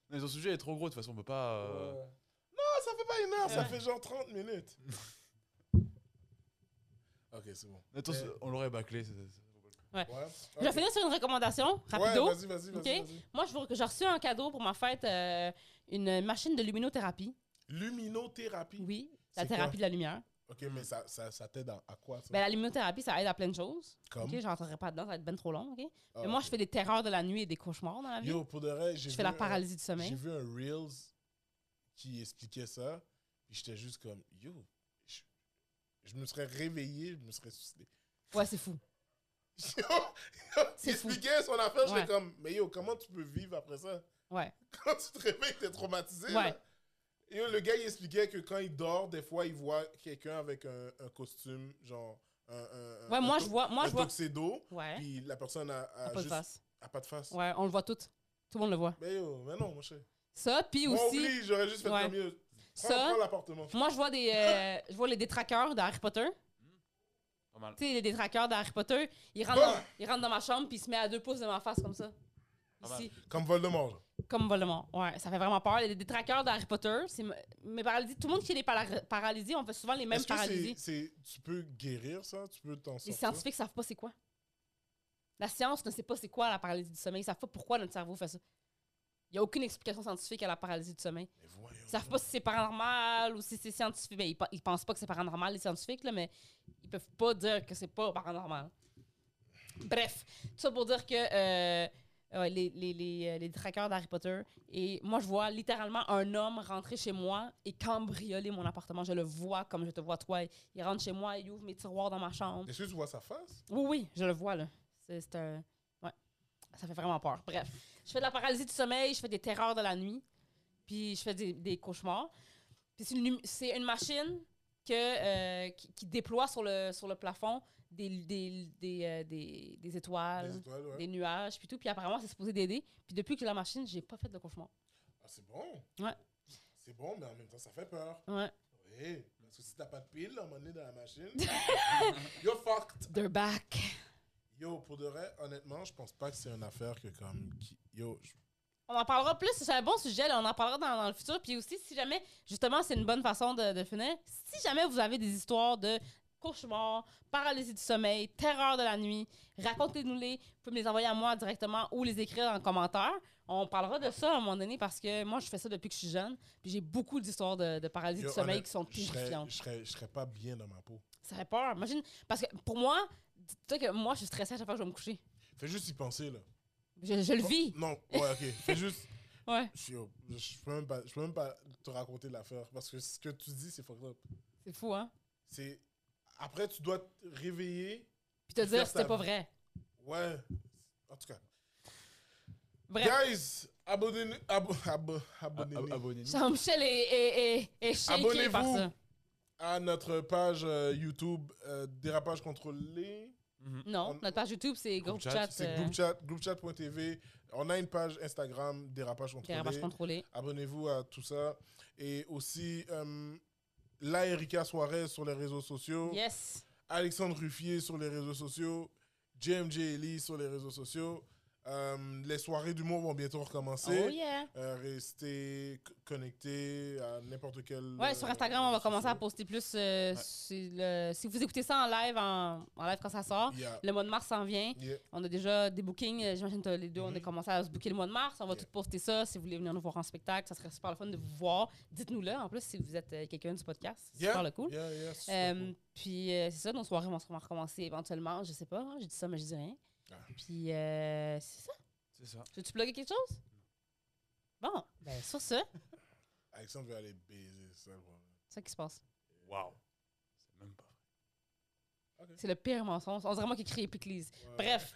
Speaker 2: Mais son sujet est trop gros, de toute façon, on peut pas. euh,
Speaker 1: Ouais. Non, ça fait pas une heure, ça
Speaker 3: Ouais.
Speaker 1: fait genre 30
Speaker 2: (laughs)
Speaker 1: minutes. ok, c'est bon.
Speaker 2: Attends,
Speaker 1: Eh,
Speaker 2: c'est- on l'aurait bâclé. c'est- c'est-
Speaker 1: ouais.
Speaker 3: Je vais
Speaker 1: Ok.
Speaker 3: finir sur une recommandation, rapido.
Speaker 1: Ouais, vas-y, vas-y, vas-y.
Speaker 3: Ok.
Speaker 1: vas-y.
Speaker 3: Moi, je vous- j'ai reçu un cadeau pour ma fête, euh, une machine de luminothérapie.
Speaker 1: Luminothérapie.
Speaker 3: Oui, la
Speaker 1: C'est quoi?
Speaker 3: thérapie de la lumière.
Speaker 1: Ok, mais ça, ça, ça t'aide à, à quoi ça
Speaker 3: Ben, la luminothérapie, ça aide à plein de choses.
Speaker 1: Comme?
Speaker 3: Ok, j'entrerai pas dedans, ça va être ben trop long. ok?
Speaker 1: Oh. Ah,
Speaker 3: Mais moi,
Speaker 1: ok.
Speaker 3: je fais des terreurs de la nuit et des cauchemars dans la vie.
Speaker 1: Yo, pour de vrai, j'ai
Speaker 3: je
Speaker 1: vu
Speaker 3: fais la
Speaker 1: un-
Speaker 3: paralysie du
Speaker 1: J'ai
Speaker 3: sommeil.
Speaker 1: vu un Reels qui expliquait ça. Puis j'étais juste comme, yo, je, je me serais réveillé, je me serais suicidé. (laughs)
Speaker 3: Ouais, c'est fou.
Speaker 1: Yo, il
Speaker 3: C'est fou.
Speaker 1: expliquait son affaire, j'étais
Speaker 3: Ouais.
Speaker 1: comme, mais yo, comment tu peux vivre après ça
Speaker 3: Ouais.
Speaker 1: quand tu te réveilles, t'es traumatisé.
Speaker 3: Ouais.
Speaker 1: là. Et le gars, il expliquait que quand il dort, des fois, il voit quelqu'un avec un, un costume, genre. Un, un- un-
Speaker 3: Ouais,
Speaker 1: Euh, un
Speaker 3: moi,
Speaker 1: to-
Speaker 3: je vois. Moi,
Speaker 1: un
Speaker 3: je vois.
Speaker 1: tuxedo,
Speaker 3: Ouais.
Speaker 1: puis la personne a, a
Speaker 3: T'as pas de
Speaker 1: juste.
Speaker 3: face.
Speaker 1: a pas de face.
Speaker 3: Ouais, on le voit toutes. Tout le monde le voit.
Speaker 1: Mais yo, mais non, mon cher.
Speaker 3: Ça, puis
Speaker 1: Moi,
Speaker 3: aussi,
Speaker 1: oublie, j'aurais juste fait
Speaker 3: Ouais.
Speaker 1: comme mieux. Prends,
Speaker 3: ça.
Speaker 1: prends l'appartement.
Speaker 3: Moi, je vois des, euh, je vois les détraqueurs d'Harry Potter.
Speaker 2: Pas mal.
Speaker 3: Tu sais, les détraqueurs d'Harry Potter, ils rentrent,
Speaker 1: Bah!
Speaker 3: dans, ils rentrent dans ma chambre puis ils se mettent à deux pouces de ma face comme ça.
Speaker 2: Pas mal.
Speaker 3: Ici,
Speaker 1: Comme Voldemort. là.
Speaker 3: comme Voldemort. Ouais, ça fait vraiment peur. Les détraqueurs d'Harry Potter, c'est m- mes paralysies. Tout le monde qui a des pala- paralysies, on fait souvent les mêmes
Speaker 1: Est-ce que
Speaker 3: paralysies.
Speaker 1: c'est, c'est- tu peux guérir ça Tu peux t'en
Speaker 3: Les
Speaker 1: sortir
Speaker 3: scientifiques savent pas c'est quoi. La science ne sait pas c'est quoi la paralysie du sommeil. Ils savent pas pourquoi notre cerveau fait ça. Il n'y a aucune explication scientifique à la paralysie du sommeil.
Speaker 1: Mais voyons.
Speaker 3: Ils savent pas si c'est paranormal ou si c'est scientifique. Ben, ils, pe- ils pensent pas que c'est paranormal, les scientifiques, là, mais ils peuvent pas dire que c'est pas paranormal. Bref, tout ça pour dire que euh, ouais, les, les, les, euh, les trackers d'Harry Potter, et moi, je vois littéralement un homme rentrer chez moi et cambrioler mon appartement. Je le vois comme je te vois, toi. Il rentre chez moi, il ouvre mes tiroirs dans ma chambre.
Speaker 1: Est-ce que tu vois sa face
Speaker 3: Oui, oui, je le vois, là. C'est c'est un. Ouais. Ça fait vraiment peur. Bref. Je fais de la paralysie du sommeil, je fais des terreurs de la nuit, puis je fais des, des cauchemars. Puis c'est une, lumi- c'est une machine que, euh, qui, qui déploie sur le, sur le plafond des, des, des, euh, des- des
Speaker 1: Des
Speaker 3: étoiles,
Speaker 1: étoiles, ouais.
Speaker 3: des nuages, puis tout. Puis apparemment, c'est supposé d'aider. Puis depuis que la machine, j'ai pas fait de cauchemar.
Speaker 1: Ah, c'est bon.
Speaker 3: Ouais.
Speaker 1: C'est bon, mais en même temps, ça fait peur.
Speaker 3: Ouais.
Speaker 1: Oui, parce que si t'as pas de pile, à un moment donné, dans la machine, (laughs) you're fucked.
Speaker 3: They're back.
Speaker 1: Yo, pour de vrai, honnêtement, je pense pas que c'est une affaire que comme... qui- Yo, je-
Speaker 3: On en parlera plus, c'est un bon sujet, là, on en parlera dans, dans le futur. Puis aussi, si jamais, justement, c'est une bonne façon de, de finir, si jamais vous avez des histoires de cauchemars, paralysie du sommeil, terreur de la nuit, racontez-nous-les. Vous pouvez me les envoyer à moi directement ou les écrire en commentaire. On parlera de ça à un moment donné parce que moi, je fais ça depuis que je suis jeune. Puis j'ai beaucoup d'histoires de, de paralysie
Speaker 1: yo,
Speaker 3: du sommeil
Speaker 1: honnête-
Speaker 3: qui sont
Speaker 1: je serais-
Speaker 3: terrifiantes.
Speaker 1: Je serais, je serais pas bien dans ma peau.
Speaker 3: Ça fait peur. Imagine, parce que pour moi, dis-toi que moi, je suis stressée à chaque fois que je vais me coucher.
Speaker 1: Fais juste y penser, là.
Speaker 3: Je, je le
Speaker 1: Oh,
Speaker 3: vis.
Speaker 1: Non, ouais, ok. Fais juste...
Speaker 3: (laughs) Ouais,
Speaker 1: Je, yo, je peux même pas, je peux même pas te raconter l'affaire, parce que ce que tu dis, c'est fucked up.
Speaker 3: c'est fou, hein?
Speaker 1: C'est... Après, tu dois te réveiller.
Speaker 3: Puis te
Speaker 1: Faire
Speaker 3: dire,
Speaker 1: ta
Speaker 3: c'était pas
Speaker 1: vie.
Speaker 3: vrai.
Speaker 1: Ouais. En tout cas.
Speaker 3: Bref.
Speaker 1: Guys, abonnez-nous. abo- abo- abonnez-vous.
Speaker 2: Abonnez-vous.
Speaker 3: Jean-Michel est, est, est, est shaké
Speaker 1: Abonnez-vous.
Speaker 3: par ça.
Speaker 1: à notre page euh, YouTube euh, Dérapage contrôlé.
Speaker 2: Mhm.
Speaker 3: Non,
Speaker 1: On-
Speaker 3: notre page YouTube, c'est
Speaker 2: Groupe
Speaker 3: groupe
Speaker 2: chat,
Speaker 3: chat.
Speaker 1: C'est
Speaker 3: euh,
Speaker 1: groupchat, groupchat.tv. On a une page Instagram Dérapage contrôlé.
Speaker 3: Dérapage contrôlé.
Speaker 1: Abonnez-vous à tout ça. Et aussi, euh, la Erika Suarez sur les réseaux sociaux.
Speaker 3: Yes.
Speaker 1: Alexandre Ruffier sur les réseaux sociaux. JMJ Ellie sur les réseaux sociaux. Euh, les soirées d'humour vont bientôt recommencer.
Speaker 3: Oh yeah.
Speaker 1: Euh, restez c- connectés à n'importe quel.
Speaker 3: Ouais, sur
Speaker 1: euh,
Speaker 3: Instagram, on va
Speaker 1: réseau
Speaker 3: commencer à
Speaker 1: social.
Speaker 3: poster plus. euh,
Speaker 2: Ouais.
Speaker 3: sur le- si vous écoutez ça en live, en, en live quand ça sort,
Speaker 1: Yeah.
Speaker 3: le mois de mars s'en vient.
Speaker 1: Yeah.
Speaker 3: On a déjà des bookings. euh, J'imagine que les deux, on a
Speaker 1: Mhm.
Speaker 3: commencé à se booker le mois de mars. On va
Speaker 1: Yeah.
Speaker 3: tout poster ça. Si vous voulez venir nous voir en spectacle, ça serait super le fun de vous voir. Dites-nous-le. En plus, si vous êtes euh, quelqu'un du podcast, c'est
Speaker 1: Yeah.
Speaker 3: super le cool.
Speaker 1: Yeah, yeah, c'est super
Speaker 3: Euh,
Speaker 1: cool.
Speaker 3: Puis euh, c'est ça, nos soirées vont sûrement recommencer éventuellement. Je sais pas, hein, j'ai dit ça, mais je dis rien.
Speaker 1: Ah.
Speaker 3: Puis euh, c'est ça.
Speaker 2: C'est ça.
Speaker 3: Tu veux-tu plugger quelque chose? Bon, ben sur ce, c'est
Speaker 1: Alexandre veut aller baiser, c'est ça le problème.
Speaker 3: ça qui se passe.
Speaker 2: Waouh. C'est même pas vrai.
Speaker 3: C'est le pire mensonge. On dirait moi qui crie Piclis.
Speaker 1: Ouais.
Speaker 3: Bref.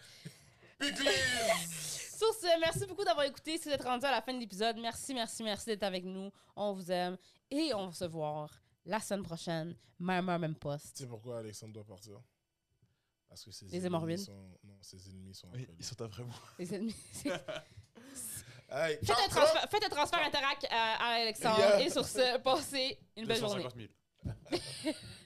Speaker 1: Pickles!
Speaker 3: Sur ce, merci beaucoup d'avoir écouté. Si vous êtes rendu à la fin de l'épisode, merci, merci, merci d'être avec nous. On vous aime. Et on va se voir la semaine prochaine. Même heure, même
Speaker 1: Tu (laughs)
Speaker 3: poste.
Speaker 1: sais pourquoi Alexandre doit partir? Parce que ses
Speaker 3: Les
Speaker 1: ennemis
Speaker 3: hémorroïdes.
Speaker 1: sont- Non, ses ennemis sont après
Speaker 2: Oui,
Speaker 1: lui.
Speaker 2: ils sont après moi.
Speaker 3: Les ennemis, c'est-
Speaker 1: Hey,
Speaker 3: Faites un
Speaker 1: ciao, ciao!
Speaker 3: transfert, faites un transfert Interac à, à Alexandre.
Speaker 1: Yeah.
Speaker 3: Et sur ce, passez une belle journée.
Speaker 2: 250 000.